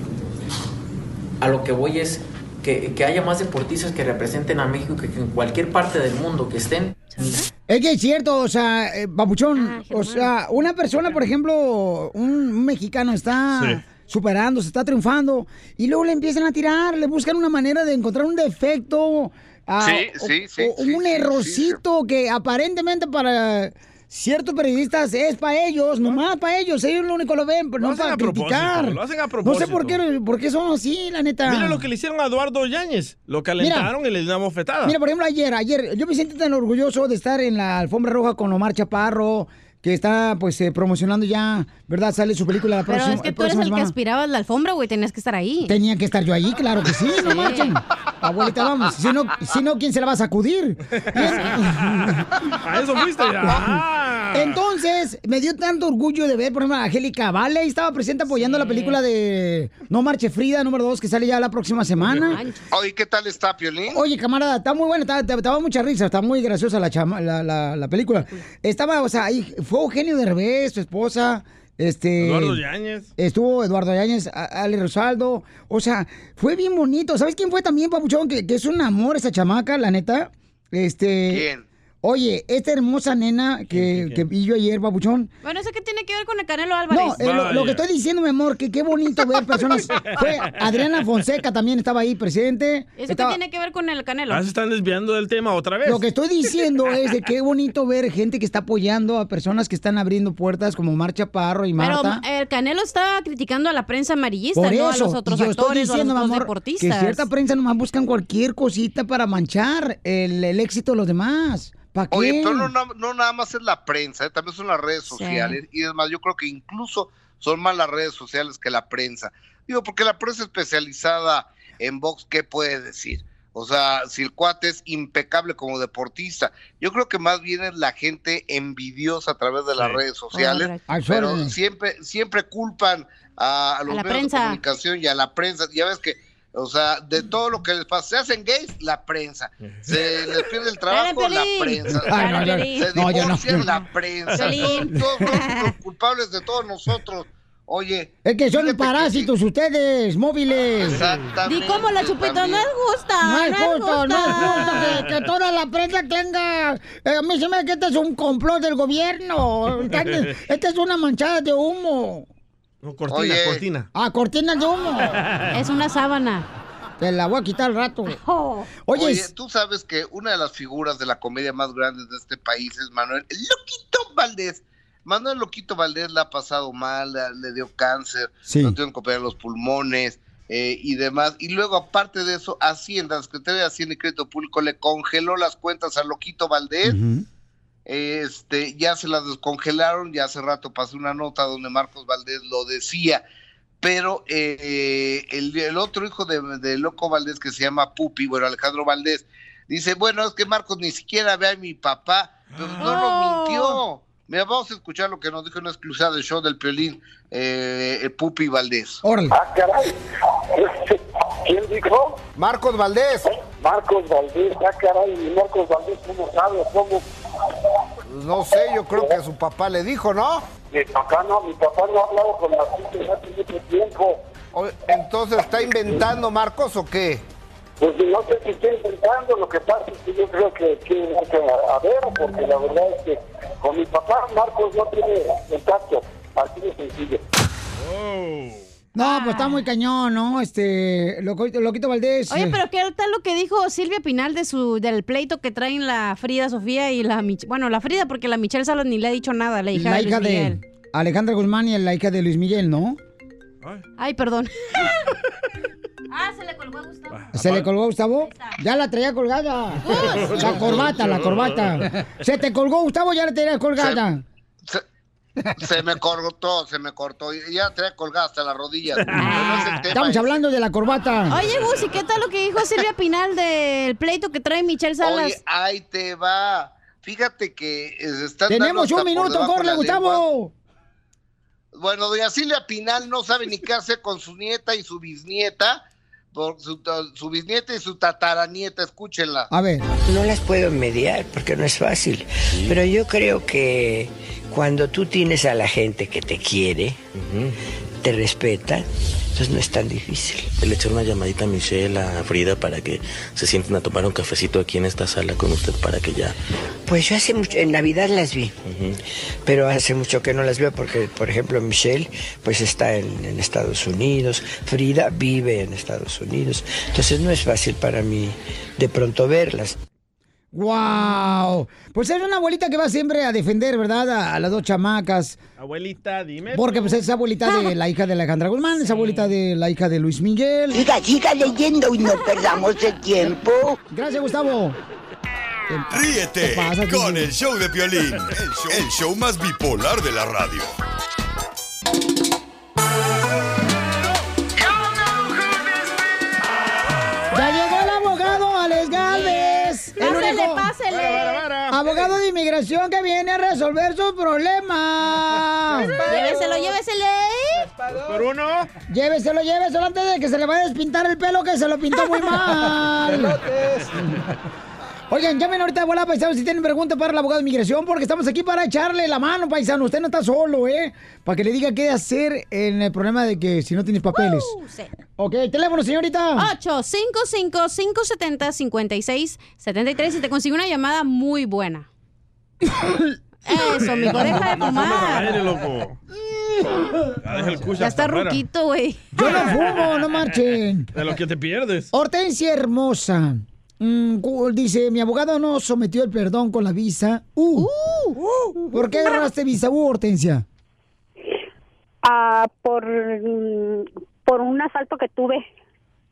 [SPEAKER 24] a lo que voy es que, que haya más deportistas que representen a México que, que en cualquier parte del mundo que estén.
[SPEAKER 2] Es que es cierto, o sea, eh, Papuchón, o sea, una persona, por ejemplo, un, un mexicano está
[SPEAKER 9] Sí.
[SPEAKER 2] superando, se está triunfando, y luego le empiezan a tirar, le buscan una manera de encontrar un defecto, ah,
[SPEAKER 11] Sí,
[SPEAKER 2] o-
[SPEAKER 11] sí, sí,
[SPEAKER 2] o
[SPEAKER 11] sí,
[SPEAKER 2] un
[SPEAKER 11] sí,
[SPEAKER 2] errorcito que aparentemente para ciertos periodistas es para ellos, nomás para ellos, ellos lo único que lo ven, pero no
[SPEAKER 3] hacen
[SPEAKER 2] para
[SPEAKER 3] a propósito,
[SPEAKER 2] criticar.
[SPEAKER 3] lo hacen a
[SPEAKER 2] No sé por
[SPEAKER 3] propósito.
[SPEAKER 2] qué, por qué son así, la neta.
[SPEAKER 3] Mira lo que le hicieron a Eduardo Yáñez. Lo calentaron y le dieron una bofetada.
[SPEAKER 2] Mira, por ejemplo, ayer, ayer, yo me siento tan orgulloso de estar en la alfombra roja con Omar Chaparro, que está pues eh, promocionando ya, ¿verdad? Sale su película la
[SPEAKER 5] Pero
[SPEAKER 2] próxima.
[SPEAKER 5] es que
[SPEAKER 2] la
[SPEAKER 5] tú eres el
[SPEAKER 2] próxima
[SPEAKER 5] que
[SPEAKER 2] semana.
[SPEAKER 5] aspiraba a la alfombra, güey. Tenías que estar ahí.
[SPEAKER 2] Tenía que estar yo ahí, claro que sí, no
[SPEAKER 5] Sí.
[SPEAKER 2] marchen. Abuelita, vamos, si no, si no, ¿quién se la va a sacudir?
[SPEAKER 3] A eso fuiste ya.
[SPEAKER 2] [LAUGHS] Entonces, me dio tanto orgullo de ver, por ejemplo, a Angélica Vale, ahí estaba presente apoyando la película de No Marche Frida, número 2, que sale ya la próxima semana.
[SPEAKER 11] Oye, ¿qué tal está, Piolín?
[SPEAKER 2] Oye, camarada, está muy buena, está- te te daba mucha risa, está muy graciosa la, chama- la, la- la película. Estaba, o sea, ahí fue Eugenio Derbez, su esposa, este...
[SPEAKER 3] Eduardo Yáñez.
[SPEAKER 2] Estuvo Eduardo Yáñez, a- Ale Rosaldo, o sea, fue bien bonito. ¿Sabes quién fue también, Papuchón? Que, que es un amor esa chamaca, la neta. Este...
[SPEAKER 11] ¿Quién?
[SPEAKER 2] Oye, esta hermosa nena que, que vi yo ayer, Papuchón.
[SPEAKER 5] Bueno, ¿eso qué tiene que ver con el Canelo
[SPEAKER 2] No,
[SPEAKER 5] Álvarez?
[SPEAKER 2] eh, lo, lo que estoy diciendo, mi amor, que qué bonito ver
[SPEAKER 5] [LAUGHS]
[SPEAKER 2] personas. Fue Adriana Fonseca también estaba ahí presente.
[SPEAKER 5] ¿Eso
[SPEAKER 2] Estaba-
[SPEAKER 5] qué tiene que ver con el Canelo?
[SPEAKER 3] Ah, se están desviando del tema otra vez.
[SPEAKER 2] Lo que estoy diciendo es de qué bonito ver gente que está apoyando a personas que están abriendo puertas como Marcha Parro y
[SPEAKER 5] Pero eh,
[SPEAKER 2] Marta.
[SPEAKER 5] el Canelo estaba criticando a la prensa amarillista,
[SPEAKER 2] Por
[SPEAKER 5] no
[SPEAKER 2] eso,
[SPEAKER 5] a los otros
[SPEAKER 2] yo estoy
[SPEAKER 5] actores o a los
[SPEAKER 2] diciendo, mi
[SPEAKER 5] otros
[SPEAKER 2] amor, que
[SPEAKER 5] deportistas.
[SPEAKER 2] cierta prensa nomás buscan cualquier cosita para manchar el, el éxito de los demás. ¿Para qué?
[SPEAKER 11] Oye, pero no, na- no nada más es la prensa, ¿eh? también son las redes sociales. Y es más, yo creo que incluso son más las redes sociales que la prensa. Digo, porque la prensa especializada en box, ¿qué puede decir? O sea, si el cuate es impecable como deportista, yo creo que más bien es la gente envidiosa a través de las redes sociales,
[SPEAKER 2] Correcto. A sus
[SPEAKER 11] pero
[SPEAKER 2] órdenes.
[SPEAKER 11] siempre, siempre culpan a, a los
[SPEAKER 5] la
[SPEAKER 11] medios
[SPEAKER 5] prensa.
[SPEAKER 11] de comunicación y a la prensa. Ya ves que, o sea, de todo lo que les pasa, se hacen gays, la prensa. Se les pierde el trabajo,
[SPEAKER 9] Dale,
[SPEAKER 11] la
[SPEAKER 9] Piolín.
[SPEAKER 11] prensa.
[SPEAKER 9] Ay, Ah, no, yo-
[SPEAKER 11] se
[SPEAKER 9] no, yo no.
[SPEAKER 11] divorcian, la prensa. Todos,
[SPEAKER 9] Piolín.
[SPEAKER 11] todos somos los culpables de todos nosotros. Oye,
[SPEAKER 2] Es que son parásitos ustedes, móviles.
[SPEAKER 11] Exactamente,
[SPEAKER 5] Di cómo la chupita, no les gusta.
[SPEAKER 2] No es
[SPEAKER 5] les
[SPEAKER 2] justo, no es justo
[SPEAKER 5] gusta.
[SPEAKER 2] que, que toda la prensa tenga. eh, a mí se me hace que este es un complot
[SPEAKER 11] [LAUGHS]
[SPEAKER 2] del gobierno. Esta esta es una manchada de humo.
[SPEAKER 3] No, [LAUGHS] cortina,
[SPEAKER 2] Oye.
[SPEAKER 3] cortina.
[SPEAKER 2] Ah, cortinas de
[SPEAKER 5] [LAUGHS]
[SPEAKER 2] humo. Es una sábana. Te la voy a quitar al rato.
[SPEAKER 5] Oh.
[SPEAKER 2] Oye,
[SPEAKER 11] Oye,
[SPEAKER 2] es-
[SPEAKER 11] tú sabes que una de las figuras de la comedia más grandes de este país es Manuel Loquito Valdés. Manuel Loquito Valdés la ha pasado mal, la- le dio cáncer,
[SPEAKER 2] Sí.
[SPEAKER 11] no tienen que operar los pulmones eh, y demás. Y luego, aparte de eso, Hacienda, la Secretaría de Hacienda y Crédito Público le congeló las cuentas a Loquito Valdés. Este, ya se las descongelaron, ya hace rato pasé una nota donde Marcos Valdés lo decía, pero eh, el, el otro hijo de, de Loco Valdés que se llama Pupi, bueno, Alejandro Valdés, dice, bueno, es que Marcos ni siquiera ve a mi papá, pero no nos
[SPEAKER 6] Oh.
[SPEAKER 11] mintió. Mira, vamos a escuchar lo que nos dijo en una exclusiva del show del Piolín, eh, el Pupi Valdés.
[SPEAKER 10] Ah, caray. [LAUGHS] Este, ¿Quién dijo? Marcos Valdés. Marcos Valdés, ah, caray. y Marcos Valdés, ¿cómo sabe? ¿Cómo? Pues No sé, yo creo que su papá le dijo, ¿no? Mi papá no, mi papá no ha hablado con la gente hace mucho tiempo. Entonces, ¿está inventando Marcos o qué? Pues no sé si está inventando, lo que pasa es que yo creo que tiene que a ver, porque la verdad es que con mi papá Marcos no tiene contacto, así de sencillo.
[SPEAKER 5] Ah.
[SPEAKER 2] no, pues está muy cañón, ¿no? Este, Loco- Loquito Valdés.
[SPEAKER 5] Oye,
[SPEAKER 2] eh,
[SPEAKER 5] pero ¿qué tal lo que dijo Silvia Pinal de su, del pleito que traen la Frida Sofía y la Mich Bueno, la Frida porque la Michelle Salas ni le ha dicho nada, la hija
[SPEAKER 2] la
[SPEAKER 5] de Luis
[SPEAKER 2] hija
[SPEAKER 5] Miguel.
[SPEAKER 2] de Alejandra Guzmán y la hija de Luis Miguel, ¿no?
[SPEAKER 5] Ay, perdón. [LAUGHS] ah, se le colgó a Gustavo.
[SPEAKER 2] ¿Se le colgó Gustavo? Ya la traía colgada.
[SPEAKER 5] Gus.
[SPEAKER 2] La corbata, la corbata. ¿Se te colgó Gustavo? Ya la traía colgada.
[SPEAKER 11] Se me cortó, se me cortó, y ya te colgaste hasta las
[SPEAKER 2] Ah,
[SPEAKER 11] rodillas. Pero no es el tema
[SPEAKER 2] Estamos hablando de la corbata.
[SPEAKER 5] Oye, Gus, ¿y qué tal lo que dijo Silvia Pinal del pleito que trae Michelle Salas?
[SPEAKER 11] Oye, ahí te va. Fíjate que eh, se están dando
[SPEAKER 2] Tenemos
[SPEAKER 11] hasta
[SPEAKER 2] un
[SPEAKER 11] por
[SPEAKER 2] minuto,
[SPEAKER 11] debajo de
[SPEAKER 2] corre,
[SPEAKER 11] la lengua.
[SPEAKER 2] Gustavo.
[SPEAKER 11] Bueno, doña Silvia Pinal no sabe ni qué hacer con su nieta y su bisnieta, por su, su bisnieta y su tataranieta, escúchenla.
[SPEAKER 2] A ver.
[SPEAKER 12] No las puedo mediar porque no es fácil. Pero yo creo que cuando tú tienes a la gente que te quiere, te respeta, entonces no es tan difícil.
[SPEAKER 13] Le echar una llamadita a Michelle, a Frida, para que se sienten a tomar un cafecito aquí en esta sala con usted, para que ya.
[SPEAKER 12] Pues yo hace mucho, en Navidad las vi, pero hace mucho que no las veo porque, por ejemplo, Michelle pues está en, en Estados Unidos, Frida vive en Estados Unidos, entonces no es fácil para mí de pronto verlas.
[SPEAKER 2] ¡Wow! Pues es una abuelita que va siempre a defender, ¿verdad? A, a las dos chamacas.
[SPEAKER 3] Abuelita, dime.
[SPEAKER 2] Porque pues es abuelita de la hija de Alejandra Guzmán, es abuelita de la hija de Luis Miguel. Siga, siga leyendo y no perdamos el tiempo. Gracias, Gustavo.
[SPEAKER 7] Ríete con el show de Piolín, el show, el show más bipolar de la radio.
[SPEAKER 2] Ya llegó el abogado Alex Galvez.
[SPEAKER 9] Yeah.
[SPEAKER 2] El
[SPEAKER 9] Pásele,
[SPEAKER 2] único
[SPEAKER 9] pásele. Vara, vara, vara.
[SPEAKER 2] Abogado de inmigración que viene a resolver sus problemas.
[SPEAKER 9] Pues,
[SPEAKER 5] Lléveselo, lléveselo.
[SPEAKER 2] Por uno. Lléveselo, lléveselo antes de que se le vaya a despintar el pelo que se lo pintó
[SPEAKER 9] [LAUGHS]
[SPEAKER 2] muy mal. Oigan, llamen ahorita a volar, paisanos, si tienen preguntas para el abogado de inmigración, porque estamos aquí para echarle la mano, paisano. Usted no está solo, ¿eh? Para que le diga qué hacer en el problema de que si no tienes papeles.
[SPEAKER 5] Uh,
[SPEAKER 2] Ok, teléfono, señorita.
[SPEAKER 5] 855-570-5673 y te consigo una llamada muy buena. Eso, mijo, deja de fumar.
[SPEAKER 3] Aire, loco. Ya deja el cucho
[SPEAKER 5] Ya está
[SPEAKER 3] hasta afuera.
[SPEAKER 5] ruquito, güey.
[SPEAKER 2] Yo no fumo, no marchen.
[SPEAKER 3] De lo que te pierdes.
[SPEAKER 2] Hortensia Hermosa. Mm, cu- dice, mi abogado no sometió el perdón con la visa. Uh, ¿Por qué agarraste visa U, Hortensia?
[SPEAKER 24] Ah, por, mm, por un asalto que tuve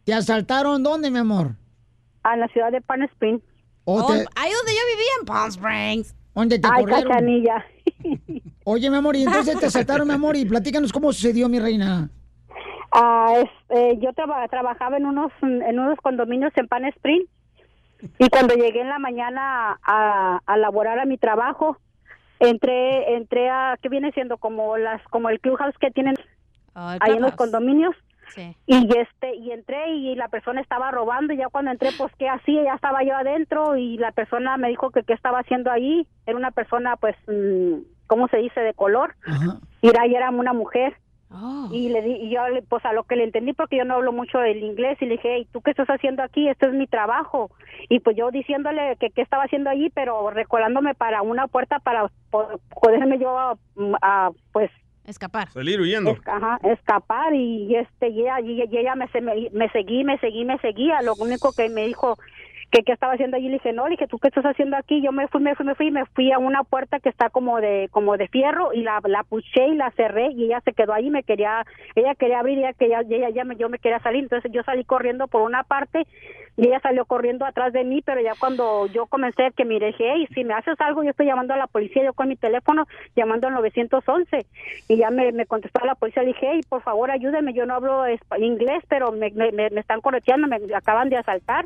[SPEAKER 2] ¿Te asaltaron dónde, mi amor? Oh.
[SPEAKER 25] Ah,
[SPEAKER 24] a la ciudad de Pan Spring.
[SPEAKER 2] O te-
[SPEAKER 5] ahí donde yo vivía, en Palm Springs.
[SPEAKER 2] ¿Dónde te
[SPEAKER 5] Ay,
[SPEAKER 2] corrieron?
[SPEAKER 5] Cachanilla.
[SPEAKER 2] Oye, mi amor, y entonces te asaltaron, mi amor, y platícanos cómo sucedió, mi reina.
[SPEAKER 25] Ah, este, yo traba- trabajaba en unos en unos condominios en Pan Spring y cuando llegué en la mañana a, a laborar a mi trabajo entré entré a qué viene siendo como las como el clubhouse que tienen
[SPEAKER 5] Ah, el
[SPEAKER 25] ahí en los
[SPEAKER 5] clubhouse.
[SPEAKER 25] condominios
[SPEAKER 5] Sí.
[SPEAKER 25] y este y entré y la persona estaba robando y ya cuando entré pues qué hacía ya estaba yo adentro y la persona me dijo que qué estaba haciendo ahí era una persona pues mm, cómo se dice de color y era y era una mujer y le di y yo le- pues a lo que le entendí porque yo no hablo mucho el inglés y le dije ¿y tú qué estás haciendo aquí este es mi trabajo y pues yo diciéndole que qué estaba haciendo allí pero recolándome para una puerta para po- poderme yo a- a pues
[SPEAKER 5] escapar
[SPEAKER 3] Salir huyendo.
[SPEAKER 25] Ajá, escapar y este y ella, y y ella me, se- me, me seguí, me seguí, me seguía. Lo único que me dijo que qué estaba haciendo allí, le dije, no, le dije, ¿tú qué estás haciendo aquí? Yo me fui, me fui, me fui, me fui a una puerta que está como de como de fierro y la, la puché y la cerré y ella se quedó ahí, me quería, ella quería abrir, ella quería, y ella ya me, yo me quería salir, entonces yo salí corriendo por una parte y ella salió corriendo atrás de mí, pero ya cuando yo comencé que miré, dije, hey, si me haces algo, yo estoy llamando a la policía, yo con mi teléfono llamando al 911. Y ya me, me contestó la policía, dije, hey, por favor, ayúdeme, yo no hablo espa- inglés, pero me, me, me- me están correteando, me acaban de asaltar.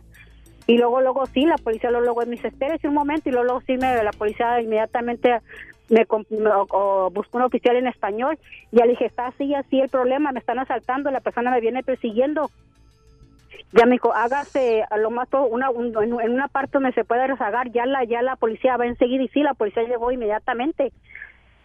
[SPEAKER 25] Y luego, luego sí, la policía lo luego me dice, espérese un momento, y luego, luego sí, me, la policía inmediatamente me, com- me- o- o buscó un oficial en español, y ya le dije, está así, así el problema, me están asaltando, la persona me viene persiguiendo, ya me dijo, hágase a lo más todo una, un- en, en una parte donde se pueda rezagar, ya la, ya la policía va enseguida y sí, la policía llegó inmediatamente.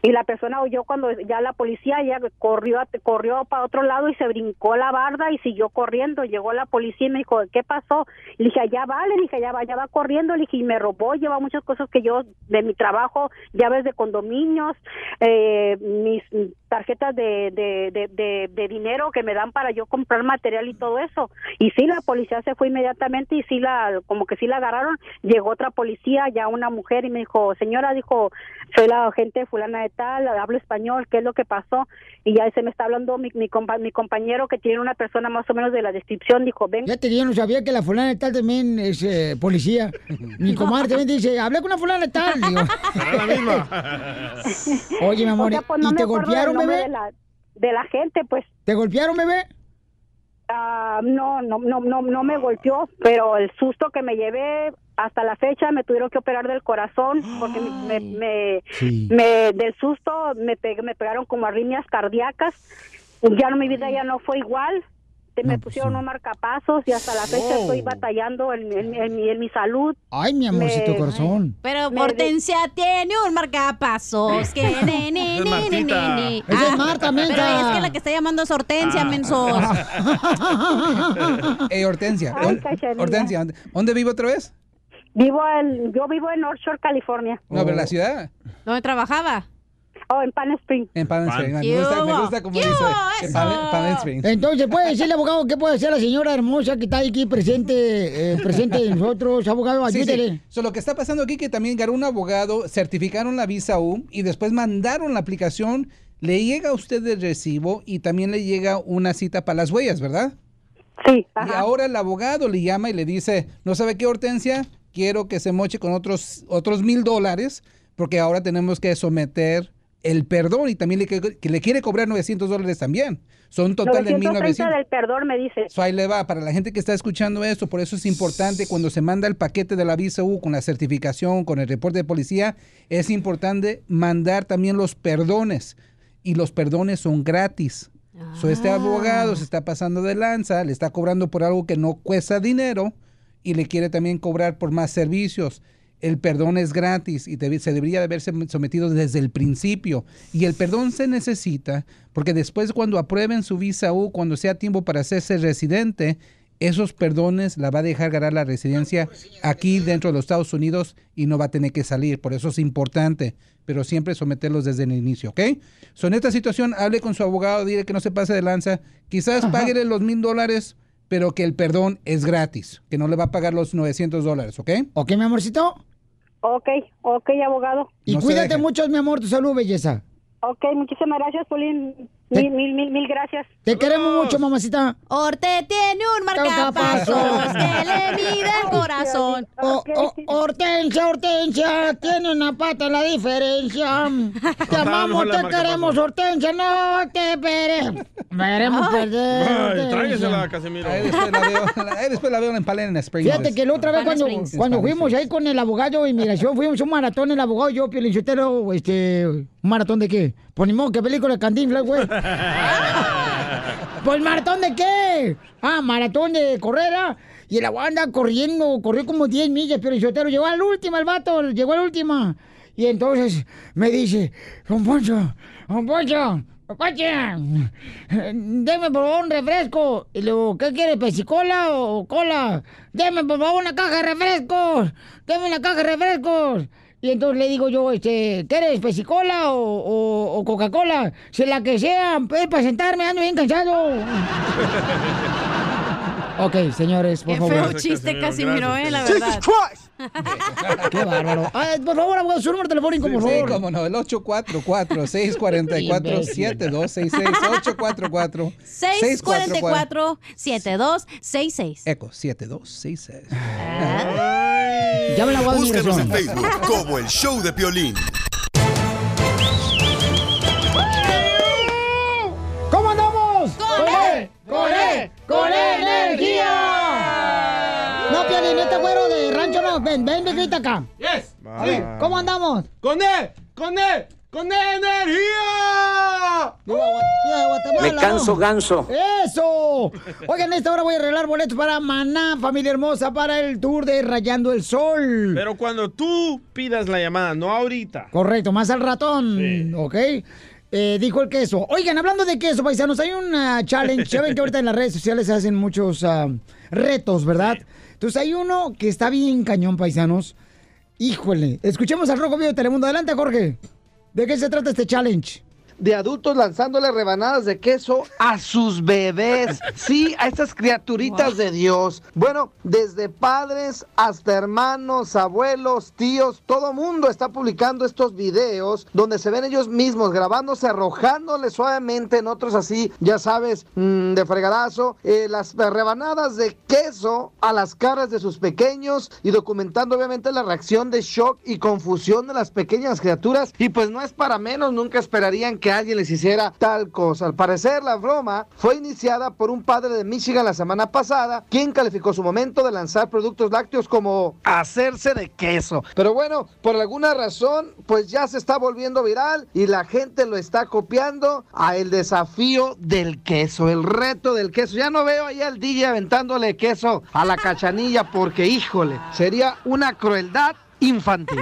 [SPEAKER 25] Y la persona oyó cuando ya la policía ya corrió, a- corrió para otro lado y se brincó la barda y siguió corriendo. Llegó la policía y me dijo, ¿qué pasó? Le dije, allá va, le dije, allá va, allá va corriendo. Le dije, y me robó, lleva muchas cosas que yo de mi trabajo, llaves de condominios, eh, mis tarjetas de, de, de, de- de dinero que me dan para yo comprar material y todo eso. Y sí, la policía se fue inmediatamente y sí, la, como que sí la agarraron. Llegó otra policía, ya una mujer, y me dijo, señora, dijo, soy la agente fulana de tal, hablo español, ¿qué es lo que pasó? Y ya se me está hablando mi, mi, compa- mi compañero que tiene una persona más o menos de la descripción, dijo, ven.
[SPEAKER 2] Fíjate que yo no sabía que la fulana de tal también es eh, policía.
[SPEAKER 25] [LAUGHS]
[SPEAKER 2] Mi comadre también dice, hablé con una fulana de tal. Digo,
[SPEAKER 3] Será la misma.
[SPEAKER 2] [LAUGHS] Oye, mi amor,
[SPEAKER 25] O sea, pues, no
[SPEAKER 2] ¿y
[SPEAKER 25] me
[SPEAKER 2] te
[SPEAKER 25] acuerdo del
[SPEAKER 2] golpearon,
[SPEAKER 25] nombre
[SPEAKER 2] bebé?
[SPEAKER 25] De la, de la gente, pues.
[SPEAKER 2] ¿Te golpearon, bebé?
[SPEAKER 25] Ah, no, no, no, no, no me golpeó, pero el susto que me llevé hasta la fecha me tuvieron que operar del corazón porque me, me, me-
[SPEAKER 14] Sí.
[SPEAKER 25] me- del susto me, pe- me pegaron como arritmias cardíacas. Pues Ya no, mi vida ya no fue igual. Te-
[SPEAKER 2] pues
[SPEAKER 25] me pusieron un marcapasos y hasta la fecha
[SPEAKER 2] Wow.
[SPEAKER 25] estoy batallando en, en- en mi, en mi salud.
[SPEAKER 2] Oh. Ay, mi amorcito corazón.
[SPEAKER 5] Pero
[SPEAKER 25] Me-
[SPEAKER 5] Hortensia tiene un marcapasos. Que ne, ne,
[SPEAKER 2] Es
[SPEAKER 5] ne, ne,
[SPEAKER 2] Martita.
[SPEAKER 5] ne, ne.
[SPEAKER 2] Esa es
[SPEAKER 5] Ah,
[SPEAKER 2] Marta, Ah. Menta.
[SPEAKER 5] Pero es que la que está llamando es Hortensia, mensos.
[SPEAKER 2] [LAUGHS]
[SPEAKER 26] Ah. [LAUGHS] Ey, Hortensia.
[SPEAKER 25] Ay,
[SPEAKER 26] Hor-
[SPEAKER 25] cachanilla.
[SPEAKER 26] Hortensia, ¿dónde- ¿dónde vive otra vez?
[SPEAKER 25] Vivo en, yo vivo en North Shore, California.
[SPEAKER 26] No,
[SPEAKER 9] Oh.
[SPEAKER 26] pero la ciudad.
[SPEAKER 5] ¿Dónde trabajaba?
[SPEAKER 25] Oh, en Pan Spring.
[SPEAKER 26] En Palm
[SPEAKER 25] Pan.
[SPEAKER 26] Springs. Me gusta, me
[SPEAKER 25] Yo,
[SPEAKER 26] gusta como
[SPEAKER 25] yo,
[SPEAKER 26] dice. En Palm, Palm
[SPEAKER 25] pues.
[SPEAKER 26] Springs.
[SPEAKER 2] Entonces, ¿puede decirle, abogado, qué puede hacer la señora hermosa que está aquí presente, eh, presente de nosotros? Abogado,
[SPEAKER 26] Sí, sí.
[SPEAKER 2] ayúdele.
[SPEAKER 26] So, lo que está pasando aquí que también ganó un abogado, certificaron la visa U y después mandaron la aplicación. Le llega a usted el recibo y también le llega una cita para las huellas, ¿verdad?
[SPEAKER 25] Sí.
[SPEAKER 26] Y ahora el abogado le llama y le dice, no sabe qué, Hortensia, quiero que se moche con otros otros mil dólares porque ahora tenemos que someter el perdón y también le, que- que le quiere cobrar 900 dólares también. Son total de
[SPEAKER 25] 930
[SPEAKER 26] 1900.
[SPEAKER 25] del perdón me dice.
[SPEAKER 26] So, ahí le va, para la gente que está escuchando esto, por eso es importante cuando se manda el paquete de la visa U con la certificación, con el reporte de policía, es importante mandar también los perdones. Y los perdones son gratis. So, este abogado se está pasando de lanza, le está cobrando por algo que no cuesta dinero y le quiere también cobrar por más servicios. El perdón es gratis y debe- se debería de haberse sometido desde el principio. Y el perdón se necesita porque después cuando aprueben su visa U, cuando sea tiempo para hacerse residente, esos perdones la va a dejar ganar la residencia aquí dentro de los Estados Unidos y no va a tener que salir. Por eso es importante, pero siempre someterlos desde el inicio, ¿ok? So, en esta situación, hable con su abogado, dile que no se pase de lanza. Quizás páguele los mil dólares, pero que el perdón es gratis, que no le va a pagar los 900 dólares, ¿ok?
[SPEAKER 2] ¿Ok, mi amorcito?
[SPEAKER 25] Ok, ok, abogado.
[SPEAKER 2] Y cuídate mucho, mi amor, tu salud, belleza.
[SPEAKER 25] Ok, muchísimas gracias, Polín. Mil, mil, mil, mil gracias.
[SPEAKER 2] Te queremos mucho, mamacita.
[SPEAKER 5] Orte tiene un marcapasos que le mide el corazón.
[SPEAKER 2] O- o- Hortensia, Hortensia, tiene una pata en la diferencia. Te
[SPEAKER 9] estaba
[SPEAKER 2] amamos,
[SPEAKER 9] mejor la
[SPEAKER 2] te
[SPEAKER 9] marca
[SPEAKER 2] queremos, Hortensia, no te veremos. Veremos perder.
[SPEAKER 3] Ay,
[SPEAKER 2] Hortensia.
[SPEAKER 3] tráguesela, Casimiro.
[SPEAKER 26] Ahí después la veo, ahí después la veo en Palena, en Spring
[SPEAKER 2] Fíjate que la otra vez
[SPEAKER 26] Palm
[SPEAKER 2] cuando,
[SPEAKER 26] Springs.
[SPEAKER 2] cuando
[SPEAKER 26] Palm
[SPEAKER 2] fuimos ahí con el abogado de inmigración, fuimos a un maratón, el abogado y yo, Pielichotero, este, ¿un maratón de qué? Ponimos qué película de Cantinflas,
[SPEAKER 9] [LAUGHS]
[SPEAKER 2] güey. ¿Pues maratón de qué? Ah, maratón de correr, ah. Y el abogado anda corriendo, corrió como 10 millas, Pielichotero, llegó al último, el vato, llegó al última. Y entonces me dice, don Poncho, don Poncho, don Poncho, deme por favor un refresco. Y le digo, ¿qué quiere, pesicola o cola? Deme por favor una caja de refrescos, deme una caja de refrescos. Y entonces le digo yo, este, ¿quieres pesicola o, o- o Coca-Cola? Se la que sea, es para sentarme, ando bien cansado. ok, señores, por
[SPEAKER 9] Qué
[SPEAKER 2] favor.
[SPEAKER 9] feo chiste, Gracias, Casimiro, Casimiro, eh, la gracias. verdad.
[SPEAKER 2] Qué
[SPEAKER 9] [LAUGHS]
[SPEAKER 2] bárbaro. Ah, por favor, abogado, su número telefónico, por
[SPEAKER 26] Sí,
[SPEAKER 2] favor.
[SPEAKER 26] cómo no, el
[SPEAKER 2] [LAUGHS]
[SPEAKER 26] 844-644-7266.
[SPEAKER 2] pues.
[SPEAKER 5] 644-7266.
[SPEAKER 26] Eco, 7266.
[SPEAKER 2] Llámala, abogado de
[SPEAKER 7] Búscanos en
[SPEAKER 2] inmigración.
[SPEAKER 7] Facebook como el show de Piolín.
[SPEAKER 2] ¿Cómo andamos?
[SPEAKER 9] ¡Con
[SPEAKER 2] E,
[SPEAKER 9] él! ¡Con él! ¡Con él, energía!
[SPEAKER 2] No, Piolín, este güero de rancho no. Ven, ven, ven, grita acá.
[SPEAKER 9] Yes.
[SPEAKER 2] A ver, ¿cómo andamos?
[SPEAKER 9] Con él, con él, con energía.
[SPEAKER 2] Me canso
[SPEAKER 14] ganso.
[SPEAKER 2] ¡Eso! Oigan, esta hora voy a arreglar boletos para Maná, familia hermosa, para el tour de Rayando el Sol.
[SPEAKER 3] Pero cuando tú pidas la llamada, no ahorita.
[SPEAKER 2] Correcto, más al ratón, ¿ok? Eh, dijo el queso. Oigan, hablando de queso, paisanos, hay una challenge. Ya ven que ahorita en las redes sociales se hacen muchos ah, retos, ¿verdad? Entonces hay uno que está bien cañón, paisanos. Híjole, escuchemos al Rojo Vivo de Telemundo. Adelante, Jorge. ¿De qué se trata este challenge?
[SPEAKER 6] de adultos lanzándole rebanadas de queso a sus bebés. Sí, a estas criaturitas de Dios. Bueno, desde padres hasta hermanos, abuelos, tíos, todo mundo está publicando estos videos donde se ven ellos mismos grabándose, arrojándole suavemente en otros así, ya sabes, mm, de fregadazo, eh, las rebanadas de queso a las caras de sus pequeños y documentando obviamente la reacción de shock y confusión de las pequeñas criaturas. Y pues no es para menos, nunca esperarían que alguien les hiciera tal cosa. Al parecer, la broma fue iniciada por un padre de Michigan la semana pasada, quien calificó su momento de lanzar productos lácteos como hacerse de queso. Pero bueno, por alguna razón, pues ya se está volviendo viral y la gente lo está copiando a el desafío del queso, el reto del queso. Ya no veo ahí al DJ aventándole queso a la cachanilla porque, híjole, sería una crueldad infantil.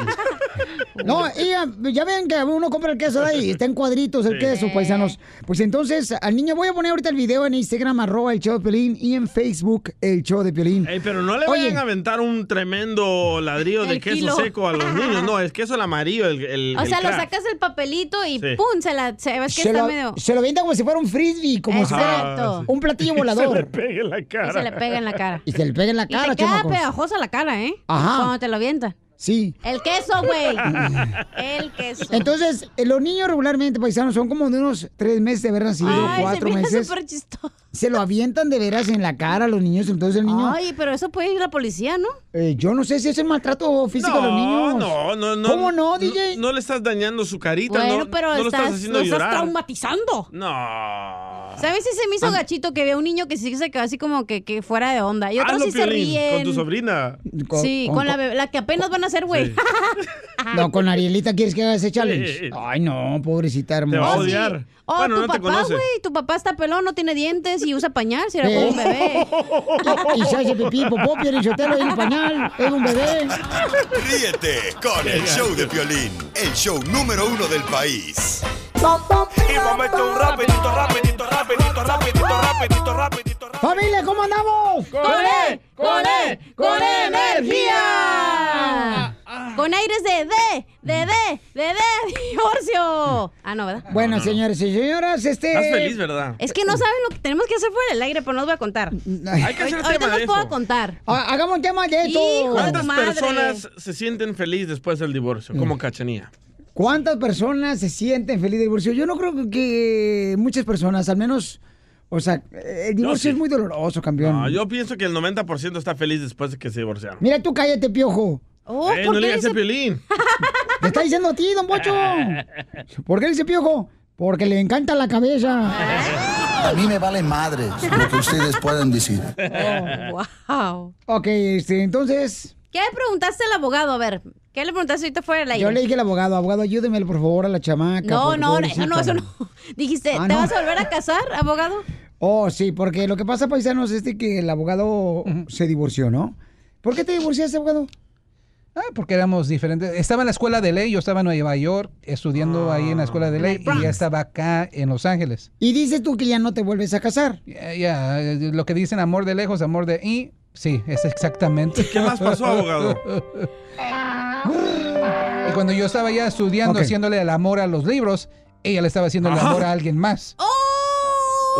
[SPEAKER 2] No, y ya, ya ven que uno compra el queso de ahí, está en cuadritos el
[SPEAKER 6] Sí.
[SPEAKER 2] queso, paisanos. Pues entonces, al niño voy a poner ahorita el video en Instagram, arroba el show de Piolín, y en Facebook, el show de Piolín.
[SPEAKER 3] Ey, pero no le
[SPEAKER 2] Oye.
[SPEAKER 3] vayan a aventar un tremendo ladrillo de
[SPEAKER 5] El
[SPEAKER 3] queso
[SPEAKER 5] kilo.
[SPEAKER 3] seco a los niños. No, es queso el amarillo, el, el-
[SPEAKER 5] O
[SPEAKER 3] el
[SPEAKER 5] sea, lo
[SPEAKER 3] crack.
[SPEAKER 5] sacas el papelito y
[SPEAKER 3] Sí.
[SPEAKER 5] ¡pum! Se la. Se, ves que
[SPEAKER 2] Se
[SPEAKER 5] está
[SPEAKER 2] lo,
[SPEAKER 5] medio.
[SPEAKER 2] se lo avienta como si fuera un frisbee, como si
[SPEAKER 5] Exacto.
[SPEAKER 2] fuera un platillo volador.
[SPEAKER 5] Y se le
[SPEAKER 3] pega en la
[SPEAKER 5] Y se le pega en la cara.
[SPEAKER 2] Y se le pega en la
[SPEAKER 5] Y te
[SPEAKER 2] cara,
[SPEAKER 5] queda
[SPEAKER 2] chamacos.
[SPEAKER 5] pegajosa la cara, ¿eh?
[SPEAKER 2] Ajá.
[SPEAKER 5] Cuando te lo avientan.
[SPEAKER 2] Sí.
[SPEAKER 5] El queso, güey. El queso.
[SPEAKER 2] Entonces, eh, los niños regularmente, paisanos, son como de unos tres meses, de haber nacido,
[SPEAKER 5] Ay,
[SPEAKER 2] cuatro
[SPEAKER 5] se mira
[SPEAKER 2] meses.
[SPEAKER 5] súper chistoso.
[SPEAKER 2] Se lo avientan de veras en la cara a los niños, entonces el niño...
[SPEAKER 5] Ay, pero eso puede ir la policía, ¿no?
[SPEAKER 2] eh, yo no sé si es el maltrato físico a los niños.
[SPEAKER 3] No, no, no.
[SPEAKER 2] ¿Cómo no, DJ?
[SPEAKER 3] No, no le estás dañando su carita.
[SPEAKER 5] Bueno,
[SPEAKER 3] no,
[SPEAKER 5] pero
[SPEAKER 3] no lo
[SPEAKER 5] estás,
[SPEAKER 3] estás haciendo
[SPEAKER 5] lo estás
[SPEAKER 3] llorar.
[SPEAKER 5] traumatizando.
[SPEAKER 3] No.
[SPEAKER 5] ¿Sabes si se me hizo gachito que vea un niño que sí se quedó así como que, que fuera de onda? Y otros
[SPEAKER 3] Hazlo,
[SPEAKER 5] sí se
[SPEAKER 3] Piolín,
[SPEAKER 5] ríen.
[SPEAKER 3] Con tu sobrina.
[SPEAKER 5] sí, con, la, bebé- la que apenas van a ser, güey.
[SPEAKER 2] No, con Arielita quieres que haga ese
[SPEAKER 3] Sí.
[SPEAKER 2] challenge. Ay, no, pobrecita hermosa.
[SPEAKER 3] va a odiar.
[SPEAKER 5] [LAUGHS] Oh,
[SPEAKER 3] Bueno,
[SPEAKER 5] tu
[SPEAKER 3] no te
[SPEAKER 5] papá,
[SPEAKER 3] conoce.
[SPEAKER 5] güey. Tu papá está pelón, no tiene dientes y usa pañal si era como un bebé.
[SPEAKER 2] Eh. [LAUGHS] Y se hace pipí, popó, pierichotelo y un pañal. Es un bebé.
[SPEAKER 7] Ríete con el show de Piolín, el show número uno del país.
[SPEAKER 9] Y va a meter un rapidito, rapidito, rapidito, rapidito, rapidito, rapidito.
[SPEAKER 2] ¡Familia, ¿cómo andamos? E,
[SPEAKER 9] ¡Con él!
[SPEAKER 5] E, ¡Con E él!
[SPEAKER 9] ¡Con
[SPEAKER 5] energía! Con aires de D, de D, de D, divorcio. Ah, no, ¿verdad?
[SPEAKER 2] Bueno, señores y señoras, este...
[SPEAKER 3] Estás feliz, ¿verdad?
[SPEAKER 5] Es que no saben lo que tenemos que hacer fuera del aire, pero no os voy a contar.
[SPEAKER 3] Hay que hacer
[SPEAKER 5] Ahorita
[SPEAKER 3] tema
[SPEAKER 5] no
[SPEAKER 3] de
[SPEAKER 5] os puedo
[SPEAKER 3] eso.
[SPEAKER 5] contar.
[SPEAKER 2] Ah, Hagamos un tema de
[SPEAKER 5] Hijo de tu
[SPEAKER 3] ¿Cuántas
[SPEAKER 5] madre.
[SPEAKER 3] personas se sienten feliz después del divorcio?
[SPEAKER 2] Mm.
[SPEAKER 3] Como Cachanía.
[SPEAKER 2] ¿Cuántas personas se sienten felices del divorcio? Yo no creo que muchas personas, al menos... O sea, el divorcio
[SPEAKER 3] sí.
[SPEAKER 2] es muy
[SPEAKER 3] Ah,
[SPEAKER 2] doloroso, campeón.
[SPEAKER 3] No, yo pienso que el 90% está feliz después de que se divorciaron.
[SPEAKER 2] Mira, tú cállate, piojo.
[SPEAKER 5] Oh,
[SPEAKER 3] Eh,
[SPEAKER 5] ¿por
[SPEAKER 3] no le
[SPEAKER 5] qué
[SPEAKER 3] digas a
[SPEAKER 5] dice-
[SPEAKER 3] Piolín.
[SPEAKER 2] Te está diciendo a ti, don Pocho. ¿Por qué dice piojo? Porque le encanta la cabeza.
[SPEAKER 14] A mí me vale madre lo que ustedes puedan decir.
[SPEAKER 5] Wow.
[SPEAKER 2] Ok, este, entonces.
[SPEAKER 5] ¿Qué le preguntaste al abogado? A ver, ¿qué le preguntaste ahorita fuera del aire?
[SPEAKER 2] Yo le dije al abogado, abogado, ayúdeme por favor a la chamaca.
[SPEAKER 5] No,
[SPEAKER 2] porque
[SPEAKER 5] no, eso no,
[SPEAKER 2] pobrecita".
[SPEAKER 5] eso no. [LAUGHS] Dijiste,
[SPEAKER 2] Ah,
[SPEAKER 5] ¿te
[SPEAKER 2] no.
[SPEAKER 5] vas a volver a casar, abogado?
[SPEAKER 2] Oh, sí, porque lo que pasa, paisanos, es de que el abogado se divorció, ¿no? ¿Por qué te divorciaste, abogado?
[SPEAKER 26] Ah, porque éramos diferentes. Estaba en la escuela de ley, yo estaba en Nueva York estudiando ahí Ah, en la escuela de
[SPEAKER 2] En el
[SPEAKER 26] ley y
[SPEAKER 2] Bronx.
[SPEAKER 26] ya estaba acá en Los Ángeles.
[SPEAKER 2] Y dices tú que ya no te vuelves a casar.
[SPEAKER 26] Ya, ya, eh, lo que dicen amor de lejos, amor de y sí, es exactamente.
[SPEAKER 3] ¿Qué más pasó, abogado?
[SPEAKER 26] y cuando yo estaba ya estudiando, haciéndole el amor a los libros, ella le estaba haciendo el amor
[SPEAKER 27] Ah.
[SPEAKER 26] a alguien más.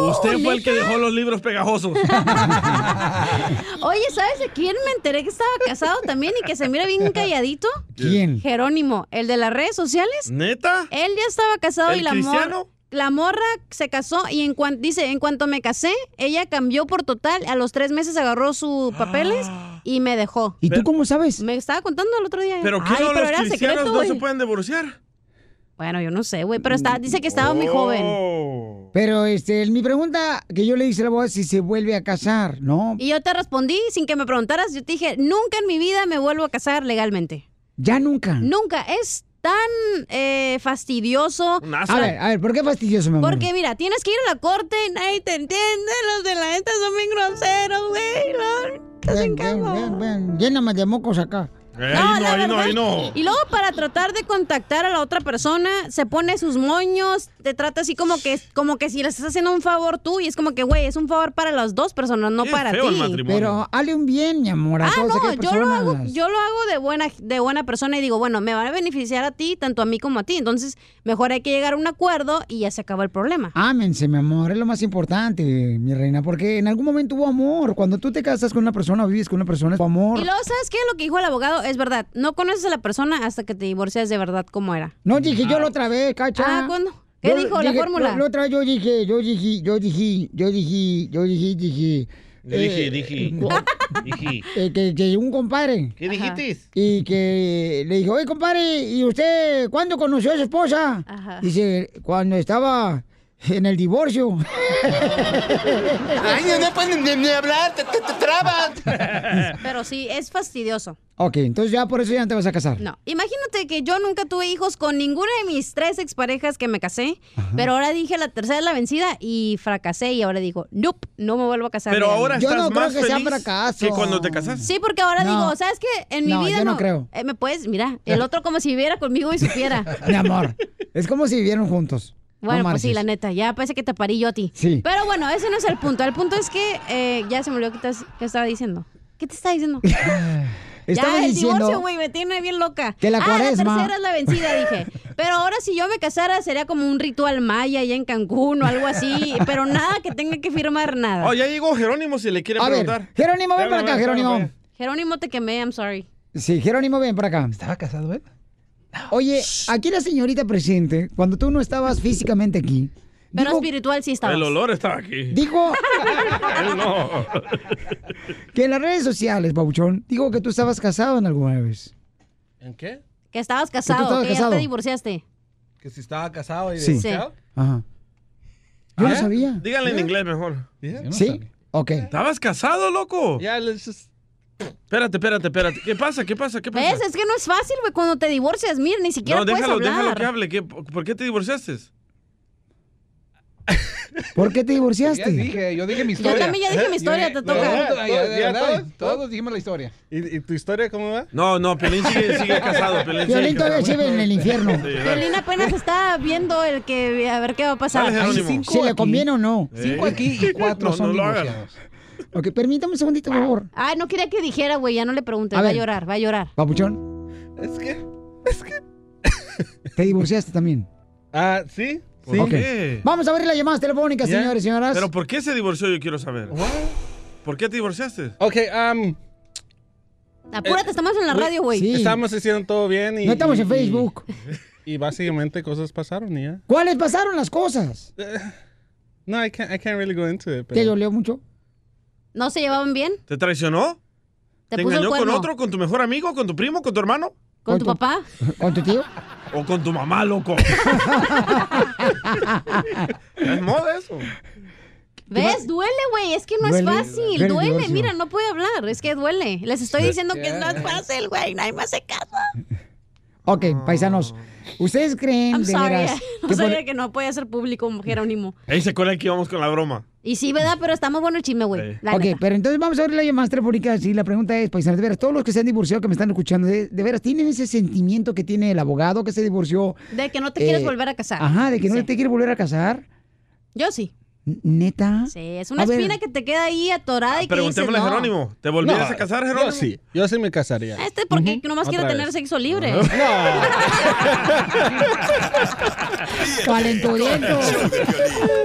[SPEAKER 3] Usted fue el que dejó los libros
[SPEAKER 2] [LAUGHS]
[SPEAKER 3] pegajosos.
[SPEAKER 5] Oye, ¿sabes de quién me enteré que estaba casado también y que se
[SPEAKER 2] [LAUGHS]
[SPEAKER 5] mira bien calladito?
[SPEAKER 2] ¿Quién?
[SPEAKER 5] Jerónimo, el de las redes sociales.
[SPEAKER 3] ¿Neta?
[SPEAKER 5] Él ya estaba casado
[SPEAKER 3] Mm. ¿El
[SPEAKER 5] y la
[SPEAKER 3] cristiano?
[SPEAKER 5] morra. La morra se casó y en cuanto dice, en cuanto me casé, ella cambió por total. A los tres meses agarró
[SPEAKER 3] [GASPS]
[SPEAKER 5] sus papeles y me dejó.
[SPEAKER 2] ¿Y tú cómo sabes?
[SPEAKER 5] Me estaba contando el otro día. ¿eh?
[SPEAKER 3] ¿Pero qué
[SPEAKER 5] Ay,
[SPEAKER 3] no
[SPEAKER 5] pero
[SPEAKER 3] los
[SPEAKER 5] era
[SPEAKER 3] cristianos
[SPEAKER 5] secreto,
[SPEAKER 3] no se
[SPEAKER 5] güey.
[SPEAKER 3] pueden divorciar? Oh.
[SPEAKER 5] Bueno, yo no sé, güey, pero está, dice que estaba muy joven.
[SPEAKER 2] Pero este, mi pregunta que yo le hice al abogado es si se vuelve a casar, ¿no?
[SPEAKER 5] Y yo te respondí sin que me preguntaras. Yo te dije, nunca en mi vida me vuelvo a casar legalmente.
[SPEAKER 2] Ya nunca.
[SPEAKER 5] Nunca. Es tan eh, fastidioso.
[SPEAKER 2] A ver, a ver, ¿por qué fastidioso, mi amor?
[SPEAKER 5] Porque mira, tienes que ir a la corte y nadie te entiende. Los de la gente son bien groseros, güey. no.
[SPEAKER 2] Ven, ven, ven, ven. Lléname de mocos acá.
[SPEAKER 5] No, la verdad- Y luego para tratar de contactar a la otra persona, se pone sus moños, te trata así como que como que si le estás haciendo un favor tú y es como que, güey, es un favor para las dos personas, no para ti.
[SPEAKER 2] Pero hale un bien, mi amor, a
[SPEAKER 5] Ah,
[SPEAKER 2] todas
[SPEAKER 5] no,
[SPEAKER 2] aquellas
[SPEAKER 5] yo lo hago,
[SPEAKER 2] personas.
[SPEAKER 5] yo lo hago de buena, de buena persona y digo, bueno, me van a beneficiar a ti, tanto a mí como a ti. Entonces, mejor hay que llegar a un acuerdo y ya se acabó el problema.
[SPEAKER 2] Ámense, mi amor, es lo más importante, mi reina, porque en algún momento hubo amor. Cuando tú te casas con una persona o vives con una persona, es amor.
[SPEAKER 5] Y luego, ¿sabes qué? Lo que dijo el abogado es verdad. No conoces a la persona hasta que te divorcias de verdad como era.
[SPEAKER 2] No, dije yo la otra vez, cacha.
[SPEAKER 5] Ah, ¿cuándo? ¿Qué
[SPEAKER 2] Yo
[SPEAKER 5] dijo la
[SPEAKER 2] dije-
[SPEAKER 5] fórmula?
[SPEAKER 2] La, la otra vez yo dije, yo dije, yo dije, yo dije, yo dije, dije.
[SPEAKER 3] Yo dije, dije, dije.
[SPEAKER 2] [LAUGHS] eh, que, que un compadre.
[SPEAKER 3] ¿Qué Ajá. dijiste?
[SPEAKER 2] Y que le dijo, oye, compadre, ¿y usted cuándo conoció a su esposa? Dice, cuando estaba en el divorcio.
[SPEAKER 5] [LAUGHS]
[SPEAKER 9] Ay, no pues, pueden ni, hablar, te, trabas.
[SPEAKER 5] [LAUGHS] Pero sí, es fastidioso.
[SPEAKER 2] ok, entonces ya por eso ya no te vas a casar.
[SPEAKER 5] No, imagínate que yo nunca tuve hijos con ninguna de mis tres exparejas que me casé, pero ahora dije la tercera es la vencida y fracasé y ahora digo, nope, no me vuelvo a casar.
[SPEAKER 3] Pero ahora
[SPEAKER 5] legalmente".
[SPEAKER 3] estás más feliz que cuando te casaste.
[SPEAKER 5] Sí, porque ahora
[SPEAKER 2] No.
[SPEAKER 5] digo, ¿sabes qué? En mi
[SPEAKER 2] No,
[SPEAKER 5] vida
[SPEAKER 2] yo no creo.
[SPEAKER 5] Eh, me puedes, mira, el otro como si viviera conmigo y supiera.
[SPEAKER 2] [LAUGHS] Mi amor, es como si vivieron juntos. No
[SPEAKER 5] Bueno, pues sí,
[SPEAKER 2] marches.
[SPEAKER 5] la neta, ya parece que te parí yo a ti.
[SPEAKER 2] Sí.
[SPEAKER 5] Pero bueno, ese no es el punto. El punto es que eh, ya se me olvidó que, te- que estaba diciendo. ¿Qué te estaba diciendo?
[SPEAKER 2] [LAUGHS] Estaba
[SPEAKER 5] ya, el
[SPEAKER 2] diciendo-
[SPEAKER 5] divorcio, güey, me tiene bien loca.
[SPEAKER 2] Que la
[SPEAKER 5] ah,
[SPEAKER 2] cuaresma-
[SPEAKER 5] la tercera es la vencida,
[SPEAKER 2] [LAUGHS]
[SPEAKER 5] dije. Pero ahora si yo me casara sería como un ritual maya allá en Cancún o algo así. Pero nada que tenga que firmar nada.
[SPEAKER 3] Oh, ya llegó Jerónimo si le quiere
[SPEAKER 2] A ver,
[SPEAKER 3] preguntar.
[SPEAKER 2] Jerónimo, ven
[SPEAKER 3] Espérame,
[SPEAKER 2] para acá,
[SPEAKER 3] espérame,
[SPEAKER 2] Jerónimo.
[SPEAKER 3] espérame.
[SPEAKER 5] Jerónimo, te quemé, I'm sorry.
[SPEAKER 2] Sí, Jerónimo, ven para acá. ¿Estaba casado él? Oye, aquí la señorita presente, cuando tú no estabas físicamente aquí,
[SPEAKER 5] Pero espiritual sí estaba.
[SPEAKER 3] El olor estaba aquí.
[SPEAKER 2] Digo-
[SPEAKER 3] [LAUGHS] Él no.
[SPEAKER 2] que en las redes sociales, Pabuchón, digo que tú estabas casado en alguna vez.
[SPEAKER 27] ¿En qué?
[SPEAKER 5] Que estabas
[SPEAKER 2] tú
[SPEAKER 5] casado,
[SPEAKER 2] estabas
[SPEAKER 5] que
[SPEAKER 2] casado.
[SPEAKER 5] ya te divorciaste.
[SPEAKER 27] ¿Que si estaba casado y
[SPEAKER 2] Sí.
[SPEAKER 27] divorciado?
[SPEAKER 2] Ajá. Yo no
[SPEAKER 3] ¿Eh?
[SPEAKER 2] sabía.
[SPEAKER 3] Díganle en inglés mejor.
[SPEAKER 2] ¿Sí? Ok.
[SPEAKER 3] ¿Estabas casado, loco?
[SPEAKER 27] Ya,
[SPEAKER 3] Espérate, espérate, espérate. ¿Qué pasa? ¿Qué pasa? ¿Qué pasa?
[SPEAKER 5] ¿Ves? Es que no es fácil, güey, cuando te divorcias. Mira, ni siquiera
[SPEAKER 3] No,
[SPEAKER 5] puedes
[SPEAKER 3] déjalo,
[SPEAKER 5] hablar.
[SPEAKER 3] déjalo que hable. ¿Qué- ¿Por qué te divorciaste?
[SPEAKER 2] ¿Por qué te divorciaste?
[SPEAKER 26] Ya dije, yo dije mi
[SPEAKER 3] Yo
[SPEAKER 26] historia.
[SPEAKER 3] también ya dije mi historia, te
[SPEAKER 26] No,
[SPEAKER 3] toca.
[SPEAKER 26] no, ya,
[SPEAKER 3] ¿Ya
[SPEAKER 26] de verdad,
[SPEAKER 3] todos?
[SPEAKER 26] Todos dijimos la historia.
[SPEAKER 27] ¿Y, y tu historia cómo va?
[SPEAKER 3] No, no, Pelín sigue, sigue casado. Pelín sigue
[SPEAKER 26] Piolín todavía
[SPEAKER 3] casado.
[SPEAKER 26] vive en el infierno.
[SPEAKER 3] Sí, dale.
[SPEAKER 5] Piolín apenas está viendo el que a ver qué va a pasar.
[SPEAKER 3] Dale, Jerónimo. Hay cinco
[SPEAKER 2] Si le conviene o no.
[SPEAKER 3] Cinco Eh. aquí y cuatro [LAUGHS] No, son no lo hagan. divorciados.
[SPEAKER 2] Ok, permítame un segundito, por favor.
[SPEAKER 5] Ah, no quería que dijera, güey, ya no le preguntes,
[SPEAKER 2] A
[SPEAKER 5] va a
[SPEAKER 2] ver.
[SPEAKER 5] llorar, va a llorar.
[SPEAKER 2] Pabuchón,
[SPEAKER 27] Es que.
[SPEAKER 2] [LAUGHS] te divorciaste también.
[SPEAKER 27] Ah, ¿sí?
[SPEAKER 3] ¿Por
[SPEAKER 2] Ok.
[SPEAKER 3] qué?
[SPEAKER 2] Vamos a abrir las llamadas telefónicas,
[SPEAKER 3] Ya.
[SPEAKER 2] señores y señoras.
[SPEAKER 3] ¿Pero por qué se divorció? Yo quiero saber. ¿Por qué te divorciaste?
[SPEAKER 27] Ok, um,
[SPEAKER 5] Apúrate,
[SPEAKER 3] eh,
[SPEAKER 5] estamos en la
[SPEAKER 27] we-
[SPEAKER 5] radio, güey.
[SPEAKER 27] Estábamos haciendo todo bien y.
[SPEAKER 2] No estamos en
[SPEAKER 27] y-
[SPEAKER 2] Facebook.
[SPEAKER 27] Y básicamente cosas pasaron y ya.
[SPEAKER 2] ¿Cuáles pasaron las cosas?
[SPEAKER 27] No, I can't, I can't really go into it.
[SPEAKER 2] ¿Te
[SPEAKER 27] Pero...
[SPEAKER 2] dolió mucho?
[SPEAKER 5] ¿No se llevaban bien?
[SPEAKER 3] ¿Te traicionó? ¿Te,
[SPEAKER 5] puso el
[SPEAKER 3] engañó con
[SPEAKER 5] cuerno.
[SPEAKER 3] otro, con tu mejor amigo, con tu primo, con tu hermano?
[SPEAKER 5] ¿Con tu papá?
[SPEAKER 2] ¿Con tu tío?
[SPEAKER 3] O con tu mamá,
[SPEAKER 2] [LAUGHS]
[SPEAKER 3] loco. es moda eso.
[SPEAKER 5] ¿Ves? Duele, güey. Es que no
[SPEAKER 3] Duele,
[SPEAKER 5] es fácil.
[SPEAKER 3] duele el
[SPEAKER 5] Duele,
[SPEAKER 3] divorcio.
[SPEAKER 5] mira, no puede hablar. Es que duele. Les estoy diciendo que no es fácil, güey. Nadie más se casa.
[SPEAKER 2] Ok, paisanos. ¿Ustedes creen
[SPEAKER 5] [LAUGHS] I'm
[SPEAKER 2] de
[SPEAKER 5] sorry.
[SPEAKER 2] veras
[SPEAKER 5] No
[SPEAKER 2] que por-
[SPEAKER 5] sabía que no podía ser público un Jerónimo.
[SPEAKER 3] Ahí se acuerdan que íbamos con la broma.
[SPEAKER 5] Y sí, ¿verdad? Pero estamos bueno el chisme, güey. La
[SPEAKER 2] Ok,
[SPEAKER 5] neta.
[SPEAKER 2] pero entonces vamos a ver la llamada telefónica. Sí, la pregunta es, paisanos, de veras, todos los que se han divorciado, que me están escuchando, de, de veras, ¿tienen ese sentimiento que tiene el abogado que se divorció?
[SPEAKER 5] De que no te
[SPEAKER 2] Eh,
[SPEAKER 5] quieres volver a casar.
[SPEAKER 2] Ajá, de que no
[SPEAKER 5] Sí.
[SPEAKER 2] te quiere volver a casar.
[SPEAKER 5] Yo sí.
[SPEAKER 2] N- ¿Neta?
[SPEAKER 5] Sí, es una
[SPEAKER 2] A ver.
[SPEAKER 5] espina que te queda ahí atorada y que dices,
[SPEAKER 27] Preguntémosle Ah, a
[SPEAKER 5] no.
[SPEAKER 27] Jerónimo.
[SPEAKER 3] ¿Te volverías
[SPEAKER 27] No,
[SPEAKER 3] a casar, Jerónimo?
[SPEAKER 27] Yo sí, yo sí me casaría.
[SPEAKER 5] Este porque nomás
[SPEAKER 27] Otra
[SPEAKER 5] quiere
[SPEAKER 27] vez.
[SPEAKER 5] tener sexo libre. [LAUGHS]
[SPEAKER 2] Calenturiento.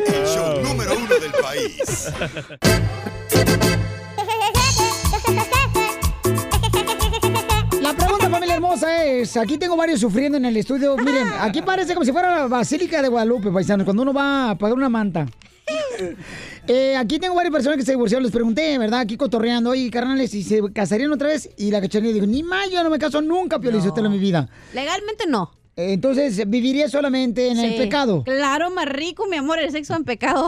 [SPEAKER 7] El show número uno del país.
[SPEAKER 2] [LAUGHS] La pregunta, familia hermosa, es, aquí tengo varios sufriendo en el
[SPEAKER 5] [LAUGHS]
[SPEAKER 2] estudio. Miren, aquí parece como si fuera la Basílica de Guadalupe, paisanos, cuando uno va a pagar una
[SPEAKER 5] [LAUGHS]
[SPEAKER 2] manta. Eh, aquí tengo varias personas que se divorciaron, les pregunté, ¿verdad? Aquí cotorreando, oye, carnales, si se casarían otra vez? Y la cachanilla dijo, ni más, yo no me caso nunca, Pio Lizotelo, en mi vida. Eh,
[SPEAKER 5] Legalmente no.
[SPEAKER 2] Entonces, ¿viviría solamente en el
[SPEAKER 5] Sí.
[SPEAKER 2] pecado?
[SPEAKER 5] Claro, más rico, mi amor, el sexo en pecado.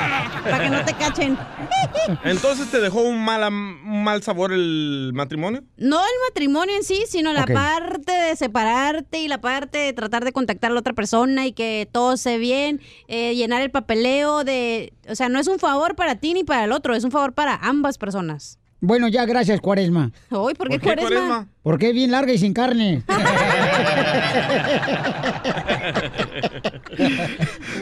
[SPEAKER 5] [LAUGHS] Para que no te cachen.
[SPEAKER 3] Entonces te dejó un mal, un mal sabor el matrimonio.
[SPEAKER 5] No el matrimonio en sí, sino la
[SPEAKER 3] Ok.
[SPEAKER 5] parte de separarte y la parte de tratar de contactar a la otra persona y que todo esté bien, eh, llenar el papeleo de... O sea, no es un favor para ti ni para el otro, es un favor para ambas personas.
[SPEAKER 2] Bueno, ya, gracias, Cuaresma.
[SPEAKER 5] Hoy, ¿por qué,
[SPEAKER 2] ¿Por qué
[SPEAKER 5] cuaresma?
[SPEAKER 2] Porque es bien larga y sin
[SPEAKER 5] [LAUGHS]
[SPEAKER 2] carne.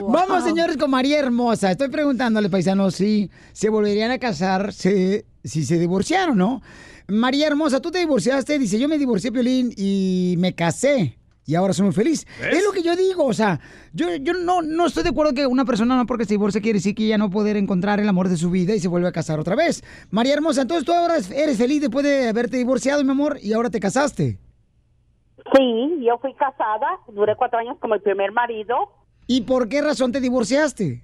[SPEAKER 2] Vamos, señores, con María Hermosa. Estoy preguntándole, paisanos, si se volverían a casar se- si se divorciaron, ¿no? María Hermosa, tú te divorciaste, dice, yo me divorcié, Piolín, y me casé. Y ahora soy muy feliz. Es lo que yo digo, o sea, yo, yo no, no estoy de acuerdo que una persona no porque se divorcie quiere decir que ya no poder encontrar el amor de su vida y se vuelve a casar otra vez. María Hermosa, entonces tú ahora eres feliz después de haberte divorciado, mi amor, y ahora te casaste.
[SPEAKER 25] Sí, yo fui casada, duré cuatro años como el primer marido.
[SPEAKER 2] ¿Y por qué razón te divorciaste?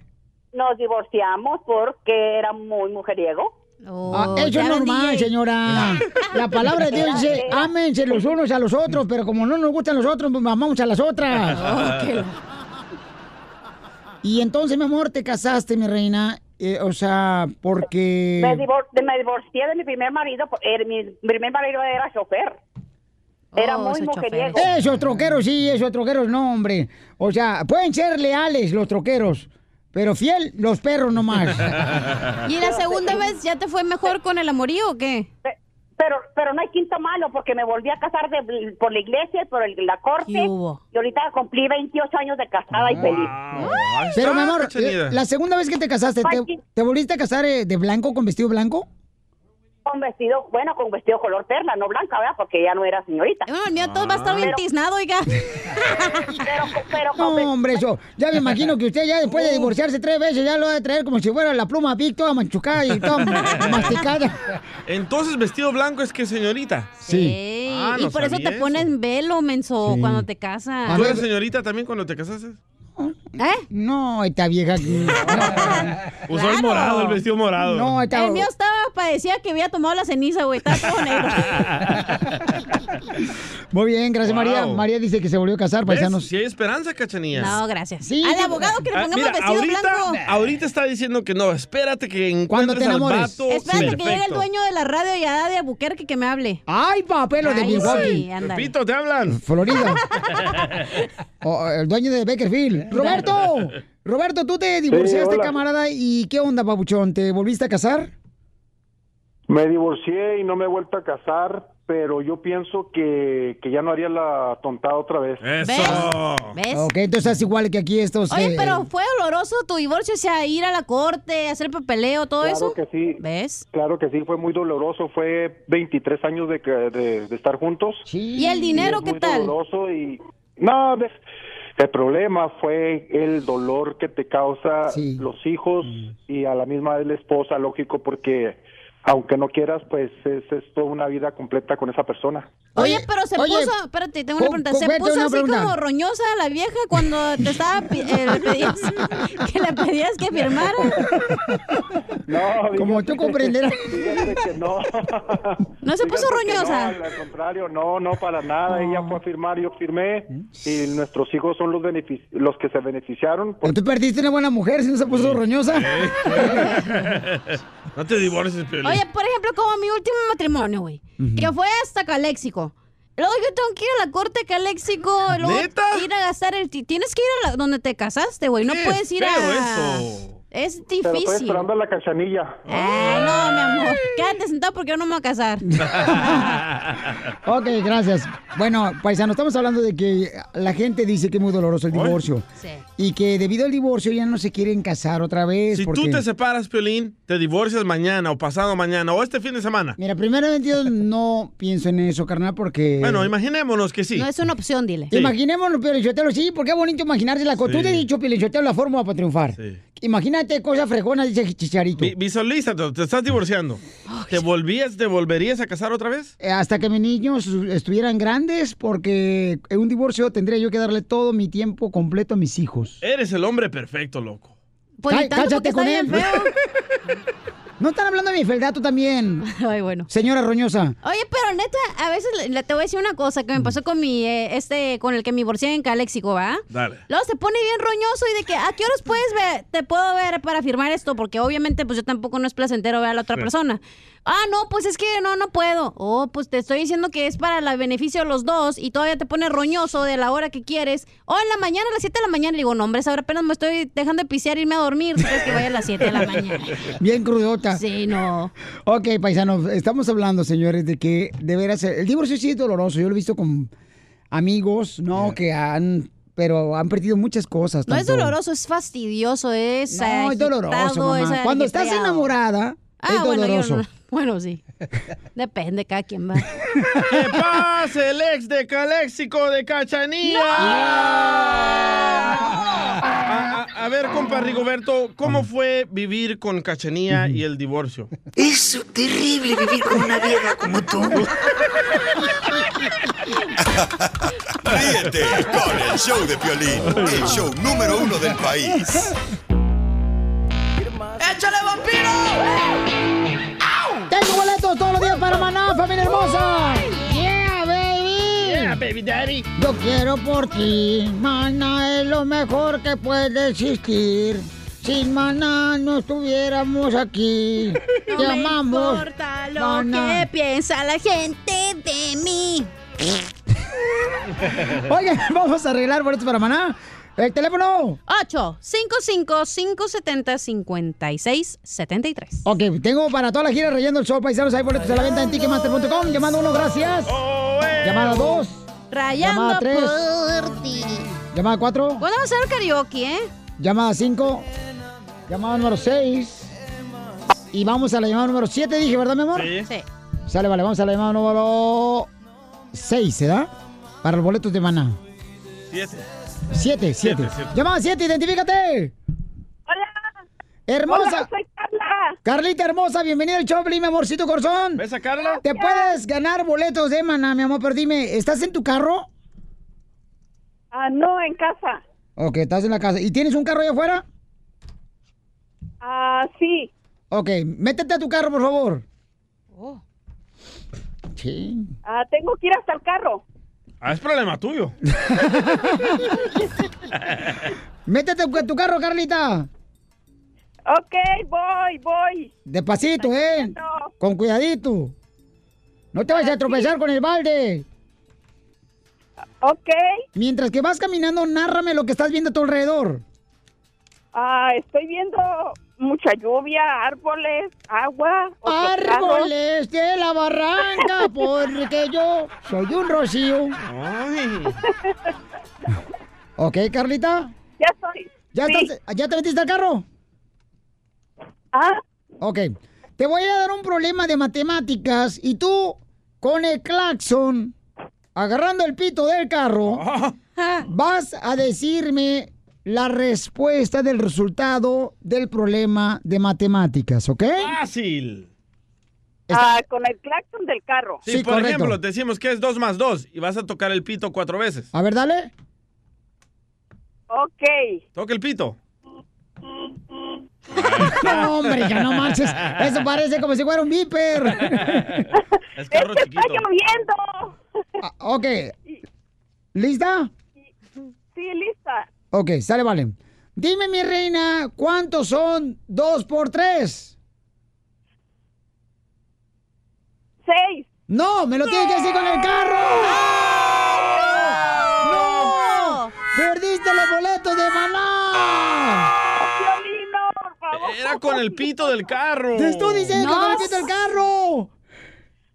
[SPEAKER 25] Nos divorciamos porque era muy mujeriego.
[SPEAKER 5] Oh,
[SPEAKER 9] Oh,
[SPEAKER 2] Ah, eso es normal, señora. La palabra de Dios
[SPEAKER 25] [LAUGHS]
[SPEAKER 2] dice, ámense los unos a los otros, pero como no nos gustan los otros, pues amamos a las otras.
[SPEAKER 9] [LAUGHS] Oh, qué
[SPEAKER 2] Y entonces, mi amor, te casaste, mi reina, eh, o sea,
[SPEAKER 25] Me,
[SPEAKER 2] porque...
[SPEAKER 25] divor- de- me divorcié de mi primer marido, por- era- mi primer marido era chofer.
[SPEAKER 9] Oh,
[SPEAKER 25] Era muy mujeriego.
[SPEAKER 2] Esos troqueros, sí, esos troqueros, no, hombre. O sea, pueden ser leales los troqueros, pero fiel los perros
[SPEAKER 9] [LAUGHS]
[SPEAKER 2] nomás.
[SPEAKER 5] ¿Y la segunda vez ya te fue mejor con el amorío o qué?
[SPEAKER 25] Pero, pero no hay quinto malo porque me volví a casar de- por la iglesia, y por el- la corte.
[SPEAKER 5] ¿Qué hubo?
[SPEAKER 25] Y ahorita cumplí 28 años de casada y feliz.
[SPEAKER 2] Ah. Pero, mi
[SPEAKER 3] Ah,
[SPEAKER 2] amor, eh, la segunda vez que te casaste, ¿te, te volviste a casar eh, de blanco, con vestido blanco?
[SPEAKER 25] Con vestido, bueno, con vestido color perla, no blanca, ¿verdad? Ah, Porque ya no era señorita.
[SPEAKER 5] Bueno, el mío todo va a estar bien tiznado, oiga.
[SPEAKER 2] No, hombre, eso. Ya me imagino que usted ya
[SPEAKER 25] [LAUGHS]
[SPEAKER 2] después
[SPEAKER 25] Oh.
[SPEAKER 2] de divorciarse tres veces ya lo va a traer como si fuera la pluma Vic toda manchucada y
[SPEAKER 25] [LAUGHS]
[SPEAKER 2] toda masticada.
[SPEAKER 3] Entonces, vestido blanco es que señorita.
[SPEAKER 5] Ey,
[SPEAKER 3] Ah,
[SPEAKER 5] y
[SPEAKER 3] no
[SPEAKER 5] por eso
[SPEAKER 3] sabía
[SPEAKER 5] te pones velo, menso, cuando te casas.
[SPEAKER 3] ¿Tú eres señorita también cuando te casaste?
[SPEAKER 5] ¿Eh?
[SPEAKER 2] No, esta vieja. aquí.
[SPEAKER 3] Usó el Pues morado, el vestido morado.
[SPEAKER 2] No, estaba-
[SPEAKER 5] El mío estaba, parecía que había tomado la ceniza, güey. Estaba
[SPEAKER 3] [LAUGHS]
[SPEAKER 5] todo negro.
[SPEAKER 2] Muy bien, gracias
[SPEAKER 3] Wow.
[SPEAKER 2] María. María dice que se volvió a casar,
[SPEAKER 3] ¿Ves?
[SPEAKER 2] paisanos.
[SPEAKER 3] Si hay esperanza, cachanillas.
[SPEAKER 5] No, gracias. Al abogado que le
[SPEAKER 3] Ah,
[SPEAKER 5] pongamos
[SPEAKER 3] mira,
[SPEAKER 5] vestido
[SPEAKER 3] ahorita,
[SPEAKER 5] blanco.
[SPEAKER 3] ahorita está diciendo que no, espérate que
[SPEAKER 2] Cuando te
[SPEAKER 3] encuentres al
[SPEAKER 2] enamores.
[SPEAKER 3] vato
[SPEAKER 5] Espérate que llegue el
[SPEAKER 3] perfecto.
[SPEAKER 5] dueño de la radio y a de Abuquerque que me hable.
[SPEAKER 2] Ay, papelo de
[SPEAKER 5] Ay,
[SPEAKER 2] Milwaukee.
[SPEAKER 5] sí, ándale.
[SPEAKER 3] Pepito, te
[SPEAKER 2] [LAUGHS]
[SPEAKER 3] hablan.
[SPEAKER 2] Florida. O, Oh, el dueño de
[SPEAKER 3] [LAUGHS]
[SPEAKER 2] Bakerfield. Roberto, Roberto, tú te divorciaste,
[SPEAKER 4] hola.
[SPEAKER 2] camarada. ¿Y qué onda, papuchón? ¿Te volviste a casar?
[SPEAKER 4] Me divorcié y no me he vuelto a casar, pero yo pienso que, que ya no haría la tontada otra vez.
[SPEAKER 3] ¡Eso!
[SPEAKER 5] ¿Ves?
[SPEAKER 2] Ok, entonces estás igual que aquí estos.
[SPEAKER 5] Oye,
[SPEAKER 2] eh,
[SPEAKER 5] pero fue doloroso tu divorcio, o sea, ir a la corte, hacer papeleo, todo
[SPEAKER 4] Claro
[SPEAKER 5] eso.
[SPEAKER 4] que sí.
[SPEAKER 5] ¿Ves?
[SPEAKER 4] Claro que sí, fue muy doloroso. Fue 23 años de, que- de- de estar juntos.
[SPEAKER 5] ¿Y el dinero
[SPEAKER 4] es
[SPEAKER 5] qué
[SPEAKER 4] muy
[SPEAKER 5] tal?
[SPEAKER 4] doloroso y... No, ves, el problema fue el
[SPEAKER 5] Mm.
[SPEAKER 4] dolor que te causa los hijos y a la misma vez la esposa, lógico, porque aunque no quieras, pues es, es toda una vida completa con esa persona.
[SPEAKER 5] Oye, pero se
[SPEAKER 4] oye,
[SPEAKER 5] puso, espérate, tengo una
[SPEAKER 4] con-
[SPEAKER 5] pregunta. ¿Se
[SPEAKER 4] con-
[SPEAKER 5] puso
[SPEAKER 4] una
[SPEAKER 5] así
[SPEAKER 4] pregunta.
[SPEAKER 5] como roñosa la vieja cuando te estaba pi- eh, le pedías, [LAUGHS] que le pedías que firmara?
[SPEAKER 4] No,
[SPEAKER 2] Como tú comprenderás.
[SPEAKER 4] Fíjate que no.
[SPEAKER 5] [LAUGHS] ¿No se puso
[SPEAKER 4] Fíjate que
[SPEAKER 5] roñosa?
[SPEAKER 4] no, al contrario, no, no para nada. Ella fue a firmar, yo firmé y
[SPEAKER 5] Mm.
[SPEAKER 4] nuestros hijos son los benefici- los que se beneficiaron.
[SPEAKER 2] Pero eh, tú perdiste una buena mujer si no se puso roñosa.
[SPEAKER 3] No te divorces, Piolín.
[SPEAKER 5] Oye, por ejemplo, como mi último matrimonio, güey, que fue hasta Caléxico. Luego yo tengo que ir a la corte de Caléxico, luego ir a gastar el... ti- Tienes que ir a la- donde te casaste, güey, no
[SPEAKER 4] Qué
[SPEAKER 5] puedes ir
[SPEAKER 4] feo
[SPEAKER 5] a...
[SPEAKER 4] eso.
[SPEAKER 5] Es
[SPEAKER 4] Pero estoy
[SPEAKER 5] difícil.
[SPEAKER 4] esperando a la cachanilla.
[SPEAKER 5] Eh, no, mi amor, quédate sentado porque yo no me voy a casar.
[SPEAKER 2] [LAUGHS]
[SPEAKER 4] [LAUGHS]
[SPEAKER 2] Ok, gracias. Bueno, paisano, estamos hablando de que la gente dice que es muy doloroso el divorcio.
[SPEAKER 5] Sí.
[SPEAKER 2] Y que debido al divorcio ya no se quieren casar otra vez.
[SPEAKER 3] Si
[SPEAKER 2] porque...
[SPEAKER 3] tú te separas, Piolín, te divorcias mañana o pasado mañana o este fin de semana.
[SPEAKER 2] Mira, primeramente yo no pienso en eso, carnal, porque...
[SPEAKER 3] Bueno, imaginémonos que sí.
[SPEAKER 5] No es una opción, dile.
[SPEAKER 3] Sí.
[SPEAKER 2] Imaginémonos, Pielichotelo, sí, porque es bonito imaginarse la cosa.
[SPEAKER 3] Sí.
[SPEAKER 2] Tú te has dicho, Pielichotelo, la fórmula para triunfar. Imagínate cosas fregonas, dice Chicharito.
[SPEAKER 3] Vi- Visualízate, te estás divorciando. ¿Te volvías, te volverías a casar otra vez?
[SPEAKER 2] Eh, Hasta que mis niños estuvieran grandes, porque en un divorcio tendría yo que darle todo mi tiempo completo a mis hijos.
[SPEAKER 3] Eres el hombre perfecto, loco.
[SPEAKER 5] Pues,
[SPEAKER 2] Cá-
[SPEAKER 5] ni tanto porque está bien
[SPEAKER 2] [LAUGHS] no están hablando de mi fealdad, tú también.
[SPEAKER 5] [LAUGHS] Ay, bueno.
[SPEAKER 2] Señora Roñosa.
[SPEAKER 5] Oye, pero neta, a veces le- le- te voy a decir una cosa que me pasó con mi, eh, este, con el que me divorcié en Caléxico, ¿va?
[SPEAKER 3] Dale.
[SPEAKER 5] Luego se pone bien roñoso y de que, ¿a qué horas puedes ver, te puedo ver para firmar esto? Porque obviamente, pues yo tampoco no es placentero ver a la otra
[SPEAKER 15] Sí.
[SPEAKER 5] persona. Ah, no, pues es que no, no puedo. Oh, pues te estoy diciendo que es para el beneficio de los dos y todavía te pone roñoso de la hora que quieres. O en la mañana, a las 7 de la mañana. Y digo, no, hombre, esa hora apenas me estoy dejando de pisear e irme a dormir. ¿Tú crees que vaya a las 7 de la mañana?
[SPEAKER 2] [LAUGHS]
[SPEAKER 1] ¿Eh?
[SPEAKER 2] Bien crudota.
[SPEAKER 5] Sí, no.
[SPEAKER 2] Ok, paisano, estamos hablando, señores, de que de veras el divorcio sí es doloroso. Yo lo he visto con amigos, ¿no? Que han, pero han perdido muchas cosas.
[SPEAKER 5] No es
[SPEAKER 2] tanto-
[SPEAKER 5] doloroso, es fastidioso, es.
[SPEAKER 2] No, es doloroso,
[SPEAKER 5] agitado, es
[SPEAKER 2] mamá. Cuando estás
[SPEAKER 5] ajetreado.
[SPEAKER 2] enamorada,
[SPEAKER 5] Ah,
[SPEAKER 2] es
[SPEAKER 5] bueno, yo
[SPEAKER 2] doloroso.
[SPEAKER 5] no- [LAUGHS] bueno,
[SPEAKER 2] [LAUGHS]
[SPEAKER 5] sí. Depende, cada quien va.
[SPEAKER 3] [LAUGHS] ¡Que pase el ex de Caléxico de Cachanilla! A, a- a ver, compa Rigoberto, ¿cómo fue vivir con Cachanilla y el divorcio?
[SPEAKER 9] Es terrible vivir con una vieja como tú.
[SPEAKER 7] Ríete con el show de Piolín, el show número uno del país.
[SPEAKER 9] ¡Échale vampiro!
[SPEAKER 2] Tengo boletos todos los días para Maná, familia hermosa. Yeah, baby.
[SPEAKER 9] Yeah, baby daddy.
[SPEAKER 2] Yo quiero por ti. Maná es lo mejor que puede existir. Sin Maná no estuviéramos aquí.
[SPEAKER 5] [LAUGHS] No
[SPEAKER 2] Te
[SPEAKER 5] me
[SPEAKER 2] amamos.
[SPEAKER 5] importa lo que piensa la gente de
[SPEAKER 2] [LAUGHS]
[SPEAKER 5] mí.
[SPEAKER 2] Oigan, vamos a arreglar boletos para Maná. El teléfono.
[SPEAKER 5] 8 55 570 56 73.
[SPEAKER 2] Ok, tengo para toda la gira reyendo el show, paisanos. Hay boletos a la venta en ticketmaster.com. Llamada uno, gracias. Llamada dos.
[SPEAKER 5] Rayando
[SPEAKER 2] Llamada tres.
[SPEAKER 5] por ti.
[SPEAKER 2] Llamada cuatro.
[SPEAKER 5] ¿Cuándo va a ser karaoke, eh?
[SPEAKER 2] Llamada 5. Llamada número 6. Y vamos a la llamada número 7, dije, ¿verdad, mi amor?
[SPEAKER 5] Sí. Sí.
[SPEAKER 2] Sale, vale, vamos a la llamada número 6, ¿se da? Para los boletos de maná.
[SPEAKER 3] Siete.
[SPEAKER 2] 7, 7. Llamada 7, identifícate. Hola. Hermosa.
[SPEAKER 9] Hola, soy
[SPEAKER 2] Carla. Carlita hermosa, bienvenida al Choplin, mi amorcito corazón.
[SPEAKER 3] ¿Ves a Carla?
[SPEAKER 2] Te puedes ganar boletos de maná, mi amor, pero dime, ¿estás en tu carro?
[SPEAKER 15] Ah, no, en casa.
[SPEAKER 2] Ok, estás en la casa. ¿Y tienes un carro allá afuera?
[SPEAKER 15] Ah, sí.
[SPEAKER 2] Ok, métete a tu carro, por favor. Sí. [LAUGHS]
[SPEAKER 15] Ah, tengo que ir hasta el carro.
[SPEAKER 3] Ah, es problema tuyo.
[SPEAKER 2] Métete a tu carro, Carlita.
[SPEAKER 15] [LAUGHS] Ok, voy, voy.
[SPEAKER 2] Despacito, ¿eh? Con cuidadito. No te vayas a tropezar con el balde.
[SPEAKER 15] Ah, Ok.
[SPEAKER 2] Mientras que vas caminando, nárrame lo que estás viendo a tu alrededor.
[SPEAKER 15] Ah, estoy viendo mucha lluvia, árboles, agua. otros
[SPEAKER 2] Árboles de la barranca,
[SPEAKER 15] [LAUGHS]
[SPEAKER 2] porque yo soy un rocío. Ok, Carlita.
[SPEAKER 15] Ya estoy.
[SPEAKER 2] ¿Ya,
[SPEAKER 15] Sí.
[SPEAKER 2] estás- ¿Ya te metiste al carro?
[SPEAKER 15] Ah.
[SPEAKER 2] Ok. Te voy a dar un problema de matemáticas y tú, con el claxon, agarrando el pito del carro,
[SPEAKER 15] Ah.
[SPEAKER 2] vas a decirme la respuesta del resultado del problema de matemáticas, ¿ok?
[SPEAKER 3] Fácil.
[SPEAKER 15] Ah, con el claxon del carro.
[SPEAKER 3] Sí, por ejemplo, te decimos que es 2 más 2 y vas a tocar el pito cuatro veces.
[SPEAKER 2] A ver, dale.
[SPEAKER 15] Ok.
[SPEAKER 3] Toca el pito.
[SPEAKER 2] No, hombre, ya no manches. Eso parece
[SPEAKER 3] [LAUGHS]
[SPEAKER 2] como si fuera un
[SPEAKER 15] [LAUGHS]
[SPEAKER 2] viper.
[SPEAKER 3] Es carro chiquito.
[SPEAKER 15] ¡Está lloviendo!
[SPEAKER 2] Ah, Ok. ¿Lista?
[SPEAKER 15] Sí, lista.
[SPEAKER 2] Ok, sale, vale. Dime, mi reina, ¿cuántos son dos por tres?
[SPEAKER 15] Seis.
[SPEAKER 2] No, me lo tienes que decir con el carro. ¡No! ¡Perdiste los boletos de maná!
[SPEAKER 3] Era con el pito del carro.
[SPEAKER 2] ¡Te estoy diciendo que me quito el carro!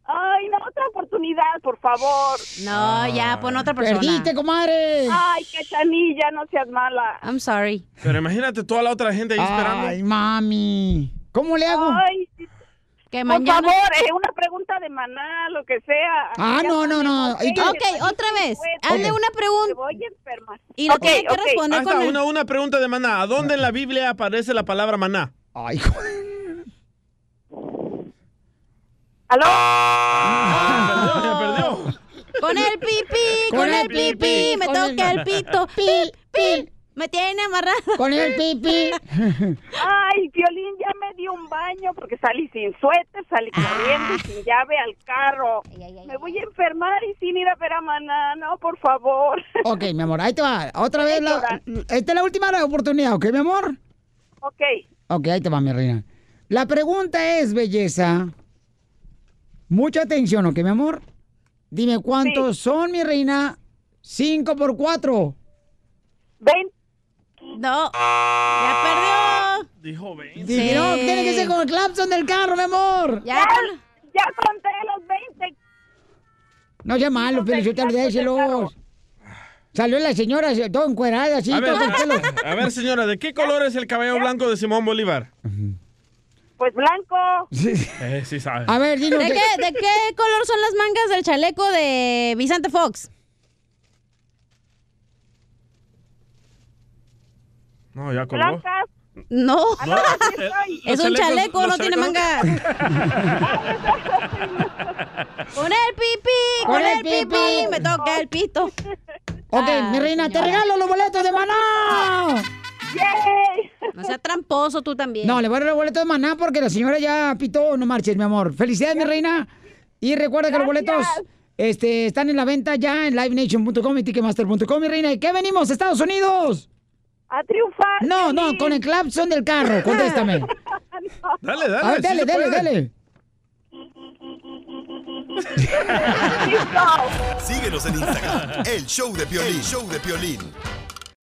[SPEAKER 15] Ay, no, otra oportunidad, por favor.
[SPEAKER 5] No, ya, pon otra persona.
[SPEAKER 2] Ah. Perdiste, comadre.
[SPEAKER 15] Ay, cachanilla, no seas mala.
[SPEAKER 5] I'm sorry.
[SPEAKER 3] Pero imagínate toda la otra gente ahí esperando.
[SPEAKER 2] Ay, mami. ¿Cómo le hago?
[SPEAKER 15] Ay,
[SPEAKER 5] que
[SPEAKER 15] por
[SPEAKER 5] mañana-
[SPEAKER 15] favor, eh, una pregunta de maná, lo que sea.
[SPEAKER 2] Ah, no, no, no. ¿Y qué?
[SPEAKER 5] Ok, otra vez. Hazle una
[SPEAKER 15] pregunta. voy enferma.
[SPEAKER 5] Y la
[SPEAKER 15] Ok,
[SPEAKER 5] tiene que
[SPEAKER 15] ok.
[SPEAKER 5] responder
[SPEAKER 3] Ahí está,
[SPEAKER 5] con el-
[SPEAKER 3] una, una pregunta de maná. ¿A dónde en la Biblia aparece la palabra maná?
[SPEAKER 2] Ay,
[SPEAKER 15] ¿Aló?
[SPEAKER 3] Ah,
[SPEAKER 5] Con el pipí,
[SPEAKER 9] Con
[SPEAKER 5] con
[SPEAKER 9] el
[SPEAKER 5] el pipí,
[SPEAKER 9] pipí,
[SPEAKER 5] me
[SPEAKER 9] con
[SPEAKER 5] toca
[SPEAKER 9] el-
[SPEAKER 5] el pito. Pip, pip, me tiene amarrada.
[SPEAKER 2] Con el
[SPEAKER 5] [LAUGHS]
[SPEAKER 2] pipí.
[SPEAKER 15] Ay, Violín ya me dio un baño porque salí sin suéter, salí corriendo y sin llave al carro. Me voy a enfermar y sin ir a ver a Maná, no, por favor.
[SPEAKER 2] Ok, mi amor, ahí te va. Otra vez la. Esta es la última oportunidad, ¿ok, mi amor?
[SPEAKER 15] Ok,
[SPEAKER 2] Ok, ahí te va, mi reina. La pregunta es, belleza. Mucha atención, ¿ok, mi amor? Dime, ¿cuántos son, mi reina? Cinco por cuatro.
[SPEAKER 15] Ven.
[SPEAKER 5] No. Ya
[SPEAKER 3] perdió. Dijo 20.
[SPEAKER 2] No, tiene que ser con el clapson del carro, mi amor.
[SPEAKER 5] Ya,
[SPEAKER 15] ya conté los 20.
[SPEAKER 2] No sea malo, pero yo te lo déjelos. Salió la señora, se- todo encuerada, así,
[SPEAKER 3] A ver,
[SPEAKER 2] todo pelo.
[SPEAKER 3] a ver, señora, ¿de qué color es el cabello blanco de Simón Bolívar?
[SPEAKER 15] pues blanco.
[SPEAKER 3] Eh, sí sabe.
[SPEAKER 2] ver,
[SPEAKER 5] ¿De qué, ¿De qué color son las mangas del chaleco de Vicente Fox?
[SPEAKER 3] No, ya Ah, colgó.
[SPEAKER 5] No.
[SPEAKER 3] No, el-
[SPEAKER 5] es
[SPEAKER 3] los
[SPEAKER 5] un
[SPEAKER 3] chalecos-
[SPEAKER 5] chaleco, no
[SPEAKER 3] los
[SPEAKER 5] tiene
[SPEAKER 3] chalecos- [LAUGHS]
[SPEAKER 5] manga. con el pipí, con, el pipí, me toca el pito.
[SPEAKER 15] [LAUGHS]
[SPEAKER 2] Ok, mi reina, te regalo los boletos de maná.
[SPEAKER 5] No sea é tramposo tú también.
[SPEAKER 2] No, le voy a dar los boletos de maná porque la señora ya pitó, no marches, mi amor. Felicidades, mi reina. Y recuerda que los boletos este, están en la venta ya en livenation.com y ticketmaster.com, mi reina. ¿Y qué venimos, Estados Unidos?
[SPEAKER 15] A triunfar.
[SPEAKER 2] No, no, con el clapson del carro, contéstame.
[SPEAKER 3] [LAUGHS] [LAUGHS] Dale, dale.
[SPEAKER 2] A ver, Ah,
[SPEAKER 3] sí
[SPEAKER 2] dale,
[SPEAKER 3] se
[SPEAKER 2] dale,
[SPEAKER 3] puede.
[SPEAKER 2] dale.
[SPEAKER 7] Síguenos en Instagram, el show de Piolín, El show de Piolín.